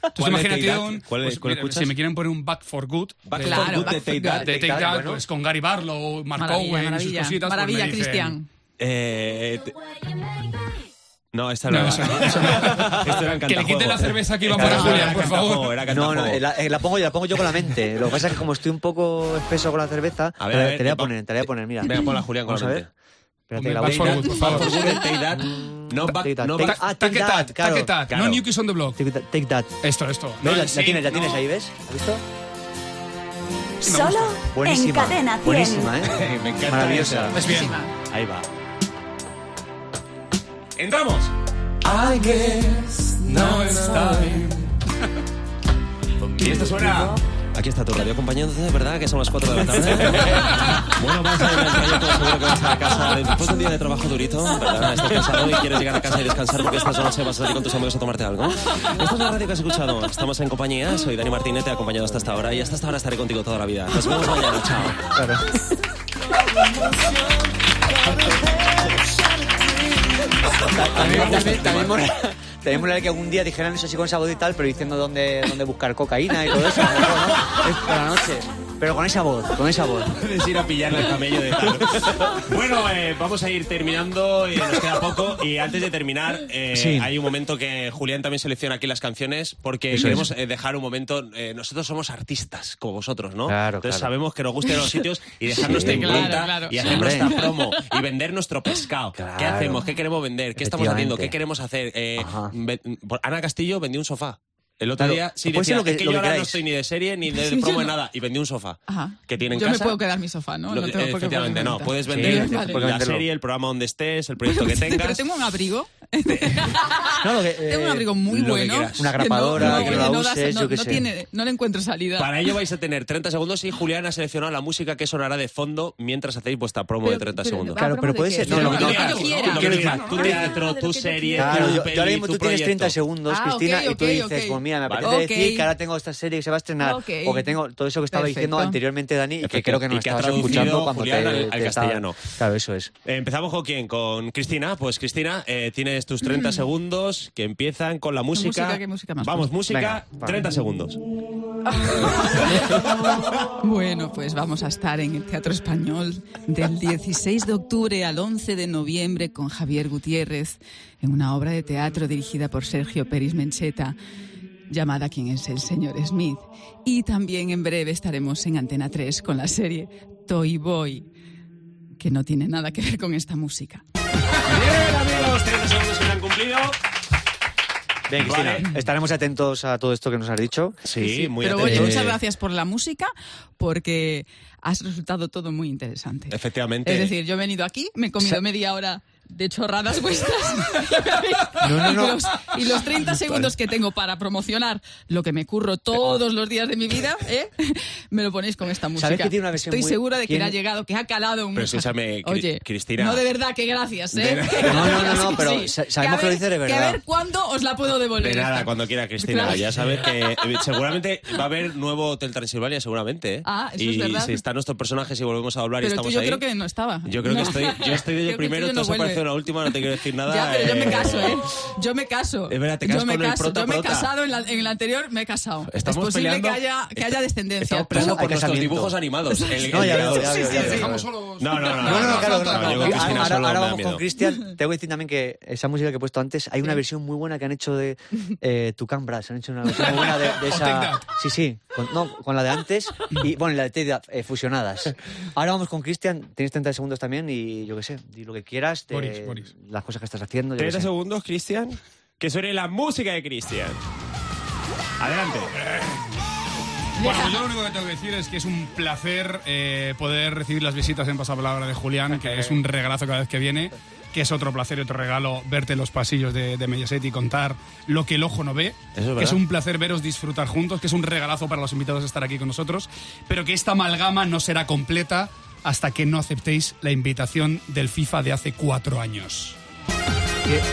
Speaker 1: ¿Cuál es
Speaker 3: imagínate
Speaker 1: Take That?
Speaker 3: un.
Speaker 1: ¿Cuál es-
Speaker 3: pues,
Speaker 1: cuál
Speaker 3: mira,
Speaker 1: escuchas?
Speaker 3: si me quieren poner un Back for Good.
Speaker 1: Back for Claro, Good de Back Take for That. Good.
Speaker 3: De Take
Speaker 1: Take That,
Speaker 3: That,
Speaker 1: bueno.
Speaker 3: pues con Gary Barlow, Mark
Speaker 5: Maravilla,
Speaker 3: Owen, y sus
Speaker 5: maravilla.
Speaker 3: cositas. pues,
Speaker 5: Maravilla,
Speaker 3: me dicen-
Speaker 5: Cristian.
Speaker 1: Eh, te- No, esta
Speaker 3: No,
Speaker 1: no,
Speaker 3: eso
Speaker 1: era.
Speaker 3: no, eso no.
Speaker 1: Esto era
Speaker 3: Que le quiten la cerveza que iba
Speaker 1: Era-
Speaker 3: para Julián,
Speaker 1: era
Speaker 3: por
Speaker 1: Cantajuego,
Speaker 3: favor.
Speaker 1: era
Speaker 2: No, no,
Speaker 1: Cantajuego.
Speaker 2: eh, la, eh, la pongo yo, la pongo yo con la mente. Lo que pasa es que como estoy un poco espeso con la cerveza, eh,
Speaker 1: A ver, a ver,
Speaker 2: te la voy a
Speaker 1: te pa-
Speaker 2: poner, te la voy a poner, mira.
Speaker 1: Venga, ponla, Julián, con
Speaker 2: Vamos
Speaker 1: la
Speaker 2: a ver.
Speaker 1: mente.
Speaker 2: Espérate,
Speaker 3: Hombre,
Speaker 2: que la
Speaker 3: Back
Speaker 2: voy
Speaker 3: for
Speaker 2: a Mm,
Speaker 3: Good, por
Speaker 1: Back
Speaker 3: favor.
Speaker 1: for Good, el Take That. No back,
Speaker 2: Take that,
Speaker 1: no
Speaker 2: take-
Speaker 1: back.
Speaker 2: ah,
Speaker 3: Take
Speaker 2: take
Speaker 3: that,
Speaker 2: that, claro.
Speaker 3: take that. No
Speaker 1: Claro.
Speaker 3: New Kids on the Block.
Speaker 2: Take that. take that.
Speaker 3: Esto, esto.
Speaker 2: ¿Ves?
Speaker 3: No,
Speaker 2: La, la
Speaker 3: sí,
Speaker 2: tienes, la tienes
Speaker 3: no.
Speaker 2: ahí, ¿ves? ¿Has visto?
Speaker 13: Solo en
Speaker 2: Buenísima.
Speaker 13: Cadena 100.
Speaker 2: Buenísima, ¿eh?
Speaker 1: Me encanta
Speaker 2: Maravillosa.
Speaker 1: esa.
Speaker 3: Es bien.
Speaker 1: Ahí va.
Speaker 12: ¡Entramos!
Speaker 14: I guess now it's time.
Speaker 1: Y esto suena. Aquí está tu radio acompañándote, ¿verdad? Que son las 4 de la tarde. bueno, vas a ir al trayecto, seguro que vas a casa después de un día de trabajo durito, ¿verdad? Estás cansado y quieres llegar a casa y descansar porque esta noche vas a salir con tus amigos a tomarte algo. Esta es la radio que has escuchado. Estamos en compañía, soy Dani Martínez, te he acompañado hasta esta hora y hasta esta hora estaré contigo toda la vida. Nos vemos mañana, chao.
Speaker 2: También, también, también mola- también mola que algún día dijeran eso así con sabor y tal, pero diciendo dónde, dónde buscar cocaína y todo eso. ¿no? Es por la noche. Pero con esa voz, con esa voz.
Speaker 1: Puedes ir a pillar el camello de tal. Bueno, eh, vamos a ir terminando, eh, nos queda poco. Y antes de terminar, eh,
Speaker 2: Sí.
Speaker 1: hay un momento que Julián también selecciona aquí las canciones, porque
Speaker 2: Eso
Speaker 1: queremos
Speaker 2: es.
Speaker 1: eh, dejar un momento. eh, nosotros somos artistas, como vosotros, ¿no?
Speaker 2: Claro,
Speaker 1: Entonces
Speaker 2: claro.
Speaker 1: sabemos que nos gustan los sitios y dejar
Speaker 2: Sí.
Speaker 1: nuestra
Speaker 2: Claro,
Speaker 1: impronta
Speaker 2: claro.
Speaker 1: y hacer
Speaker 2: Sí, hombre.
Speaker 1: nuestra promo y vender nuestro pescado. ¿Qué hacemos? ¿Qué queremos vender? ¿Qué estamos haciendo? ¿Qué
Speaker 2: Efectivamente.
Speaker 1: queremos hacer? Eh, ve- por- Ana Castillo vendió un sofá. El otro
Speaker 2: Claro,
Speaker 1: día, sí,
Speaker 2: puede
Speaker 1: decía,
Speaker 2: ser lo que-
Speaker 1: es que
Speaker 2: lo
Speaker 1: yo
Speaker 2: que
Speaker 1: ahora no
Speaker 2: queráis.
Speaker 1: estoy ni de serie, ni de
Speaker 5: Sí,
Speaker 1: promo,
Speaker 5: yo
Speaker 1: de
Speaker 5: no.
Speaker 1: nada. Y vendí un sofá
Speaker 5: Ajá.
Speaker 1: que tienen
Speaker 5: Yo me
Speaker 1: casa.
Speaker 5: puedo quedar mi sofá, ¿no?
Speaker 1: Lo
Speaker 5: no
Speaker 1: que-
Speaker 5: tengo por qué
Speaker 1: efectivamente,
Speaker 5: ponerme
Speaker 1: no.
Speaker 5: nada.
Speaker 1: Puedes
Speaker 5: Sí,
Speaker 1: vender
Speaker 5: vale.
Speaker 1: la serie, el programa donde estés, el proyecto que
Speaker 5: Pero
Speaker 1: tengas. eh,
Speaker 5: tengo un abrigo.
Speaker 2: No, lo que, eh,
Speaker 5: Tengo un abrigo muy
Speaker 1: lo que
Speaker 5: bueno.
Speaker 1: quieras.
Speaker 2: Una
Speaker 5: que
Speaker 2: grapadora,
Speaker 5: no-
Speaker 2: que no la
Speaker 5: da-
Speaker 2: uses, yo qué
Speaker 5: no
Speaker 2: sé.
Speaker 5: tiene- no le encuentro salida.
Speaker 1: Para ello vais a tener 30 segundos y Julián ha seleccionado la música que sonará de fondo mientras hacéis vuestra promo de 30 segundos.
Speaker 2: Claro, pero puede ser. No,
Speaker 1: Lo
Speaker 2: no,
Speaker 1: que tú
Speaker 2: no,
Speaker 1: quieras,
Speaker 2: claro.
Speaker 1: lo que tú quieras, tu teatro, tu serie,
Speaker 2: Claro,
Speaker 1: tu
Speaker 2: yo, yo
Speaker 1: peli,
Speaker 2: ahora mismo
Speaker 1: tu
Speaker 2: tú tienes
Speaker 1: proyecto.
Speaker 2: 30 segundos,
Speaker 5: Ah, ok,
Speaker 2: Cristina, y tú
Speaker 5: ok,
Speaker 2: dices,
Speaker 5: ok.
Speaker 2: pues mira, me apetece
Speaker 5: Vale.
Speaker 2: decir
Speaker 5: Ok.
Speaker 2: que ahora tengo esta serie que se va a estrenar.
Speaker 5: Ok.
Speaker 2: O que tengo todo eso que estaba
Speaker 5: Perfecto.
Speaker 2: diciendo anteriormente, Dani, y que creo que no
Speaker 1: Y que ha
Speaker 2: estabas
Speaker 1: traducido
Speaker 2: escuchando cuando
Speaker 1: Julián al-
Speaker 2: te,
Speaker 1: al
Speaker 2: te estaba-
Speaker 1: castellano.
Speaker 2: Claro, eso es.
Speaker 1: Eh, Empezamos con quién? Con Cristina. Pues Cristina, eh, tienes tus 30 segundos que empiezan con la música.
Speaker 5: Mm. música? ¿Qué música más
Speaker 1: Vamos,
Speaker 5: pones?
Speaker 1: música,
Speaker 5: Venga, va.
Speaker 1: 30 segundos.
Speaker 5: Bueno, pues vamos a estar en el Teatro Español del 16 de octubre al 11 de noviembre con Javier Gutiérrez en una obra de teatro dirigida por Sergio Peris Mencheta llamada ¿Quién es el señor Smith? Y también en breve estaremos en Antena 3 con la serie Toy Boy, que no tiene nada que ver con esta música.
Speaker 1: Bien, amigos, 30 segundos que se han cumplido.
Speaker 2: Bien, Cristina, estaremos atentos a todo esto que nos has dicho.
Speaker 1: Sí, muy
Speaker 5: Pero oye, muchas gracias por la música porque has resultado todo muy interesante.
Speaker 1: Efectivamente.
Speaker 5: Es decir, yo he venido aquí, me he comido
Speaker 1: Sa-
Speaker 5: media hora de chorradas vuestras y, Los, y los 30 segundos que tengo para promocionar lo que me curro todos los días de mi vida, ¿eh? me lo ponéis con esta música.
Speaker 1: ¿Sabes que tiene una versión
Speaker 5: Estoy
Speaker 1: muy-
Speaker 5: segura de que
Speaker 1: tiene-
Speaker 5: ha llegado, que ha calado un...
Speaker 1: Pero escúchame, Cri-
Speaker 5: Oye,
Speaker 1: Cristina.
Speaker 5: no de verdad, que gracias, ¿eh?
Speaker 1: De-
Speaker 5: Que
Speaker 1: No, no, no,
Speaker 5: gracias,
Speaker 1: no,
Speaker 5: que
Speaker 1: pero
Speaker 5: sí.
Speaker 1: sa- sabemos
Speaker 5: a
Speaker 1: que lo
Speaker 5: ver-
Speaker 1: dice de
Speaker 5: Que a
Speaker 1: verdad.
Speaker 5: ver cuándo os la puedo devolver.
Speaker 1: De nada,
Speaker 5: esta.
Speaker 1: cuando quiera, Cristina.
Speaker 5: Claro.
Speaker 1: Ya sabes que eh, seguramente va a haber nuevo Hotel Transilvania, seguramente. ¿eh?
Speaker 5: Ah, eso
Speaker 1: y
Speaker 5: es verdad.
Speaker 1: si está nuestro personaje, si volvemos a hablar y
Speaker 5: Pero tú
Speaker 1: estamos
Speaker 5: yo
Speaker 1: ahí.
Speaker 5: creo que no estaba.
Speaker 1: Yo creo
Speaker 5: No.
Speaker 1: que estoy, yo estoy
Speaker 5: Creo
Speaker 1: de
Speaker 5: que
Speaker 1: primero,
Speaker 5: tuyo
Speaker 1: tú
Speaker 5: no
Speaker 1: has aparecido
Speaker 5: vuelve.
Speaker 1: en la última, no te quiero decir nada.
Speaker 5: Ya, pero yo
Speaker 1: eh,
Speaker 5: me caso, ¿eh? Yo me caso.
Speaker 1: Es verdad, te
Speaker 5: yo
Speaker 1: casas
Speaker 5: me
Speaker 1: con el
Speaker 5: caso.
Speaker 1: prota,
Speaker 5: yo me he
Speaker 1: prota.
Speaker 5: casado en, la- en el anterior, me he casado.
Speaker 1: Estamos
Speaker 5: es posible
Speaker 1: peleando-
Speaker 5: que haya, que haya descendencia.
Speaker 1: Estamos
Speaker 5: pero-
Speaker 1: peleando por nuestros dibujos animados. El- el
Speaker 2: No, ya veo,
Speaker 1: creador.
Speaker 2: ya veo, ya veo, ya veo.
Speaker 1: No, no, no.
Speaker 2: No, no, claro,
Speaker 1: no,
Speaker 2: no,
Speaker 1: yo
Speaker 2: no.
Speaker 1: con Cristina
Speaker 2: Ahora,
Speaker 1: solo
Speaker 2: ahora
Speaker 1: me da
Speaker 2: vamos con
Speaker 1: miedo.
Speaker 2: Cristian. Te voy a decir también que esa música que he puesto antes, hay una versión muy buena que han hecho de eh, Tucán Brass. Han hecho una versión muy buena de, de esa. Sí, sí. Con, no, con la de antes y, bueno, la de Teddy eh, fusionadas. Ahora vamos con Cristian. Tienes 30 segundos también y yo qué sé, di lo que quieras. de
Speaker 12: Boris, Boris.
Speaker 2: Las cosas que estás haciendo. yo qué
Speaker 12: 30
Speaker 2: sé.
Speaker 12: segundos, Cristian. Que suene la música de Cristian. Adelante.
Speaker 3: Bueno, pues yo lo único que tengo que decir es que es un placer eh, poder recibir las visitas en Pasapalabra de Julián, que es un regalazo cada vez que viene, que es otro placer y otro regalo verte en los pasillos de, de Mediaset y contar lo que el ojo no ve,
Speaker 1: es
Speaker 3: que es
Speaker 1: verdad.
Speaker 3: un placer veros disfrutar juntos, que es un regalazo para los invitados estar aquí con nosotros, pero que esta amalgama no será completa hasta que no aceptéis la invitación del FIFA de hace cuatro años.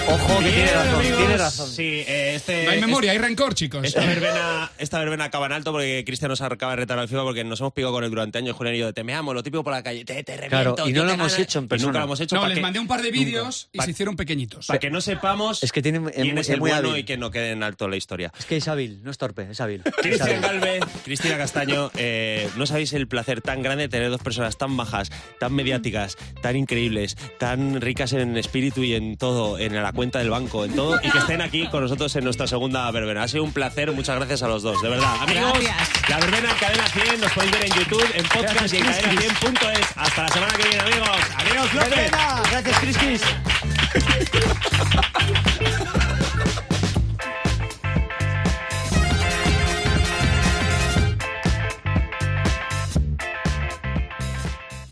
Speaker 2: Ojo,
Speaker 1: Bien,
Speaker 3: tienes
Speaker 1: amigos. Sí, eh, este,
Speaker 3: No hay memoria, hay
Speaker 1: este-
Speaker 3: rencor, chicos.
Speaker 1: Esta verbena, esta verbena acaba en alto porque Cristian nos acaba de retar al FIFA porque nos hemos picado con él durante años, Julián y yo, de te me amo, lo típico por la calle, te, te reviento.
Speaker 2: Claro, y
Speaker 1: yo
Speaker 2: no lo
Speaker 1: te
Speaker 2: hemos
Speaker 1: gano".
Speaker 2: hecho en
Speaker 1: Y
Speaker 2: persona.
Speaker 1: Nunca lo hemos hecho.
Speaker 3: No,
Speaker 1: pa'
Speaker 3: les
Speaker 1: que-
Speaker 3: mandé un par de vídeos y se hicieron pequeñitos.
Speaker 1: Para que no sepamos
Speaker 2: Es que tiene, es
Speaker 1: quién
Speaker 2: muy-
Speaker 1: es,
Speaker 2: es
Speaker 1: el
Speaker 2: muy
Speaker 1: bueno
Speaker 2: hábil.
Speaker 1: y quién no quede en alto la historia.
Speaker 2: Es que es hábil, no es torpe, es hábil. Es
Speaker 1: Cristian
Speaker 2: hábil.
Speaker 1: Galvez, Cristina Castaño, eh, no sabéis el placer tan grande de tener dos personas tan bajas, tan mediáticas, tan increíbles, tan ricas en espíritu y en todo, en la cuenta del banco, en todo, y que estén aquí con nosotros en nuestra segunda verbena. Ha sido un placer, muchas gracias a los dos, de verdad. Amigos,
Speaker 5: Gracias.
Speaker 1: la verbena en Cadena 100, nos podéis ver en YouTube, en podcast
Speaker 2: Gracias,
Speaker 1: y en
Speaker 2: Cris,
Speaker 1: cadena100.es. Hasta la semana que viene, amigos. Adiós, López.
Speaker 2: Verbena, Gracias, Criskis.